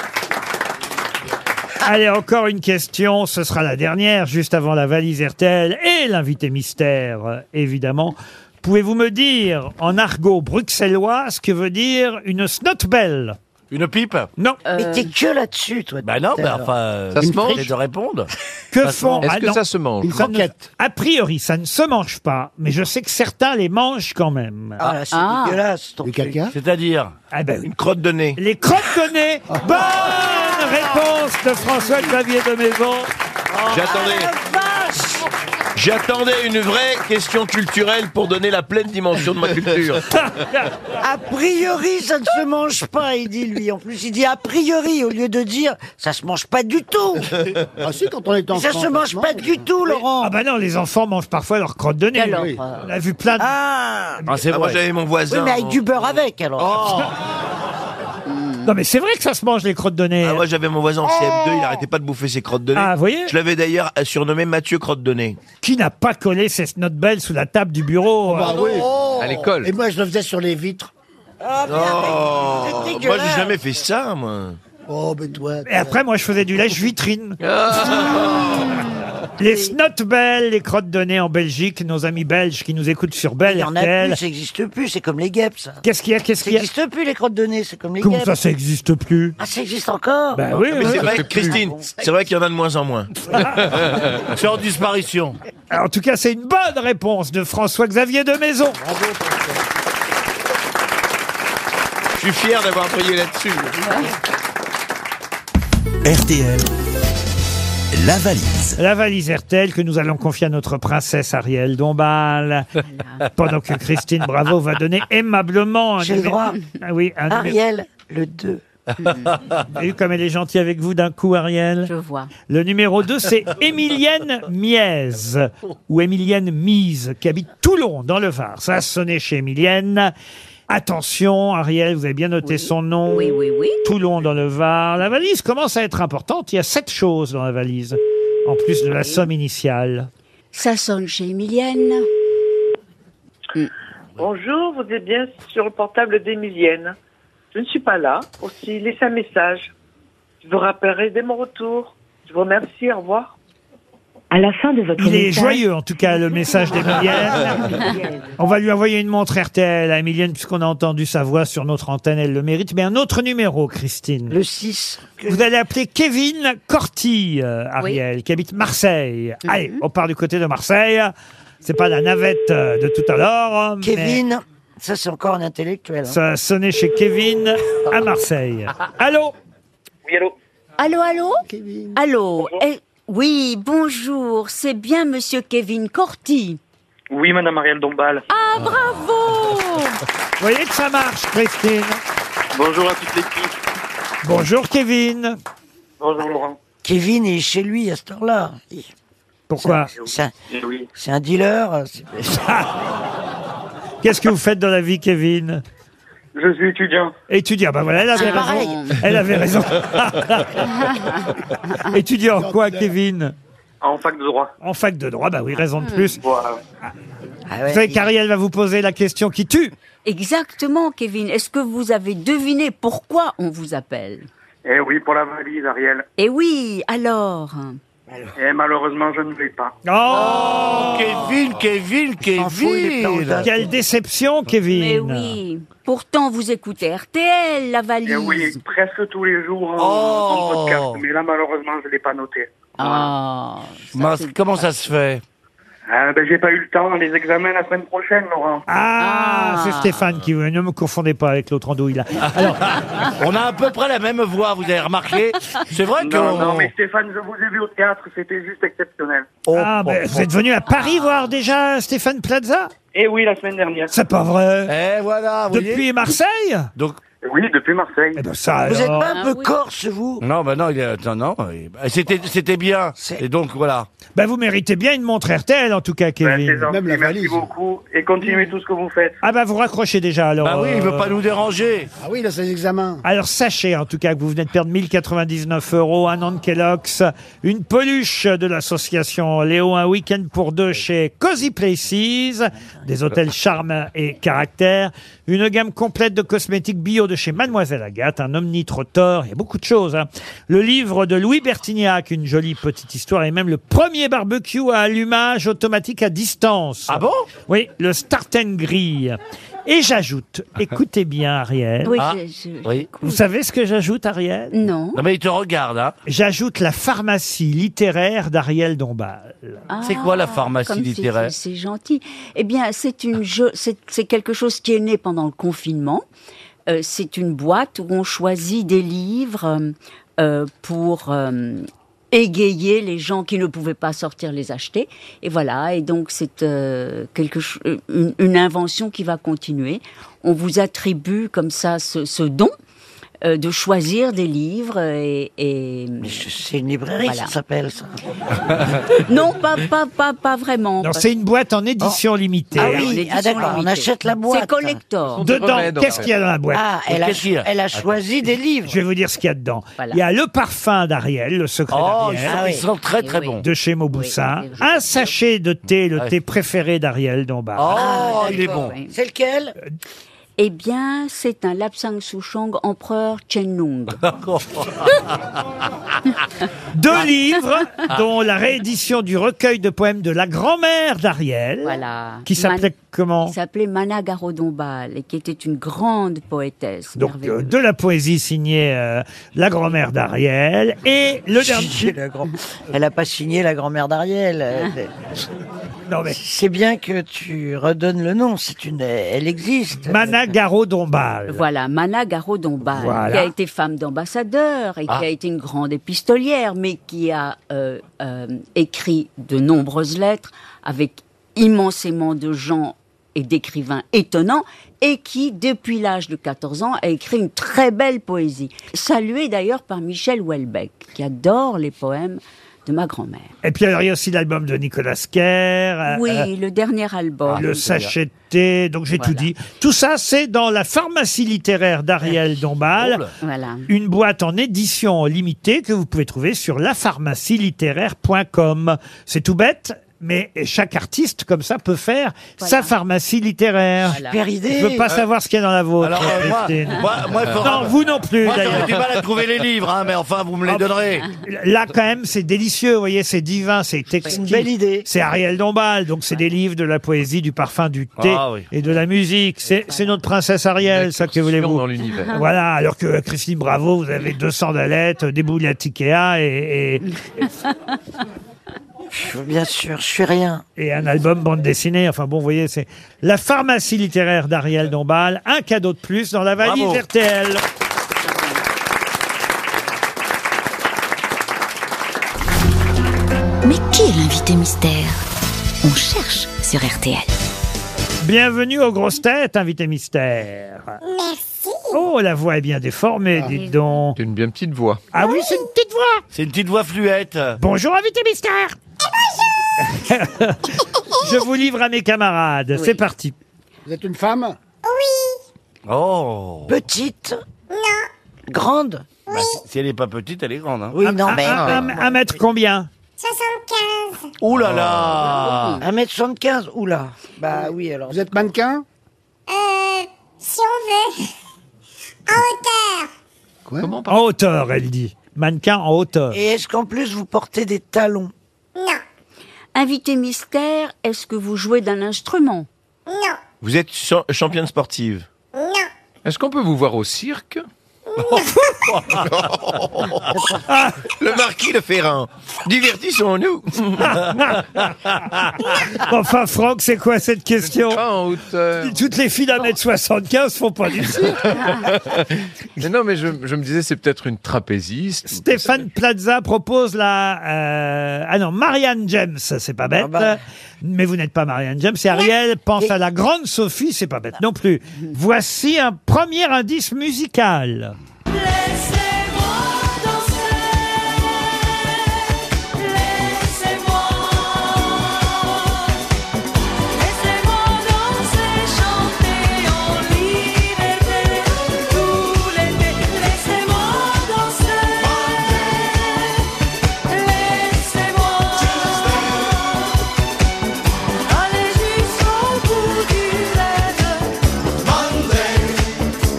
Allez, encore une question. Ce sera la dernière, juste avant la valise RTL et l'invité mystère, euh, évidemment. Pouvez-vous me dire, en argot bruxellois, ce que veut dire une snotbelle Une pipe Non. Mais t'es que là-dessus, toi. Bah [laughs] non, tout à bah l'heure. enfin. euh, Ça se vous mange allez de répondre. Que Ça se font mange. Est-ce ah que non. ça se mange Une Ça ne- croquette. A priori, ça ne se mange pas, mais je sais que certains les mangent quand même. Ah, là, c'est dégueulasse, ton truc. C'est-à-dire Une crotte de nez. Les crottes de nez Ah. Bonne réponse de François-Xavier de Maison. Oh, J'attendais. J'attendais une vraie question culturelle pour donner la pleine dimension de [laughs] ma culture. A priori, ça ne se mange pas, il dit lui. En plus, il dit a priori au lieu de dire ça se mange pas du tout. [laughs] Ah si, quand on est enfant, Ça se mange pas euh, du tout, Laurent. Ah bah non, les enfants mangent parfois leurs crottes de nez. Alors, Oui. euh, On a vu plein de... Ah, Ah, c'est Ah, moi vrai. j'avais mon voisin. Oui, mais avec du beurre avec, alors. Non mais c'est vrai que ça se mange les crottes de nez. Oh Ah, moi j'avais mon voisin en CM2, il arrêtait pas de bouffer ses crottes de nez. Ah, vous voyez Je l'avais d'ailleurs euh, surnommé Mathieu Crotte de nez. [laughs] Qui n'a pas collé ses snotbelles sous la table du bureau Bah euh, oui. À l'école. Et moi, je le faisais sur les vitres. Ah, Oh, c'est moi dégueulasse. j'ai jamais fait ça, moi. Oh, mais toi. Et après, moi, je faisais du lèche vitrine. Les snotbelles, les crottes de nez en Belgique, nos amis belges qui nous écoutent sur Belle Il y en a RTL. plus, ça existe plus, c'est comme les guêpes, ça. Qu'est-ce qu'il y a Qu'est-ce Ça qu'il y a n'existe plus, les crottes de nez, c'est comme les Comment guêpes. ça, ça n'existe plus Ah, ça existe encore Bah oui, Ah, mais oui. c'est vrai, Christine, c'est vrai qu'il y en a de moins [laughs] en moins. C'est en disparition. Alors, Ah, en tout cas, c'est une bonne réponse de François-Xavier de Maison. Je suis fier d'avoir brillé là-dessus. RTL, la valise. La valise RTL que nous allons confier à notre princesse [laughs] Ariel Dombal. Pendant que Christine Bravo va donner aimablement un J'ai le numé- droit. Ah oui, un numé- Ariel, le [laughs] 2. Vous avez vu comme elle est gentille avec vous d'un coup, Ariel Je vois. Le numéro 2, [laughs] c'est Émilienne Miez, ou Émilienne Mise, qui habite Toulon, dans le Var. Ça a sonné chez Émilienne. Attention, Ariel, vous avez bien noté son nom. Oui, oui, oui. Toulon, dans le Var. La valise commence à être importante. Il y a sept choses dans la valise, en plus de la somme initiale. Ça sonne chez Emilienne. Bonjour, vous êtes bien sur le portable d'Emilienne. Je ne suis pas là. Aussi, laissez un message. Je vous rappellerai dès mon retour. Je vous remercie. Au revoir. À la fin de votre Il est message- joyeux, en tout cas, le message [laughs] d'Emilienne. On va lui envoyer une montre RTL à Emilienne, puisqu'on a entendu sa voix sur notre antenne, elle le mérite. Mais un autre numéro, Christine. Le 6. Vous allez appeler Kevin Corti, euh, Ariel, qui habite Marseille. Mhm. Allez, on part du côté de Marseille. C'est pas la navette euh, de tout à l'heure. mais Kevin, ça c'est encore un intellectuel. hein. Ça a sonné chez Kevin à Marseille. Allô Oui, allô Allô, allô Allô eh, Oui, bonjour, c'est bien monsieur Kevin Corti. Oui, madame Ariel Dombal. Ah, bravo Vous voyez que ça marche, Christine. [laughs] Bonjour à toute l'équipe. Bonjour, Kevin. Bonjour, Laurent. Kevin est chez lui à cette heure-là. Il- Pourquoi C'est un, Eh oui. c'est un dealer. [laughs] euh, c'est- Qu'est-ce que vous faites dans la vie, Kevin Je suis étudiant. Étudiant, bah voilà, elle avait C'est raison. Ah, pareil. Elle avait raison. Ah. Étudiant en quoi, Kevin En fac de droit. En fac de droit, bah oui, raison de plus. Voilà. vous savez qu'Ariel va vous poser la question qui tue. Exactement, Kevin. Est-ce que vous avez deviné pourquoi on vous appelle Eh oui, pour la valise, Ariel. Eh oui, alors Et [laughs] malheureusement, je ne vais pas. Oh, Kevin, Kevin, Kevin Quelle déception, Kevin Mais Eh oui, pourtant vous écoutez RTL, la valise. Eh oui, presque tous les jours euh, en, en podcast. Mais là, malheureusement, je ne l'ai pas noté. Ah, Mince, comment ça se fait Ah, ben, j'ai pas eu le temps. Les examens la semaine prochaine, Laurent. Ah, c'est Stéphane qui veut. Ne me confondez pas avec l'autre andouille là. Alors, Ah, On a à peu près la même voix, vous avez remarqué. C'est vrai que. Non, non, mais Stéphane, je vous ai vu au théâtre. C'était juste exceptionnel. Oh, ah, ben, vous êtes venu à Paris voir déjà Stéphane Plaza Eh oui, la semaine dernière. C'est pas vrai. Eh voilà, vous Depuis voyez. Marseille Eh ben, Donc. Oui, depuis Marseille. ça, Vous êtes alors. pas un peu Ah oui. corse, vous Non, bah non, il est- non, non, il- bah, c'était, c'était bien. Et donc voilà. Ben, vous méritez bien une montre RTL en tout Ben, cas, Kevin. Même la valise. Merci beaucoup et continuez tout ce que vous faites. Ah bah vous raccrochez déjà alors. euh, Bah oui, il veut pas nous déranger. Ah oui, il a ses examens. Alors sachez en tout cas que vous venez de perdre 1099 euros, un an de Kellogg's, une peluche de l'association Léo, un week-end pour deux chez Cozy Places, des hôtels charme et caractère, une gamme complète de cosmétiques bio de chez Mademoiselle Agathe, un omnitrotor, il y a beaucoup de choses. hein. Le livre de Louis Bertignac, une jolie petite histoire, et même le premier barbecue à allumage automatique à distance. Ah bon Oui, le Start and Grill. Et j'ajoute, écoutez bien Ariel. Oui, Ah, je- je- oui. Vous savez ce que j'ajoute, Ariel Non. Non, mais il te regarde, hein. J'ajoute la pharmacie littéraire d'Ariel Dombal. Ah, C'est quoi la pharmacie Ah, comme c'est- littéraire C'est c'est gentil. Eh bien, c'est une jo- c'est c'est quelque chose qui est né pendant le confinement. Euh, c'est une boîte où on choisit des livres euh, euh, pour euh, égayer les gens qui ne pouvaient pas sortir les acheter. Et voilà. Et donc c'est euh, quelque cho- une, une invention qui va continuer. On vous attribue comme ça ce, ce don. euh, de choisir des livres et... c'est une librairie, ça s'appelle [laughs] ça. Non, pas, pas, pas, pas vraiment. Non, Parce- c'est une boîte en édition limitée. Ah hein. oui, ah d'accord, on achète la boîte. C'est collector. Dedans, qu'est-ce qu'il y a dans la boîte Ah, elle a, elle a choisi des livres. Je vais vous dire ce qu'il y a dedans. Il y a le parfum d'Ariel, le secret Oh, ils d'Ariel. sont, Ah ils sont Eh très très bons. De chez Mauboussin. un sachet de thé, le thé préféré d'Ariel Dombard. Ah, Oh, il est Ah, d'accord, bon. oui. C'est lequel Eh bien, c'est un Lapsang Souchong, empereur Chenlong. Deux livres, Ah. dont la réédition du recueil de poèmes de la grand-mère d'Ariel. Voilà. Qui s'appelait Man- comment Il s'appelait Mana Garodombal, et qui était une grande poétesse. Donc merveilleuse. euh, de la poésie signée euh, la grand-mère d'Ariel et le Eh, dernier. La [laughs] grand- Elle a pas signé la grand-mère d'Ariel. Ah. Euh, Non, mais- C'est bien que tu redonnes le nom. C'est une, elle existe. Managaro Dombal. Voilà, Mana Garodombal, Voilà. qui a été femme d'ambassadeur et Ah. qui a été une grande épistolière, mais qui a euh, euh, écrit de nombreuses lettres avec immensément de gens et d'écrivains étonnants, et qui, depuis l'âge de 14 ans, a écrit une très belle poésie, saluée d'ailleurs par Michel Houellebecq, qui adore les poèmes de ma grand-mère. Et puis alors il y a aussi l'album de Nicolas Kerr. euh, oui, euh, le dernier Ah, album. le sachet de thé, donc j'ai tout dit. Tout ça, c'est dans la pharmacie littéraire d'Ariel Oh Dombal. Voilà. Une boîte en édition limitée que vous pouvez trouver sur lapharmacielittéraire.com. C'est tout bête, mais chaque artiste comme ça peut faire sa pharmacie littéraire. Voilà. Super idée. Je veux pas Euh, savoir ce qu'il y a dans la vôtre. Alors, euh, moi- Christine. moi- moi, il faudra- non, vous non plus. Moi, j'aurais d'ailleurs. Ah, ben, du mal à trouver les livres, hein, mais enfin, vous me les donnerez. Là, quand même, c'est délicieux, vous voyez, c'est divin, c'est C'est textile. une belle idée. C'est Ariel Dombal, donc c'est des livres de la poésie, du parfum, du thé Ah oui. et de la musique. C'est c'est notre princesse Ariel, ça que voulez-vous. dans l'univers. [laughs] Voilà, alors que euh, Christine Bravo, vous avez 200 d'alettes, euh, des boules à Ikea et, et, Je- [laughs] Bien sûr, je suis rien. et un album bande dessinée. Enfin bon, vous voyez, c'est la pharmacie littéraire d'Ariel Dombal. Un cadeau de plus dans la valise Bravo. RTL. Mais qui est l'invité mystère On cherche sur RTL. Bienvenue aux grosses têtes, invité mystère. Merci. Oh, la voix est bien déformée, dites donc. C'est une bien petite voix. Ah oui, c'est une petite voix. Ah. C'est une petite voix fluette. Bonjour, invité mystère. Je vous livre à mes camarades. C'est parti. Vous êtes une femme Oh. Petite Non. Grande Bah, si elle n'est pas petite, elle est grande. Hein. Oui, non, mais. Un, un- un mètre combien 75 Ouh là là 1m75, oula. Bah oui, alors. Vous êtes mannequin Euh, si on veut, en hauteur. En hauteur, elle dit. Mannequin en hauteur. Et est-ce qu'en plus vous portez des talons Non, Invité mystère, est-ce que vous jouez d'un instrument non, Vous êtes cha- championne sportive. non, Est-ce qu'on peut vous voir au cirque non. [laughs] Le marquis de Ferrand. Divertissons-nous. [laughs] Enfin, Franck, c'est quoi cette question Toutes les filles d'un mètre 75 font pas du mais non, mais je, je me disais, c'est peut-être une trapéziste. Stéphane Plaza propose la... euh, ah non, Marianne James, c'est pas bête. Ah Mais vous n'êtes pas Marianne James, c'est Ariel. Pense à la grande Sophie, c'est pas bête non plus. Voici un premier indice musical. Laissez-moi Laissez-moi danser, chanter en liberté Tout l'été Laissez-moi danser Laissez-moi Aller jusqu'au bout du rêve Monday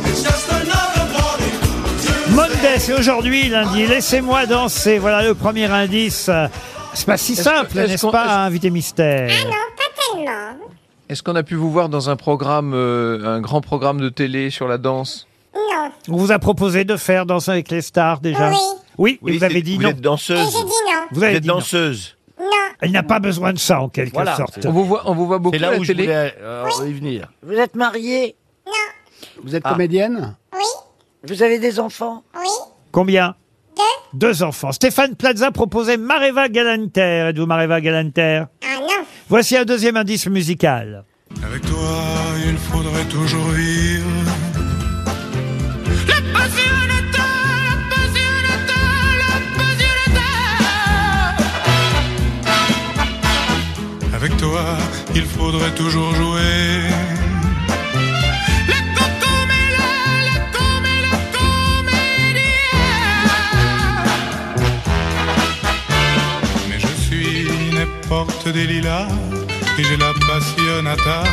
It's just another morning Monday, c'est aujourd'hui, lundi. Laissez-moi danser. Voilà le premier indice. C'est pas si Est-ce simple, que- est-ce n'est-ce qu'on- pas, hein, invité mystère Tellement Est-ce qu'on a pu vous voir dans un programme, euh, un grand programme de télé sur la danse Non On vous a proposé de faire danser avec les stars déjà. Oui. Oui, et vous avez dit vous non. êtes danseuse. Et j'ai dit non. Vous avez êtes dit non. danseuse. Elle n'a pas besoin de ça en quelque Voilà. sorte. On vous voit- on vous voit beaucoup là à la où je télé. voulais, Euh, y venir. Vous êtes mariée Vous êtes Ah. comédienne Vous avez des enfants Combien Deux. enfants. Stéphane Plaza proposait Mareva Galanter. Êtes-vous Mareva Galanter Ah non Voici un deuxième indice musical. Avec toi, il faudrait toujours vivre. La passionnata, la passionnata, la passionnata Avec toi, il faudrait toujours jouer. Mais je suis n'importe des lilas et j'ai la passionnata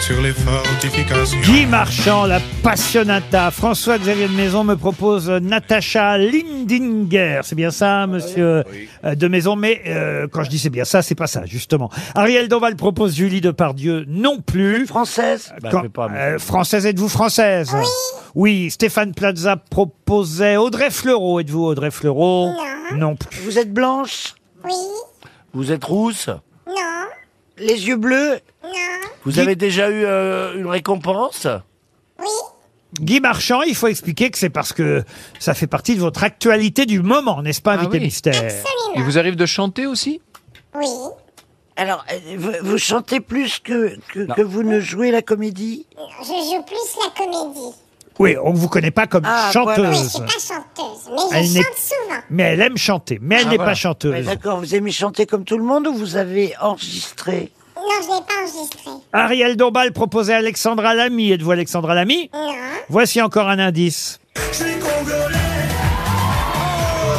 sur les fortifications. Guy Marchand, la passionnata. François-Xavier de Maison me propose euh, Natacha Lindinger. C'est bien ça, monsieur euh, de Maison. Mais euh, quand je dis c'est bien ça, c'est pas ça, justement. Ariel Dombal propose Julie Depardieu non plus. Française Bah, Quand- fais pas, mais- euh, française, êtes-vous française oui. Stéphane Plaza proposait Audrey Fleurot. Êtes-vous Audrey Fleurot Non. plus. Vous êtes blanche Vous êtes rousse Non Les yeux bleus Vous avez déjà eu euh, une récompense Guy Marchand, il faut expliquer que c'est parce que ça fait partie de votre actualité du moment, n'est-ce pas, invité mystère Ah Il vous arrive de chanter aussi Oui Alors, euh, vous, vous chantez plus que, que, que vous ne jouez la comédie Je joue plus la comédie Oui, on ne vous connaît pas comme Ah, voilà. Oui, je chanteuse. suis pas chanteuse Mais Elle je n'est- chante souvent Mais elle aime chanter, mais elle Ah, n'est voilà. pas chanteuse. Ouais, D'accord, vous aimez chanter comme tout le monde ou vous avez enregistré Non, je l'ai pas enregistré Ariel Dombal proposait Alexandra Lamy. Êtes-vous Alexandra Lamy Non Voici encore un indice. Je suis congolais Oh,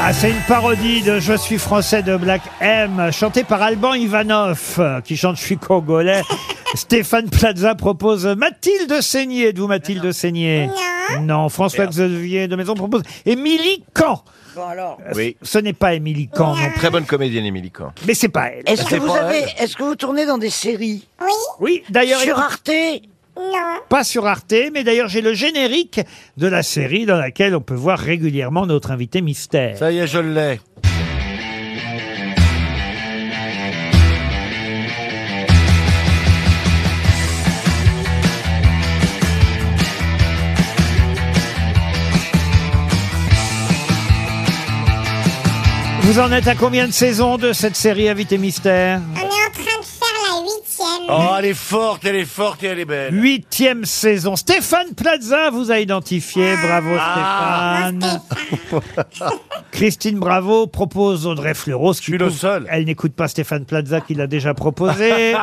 Ah, c'est une parodie de Je suis français de Black M, chantée par Alban Ivanov, euh, qui chante Je [laughs] suis congolais. Stéphane Plaza propose Mathilde Seigné. Êtes-vous Mathilde Seigné Non. François-Xavier de Maison propose Émilie Kahn. Bon alors. Oui. Ce n'est pas Émilie Kahn. non plus. Très bonne comédienne, Émilie Kahn. Mais c'est pas elle. Est-ce que, C'est vous pas avez, elle. est-ce que vous tournez dans des séries Oui Oui, d'ailleurs. Sur écoute- Arte Non pas sur Arte, mais d'ailleurs j'ai le générique de la série dans laquelle on peut voir régulièrement notre invité mystère. Ça y est, je l'ai. Vous en êtes à combien de saisons de cette série Invité Mystère On est en train de faire la huitième Oh, elle est forte, elle est forte et elle est belle. Huitième saison. Stéphane Plaza vous a identifié. Bravo Stéphane. [laughs] Christine Bravo propose Audrey Fleurot. Je suis le seul. Elle n'écoute pas Stéphane Plaza qui l'a déjà [laughs] proposé.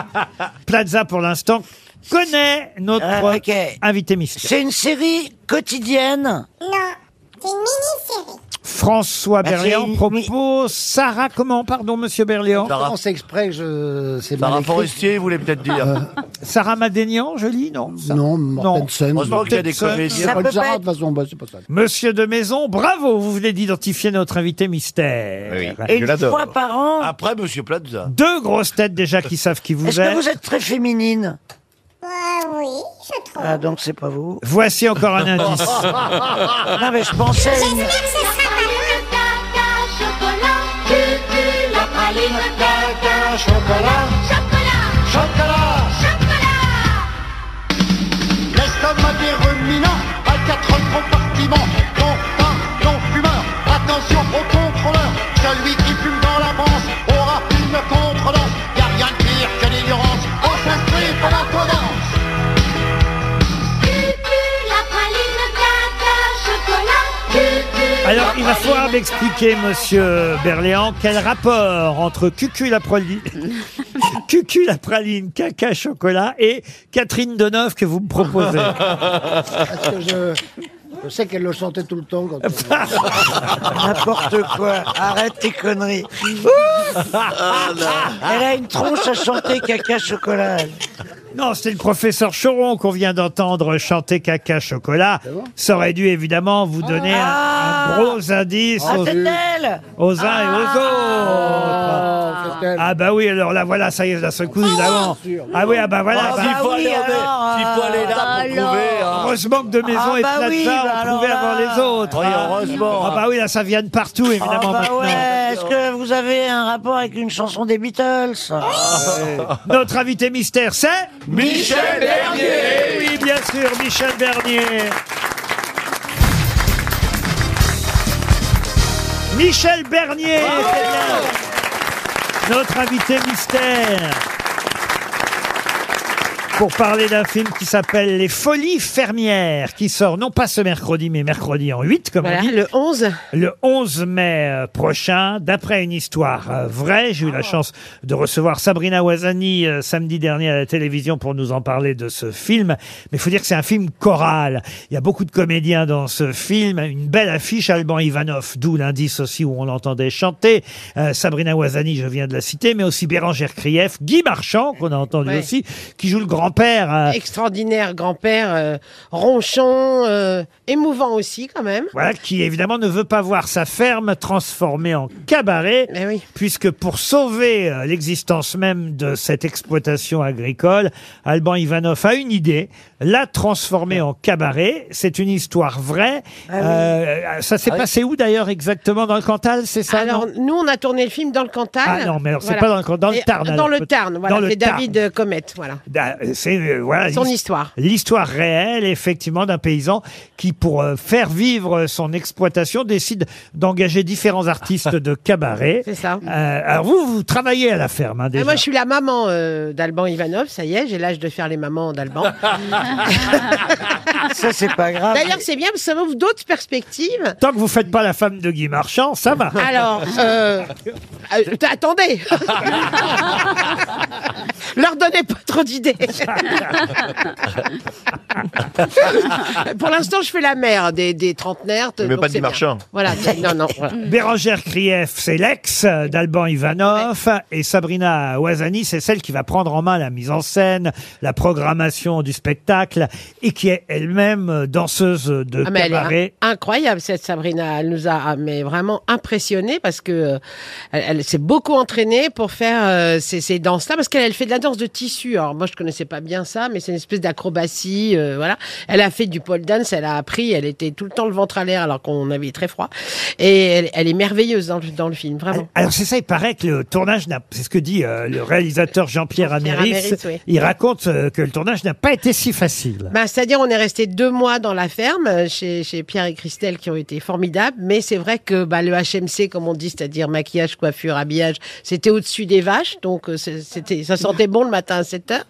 Plaza pour l'instant connaît notre Ah, ok. invité mystère. C'est une série quotidienne Non C'est une mini-série François Bah, c'est Berléand une- propose Sarah comment pardon monsieur Berléand Sarah- Comment c'est exprès que je c'est Sarah mal écrit Forestier, vous voulez peut-être dire. Sarah Madénian, je lis Euh, non ça- Non, Mortensen. Heureusement qu'il y a des Mortensen, comédiens. c'est Ça pas peut Sarah, pas de toute façon, bah, c'est pas ça. Monsieur de Maison, bravo, vous venez d'identifier notre invité mystère. Et une fois par an, Bah, Après, Monsieur Plaza. Deux grosses têtes déjà qui savent qui vous est-ce êtes. que vous êtes très féminine oui, je trouve. Ah, donc c'est pas vous. Voici encore un indice. non, mais je pensais. à une- Chocolat, chocolat, chocolat, chocolat. L'estomac des ruminants a quatre compartiments. Non, pas non-fumeur. Attention au contrôleur. Celui qui fume dans l'avance aura une contredanse. Y a rien de pire que l'ignorance. Oh, On s'inscrit pour la tendance. La praline, caca, chocolat. Alors, il va falloir m'expliquer, monsieur Berléand, quel rapport entre Cucu la praline, [laughs] Cucu la praline, caca chocolat et Catherine Deneuve que vous me [laughs] proposez. Parce que je, je sais qu'elle le chantait tout le temps. [laughs] Quand N'importe quoi. Arrête tes conneries. Elle a une tronche à chanter caca chocolat. Ah, Non, c'est le professeur Choron qu'on vient d'entendre chanter Caca Chocolat. Ça aurait dû évidemment vous donner un- un, gros indice Ah, aux, c'est elle aux uns et Ah. aux autres. Ah bah oui, alors là voilà, ça y est, la secoue évidemment. Ah oui, ah bah voilà. bah- S'il faut, aller en- s'il faut aller là bah pour trouver. hein. Heureusement que de maison Ah et bah Plaza oui, bah ont alors trouvé là. avant les autres. Oui, hein. heureusement. Ah bah oui, là ça vient de partout évidemment Ah bah maintenant. ouais, est-ce que vous avez un rapport avec une chanson des Beatles Notre invité mystère, c'est Michel Bernier. Eh Oui, bien sûr, Michel Bernier. Michel Bernier, c'est bien. Notre invité mystère. Pour parler d'un film qui s'appelle Les Folies fermières, qui sort non pas ce mercredi, mais mercredi en 8, comme on dit. Le 11. Le 11 mai euh, prochain, d'après une histoire euh, vraie. J'ai eu la chance de recevoir Sabrina Ouazani euh, samedi dernier à la télévision pour nous en parler de ce film. Mais il faut dire que c'est un film choral. Il y a beaucoup de comédiens dans ce film. Une belle affiche, Alban Ivanov, d'où l'indice aussi où on l'entendait chanter. Euh, Sabrina Ouazani, je viens de la citer, mais aussi Bérangère Krief, Guy Marchand, qu'on a entendu Ouais. aussi, qui joue le grand-père. euh, Extraordinaire grand-père, euh, ronchon, euh, émouvant aussi quand même. Voilà, qui évidemment ne veut pas voir sa ferme transformée en cabaret, Eh puisque pour sauver euh, l'existence même de cette exploitation agricole, Alban Ivanov a une idée, la transformer en cabaret. C'est une histoire vraie. Euh, ça s'est Ah oui. passé où d'ailleurs exactement Dans le Cantal, c'est ça Alors non nous on a tourné le film dans le Cantal. Ah non, mais alors, c'est pas dans le Cantal, dans le Et- Tarn, Dans alors, le peut- Tarn, dans le voilà. C'est Tarn. David euh, Comet, voilà. Da- C'est euh, voilà, Son l'his- histoire. L'histoire réelle, effectivement, d'un paysan qui, pour euh, faire vivre son exploitation, décide d'engager différents artistes [laughs] de cabaret. C'est ça. Euh, alors vous, vous travaillez à la ferme hein, déjà. Ah, moi je suis la maman euh, d'Alban Ivanov, ça y est, j'ai l'âge de faire les mamans [laughs] d'Alban. bah. Ça, c'est pas grave. D'ailleurs c'est bien parce que ça m'ouvre d'autres perspectives. Tant que vous faites pas la femme de Guy Marchand, ça va. Alors, euh, euh, t- [laughs] attendez Leur donnez pas trop d'idées Pour l'instant, je fais la mère des, des trentenaires. t- Mais donc pas de c'est bien. marchand. [laughs] Voilà, c'est- non, non. voilà. Bérangère Krief, c'est l'ex euh, d'Alban Ivanov et Sabrina Ouazani, c'est celle qui va prendre en main la mise en scène, la programmation du spectacle et qui est elle-même euh, danseuse de Ah, mais elle est cabaret. in- incroyable cette Sabrina, elle nous a ah, mais vraiment impressionnés parce que euh, elle, elle s'est beaucoup entraînée pour faire euh, ces, ces danses-là parce qu'elle elle fait de la danse de tissu. Alors moi je connaissais pas bien ça, mais c'est une espèce d'acrobatie, euh, voilà. Elle a fait du pole dance, elle a appris, elle était tout le temps le ventre à l'air alors qu'on avait très froid et elle, elle est merveilleuse dans le, dans le film, vraiment. Alors c'est ça, il paraît que le tournage n'a, c'est ce que dit euh, le réalisateur Jean-Pierre Améris, Améris, oui. il raconte euh, que le tournage n'a pas été si facile. Bah, C'est-à-dire, on est resté deux mois dans la ferme euh, chez, chez Pierre et Christelle qui ont été formidables. Mais c'est vrai que bah, le HMC, comme on dit, c'est-à-dire maquillage, coiffure, habillage, c'était au-dessus des vaches. Donc, euh, c'est- c'était, ça sentait bon le matin à 7 heures.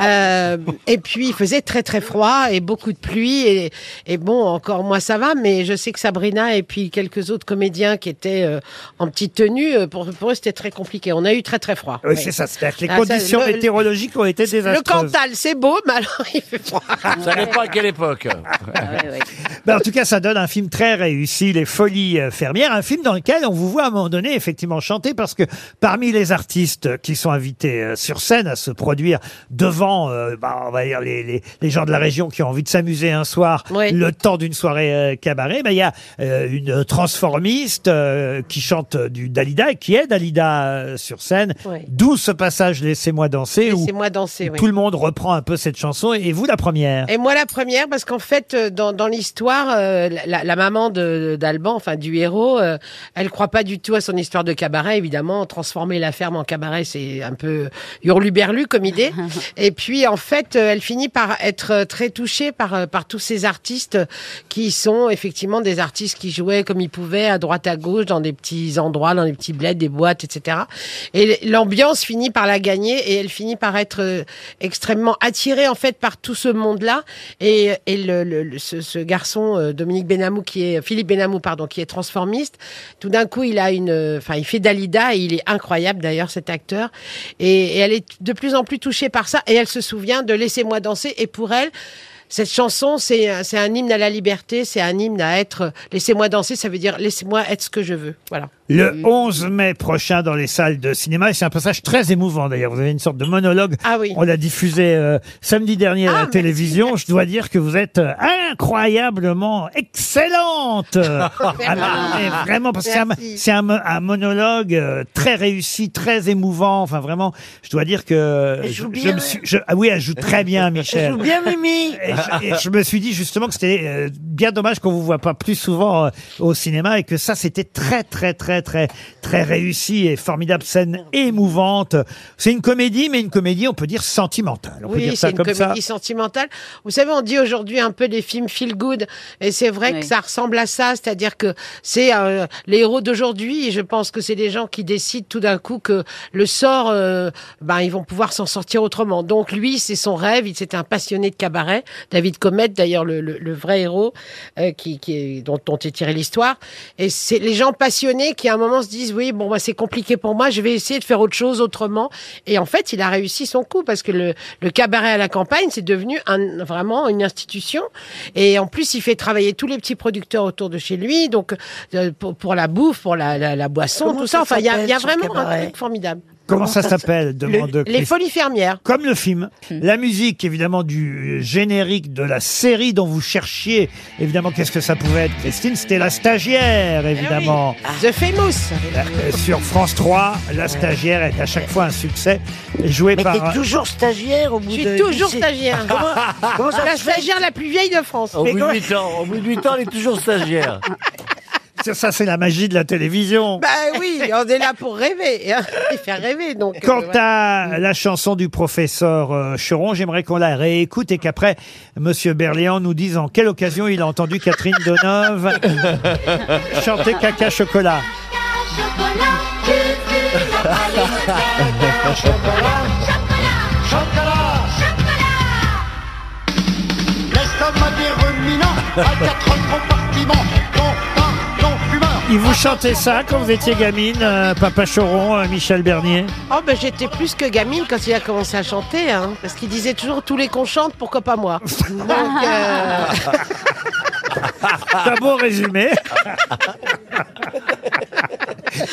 Euh, et puis, il faisait très, très froid et beaucoup de pluie. Et, et bon, encore moi, ça va. Mais je sais que Sabrina et puis quelques autres comédiens qui étaient euh, en petite tenue, euh, pour, pour eux, c'était très compliqué. On a eu très, très froid. Oui, c'est ça, c'est-à-dire que les Ah, ça, conditions le- météorologiques ont été Le désastreuses. [laughs] [laughs] Cantal, c'est beau, mais alors il fait froid. Ça n'est pas à quelle époque. Ben, en tout cas, ça donne un film très réussi, Les Folies euh, Fermières, un film dans lequel on vous voit à un moment donné effectivement chanter, parce que parmi les artistes qui sont invités euh, sur scène à se produire devant, euh, bah, on va dire, les, les- les gens de la région qui ont envie de s'amuser un soir, le temps d'une soirée euh, cabaret, ben, il y a euh, une transformiste euh, qui chante du Dalida et qui est Dalida euh, sur scène, Ouais. d'où ce passage Laissez-moi danser, où Laissez-moi danser. oui. tout le monde reprend un peu cette chanson, et vous la première. Et moi la première parce qu'en fait euh, dans, dans l'histoire euh, la- la, la maman de- d'Alban enfin du héros euh, elle croit pas du tout à son histoire de cabaret évidemment transformer la ferme en cabaret c'est un peu hurluberlu comme idée et puis en fait euh, elle finit par être euh, très touchée par euh, par tous ces artistes qui sont effectivement des artistes qui jouaient comme ils pouvaient à droite à gauche dans des petits endroits dans des petits bleds des boîtes etc et l'ambiance finit par la gagner et elle finit par être euh, extrêmement attirée en fait par tout ce monde-là. Et, et le, le- le- ce, ce garçon euh, Dominique Benamou qui est Philippe Benamou pardon qui est transformiste, tout d'un coup il a une, euh, enfin il fait Dalida et il est incroyable d'ailleurs cet acteur. Et, et elle est de plus en plus touchée par ça et elle se souvient de Laissez-moi danser et pour elle. Cette chanson, c'est un- c'est un hymne à la liberté, c'est un hymne à être. euh, Laissez-moi danser, ça veut dire laissez-moi être ce que je veux. Voilà. Le Mm. 11 mai prochain dans les salles de cinéma, et c'est un passage très émouvant d'ailleurs. Vous avez une sorte de monologue. Ah On l'a diffusé euh, samedi dernier à la télévision. Je dois dire que vous êtes euh, incroyablement [laughs] excellente. Ah, mais vraiment, parce que c'est un, c'est un, mo- un monologue euh, très réussi, très émouvant. Enfin, vraiment, je dois dire que joue je, bien. me suis. je- ah oui, elle joue [laughs] très bien, Michel. Elle joue bien, Mimi. Et je, et je me suis dit justement que c'était euh, bien dommage qu'on vous voit pas plus souvent euh, au cinéma et que ça c'était très très très très très réussi et formidable scène émouvante. C'est une comédie mais une comédie on peut dire sentimentale. On peut Oui, dire ça c'est une comme ça. comédie sentimentale. Vous savez, on dit aujourd'hui un peu des films feel good, et c'est vrai que ça ressemble à ça, c'est-à-dire que c'est euh, les héros d'aujourd'hui. et Je pense que c'est des gens qui décident tout d'un coup que le sort, euh, ben ils vont pouvoir s'en sortir autrement. Donc lui, c'est son rêve. Il c'était un passionné de cabaret. David Comet, d'ailleurs le, le- le vrai héros euh, qui, qui est- dont, dont est tirée l'histoire. Et c'est les gens passionnés qui à un moment se disent oui bon bah, c'est compliqué pour moi, je vais essayer de faire autre chose autrement. Et en fait, il a réussi son coup parce que le, le cabaret à la campagne, c'est devenu un, vraiment une institution. Et en plus, il fait travailler tous les petits producteurs autour de chez lui, donc euh, pour, pour la bouffe, pour la, la- la boisson, Comment tout ça. ça Enfin, il y a, il y a s'appelle, son vraiment un cabaret truc formidable. Comment ça s'appelle demande Le- Les Christine. folies Hmm. fermières. Comme le film, la musique évidemment du euh, générique de la série dont vous cherchiez évidemment qu'est-ce que ça pouvait être Christine, c'était la stagiaire Eh évidemment. The Famous. Euh, Sur France 3, la stagiaire est à chaque fois un succès joué Mais par t'es toujours stagiaire au bout Je de... suis toujours [laughs] stagiaire. Comment, comment ça la se fait stagiaire la plus vieille de France. Oh, Au bout de Mais huit ans, au bout de 8 ans, elle est toujours stagiaire. Ça, ça, c'est la magie de la télévision. Ben oui, on est là pour rêver, et, hein, [laughs] et faire rêver. Donc, euh, Quant voilà. à la chanson du professeur euh, Cheron, j'aimerais qu'on la réécoute et qu'après, Monsieur Berlian nous dise en quelle occasion il a entendu Catherine Deneuve chanter Caca Chocolat. Chocolat L'estomac des ruminants [laughs] a quatre compartiments, dont un non-fumeur. Il vous chantait ça quand vous étiez gamine, euh, Papa Choron, euh, Michel Bernier Oh ben j'étais plus que gamine quand il a commencé à chanter, hein, parce qu'il disait toujours tous les qu'on chante, pourquoi pas moi. Donc, euh, [laughs] Pas beau résumé.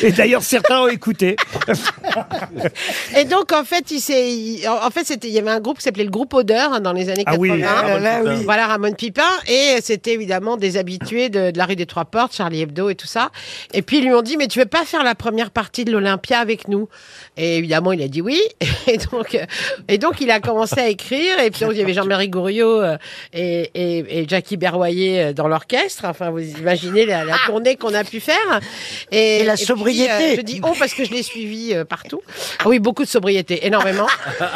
Et d'ailleurs, certains ont écouté. et donc en fait il s'est, il- en en fait c'était, il y avait un groupe qui s'appelait le groupe Odeur hein, dans les années Ah 80. oui, Ramon Ah là, Pipin. oui. Voilà Ramon Pipin et c'était évidemment des habitués de, de la rue des Trois Portes, Charlie Hebdo et tout ça. Et puis ils lui ont dit mais tu veux pas faire la première partie de l'Olympia avec nous Et évidemment il a dit oui. [laughs] Et donc euh, et donc il a commencé à écrire et puis il y avait Jean-Marie Gouriot euh, et, et, et Jackie Berroyer euh, dans l'orchestre. Enfin vous imaginez la, la tournée qu'on a pu faire et, Et la puis, euh, sobriété. je dis oh parce que je l'ai suivi euh, partout. Ah Oui beaucoup de sobriété énormément. Grosse-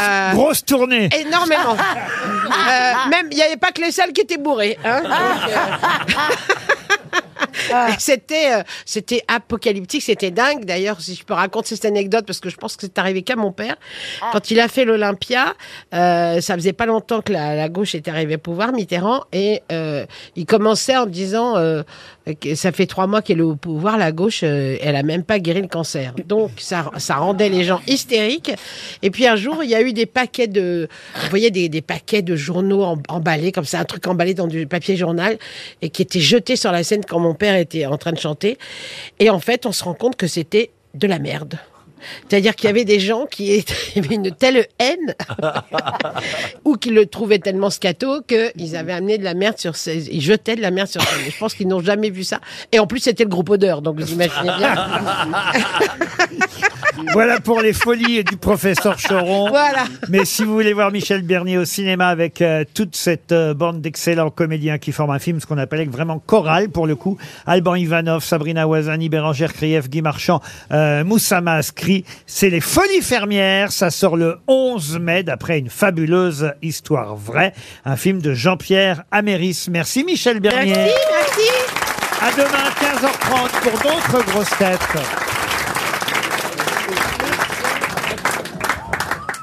euh, grosse tournée. [laughs] Énormément. Euh, même, il n'y avait pas que les salles qui étaient bourrées. hein. Donc, euh, Et [laughs] C'était euh, c'était apocalyptique, c'était dingue. D'ailleurs, si je peux raconter cette anecdote, parce que je pense que c'est arrivé qu'à mon père, quand il a fait l'Olympia, euh, ça faisait pas longtemps que la, la gauche était arrivée au pouvoir, Mitterrand, et euh, il commençait en disant euh, que ça fait trois mois qu'elle est au pouvoir, la gauche, euh, elle a même pas guéri le cancer. Donc ça, ça rendait les gens hystériques. Et puis un jour, il y a eu des paquets de, vous voyez, des, des paquets de journaux em- emballés comme ça, un truc emballé dans du papier journal et qui était jeté sur la scène quand mon père était en train de chanter. Et en fait, on se rend compte que c'était de la merde. C'est-à-dire qu'il y avait des gens qui [laughs] étaient- avaient une telle haine ou qu'ils le trouvaient tellement scato qu'ils avaient amené de la merde sur scène. Ils jetaient de la merde sur scène. Je pense qu'ils n'ont jamais vu ça. Et en plus, c'était le groupe Odeur, donc vous imaginez Eh, bien. Voilà pour les folies du professeur Choron. Voilà. Mais si vous voulez voir Michel Bernier au cinéma avec euh, toute cette euh, bande d'excellents comédiens qui forment un film, ce qu'on appelait vraiment chorale pour le coup, Alban Ivanov, Sabrina Ouazani, Bérangère Krief, Guy Marchand, euh, Moussa Maskri, c'est les folies fermières, ça sort le 11 mai d'après une fabuleuse histoire vraie, un film de Jean-Pierre Améris. Merci Michel Bernier. merci. À demain 15h30 pour d'autres grosses têtes.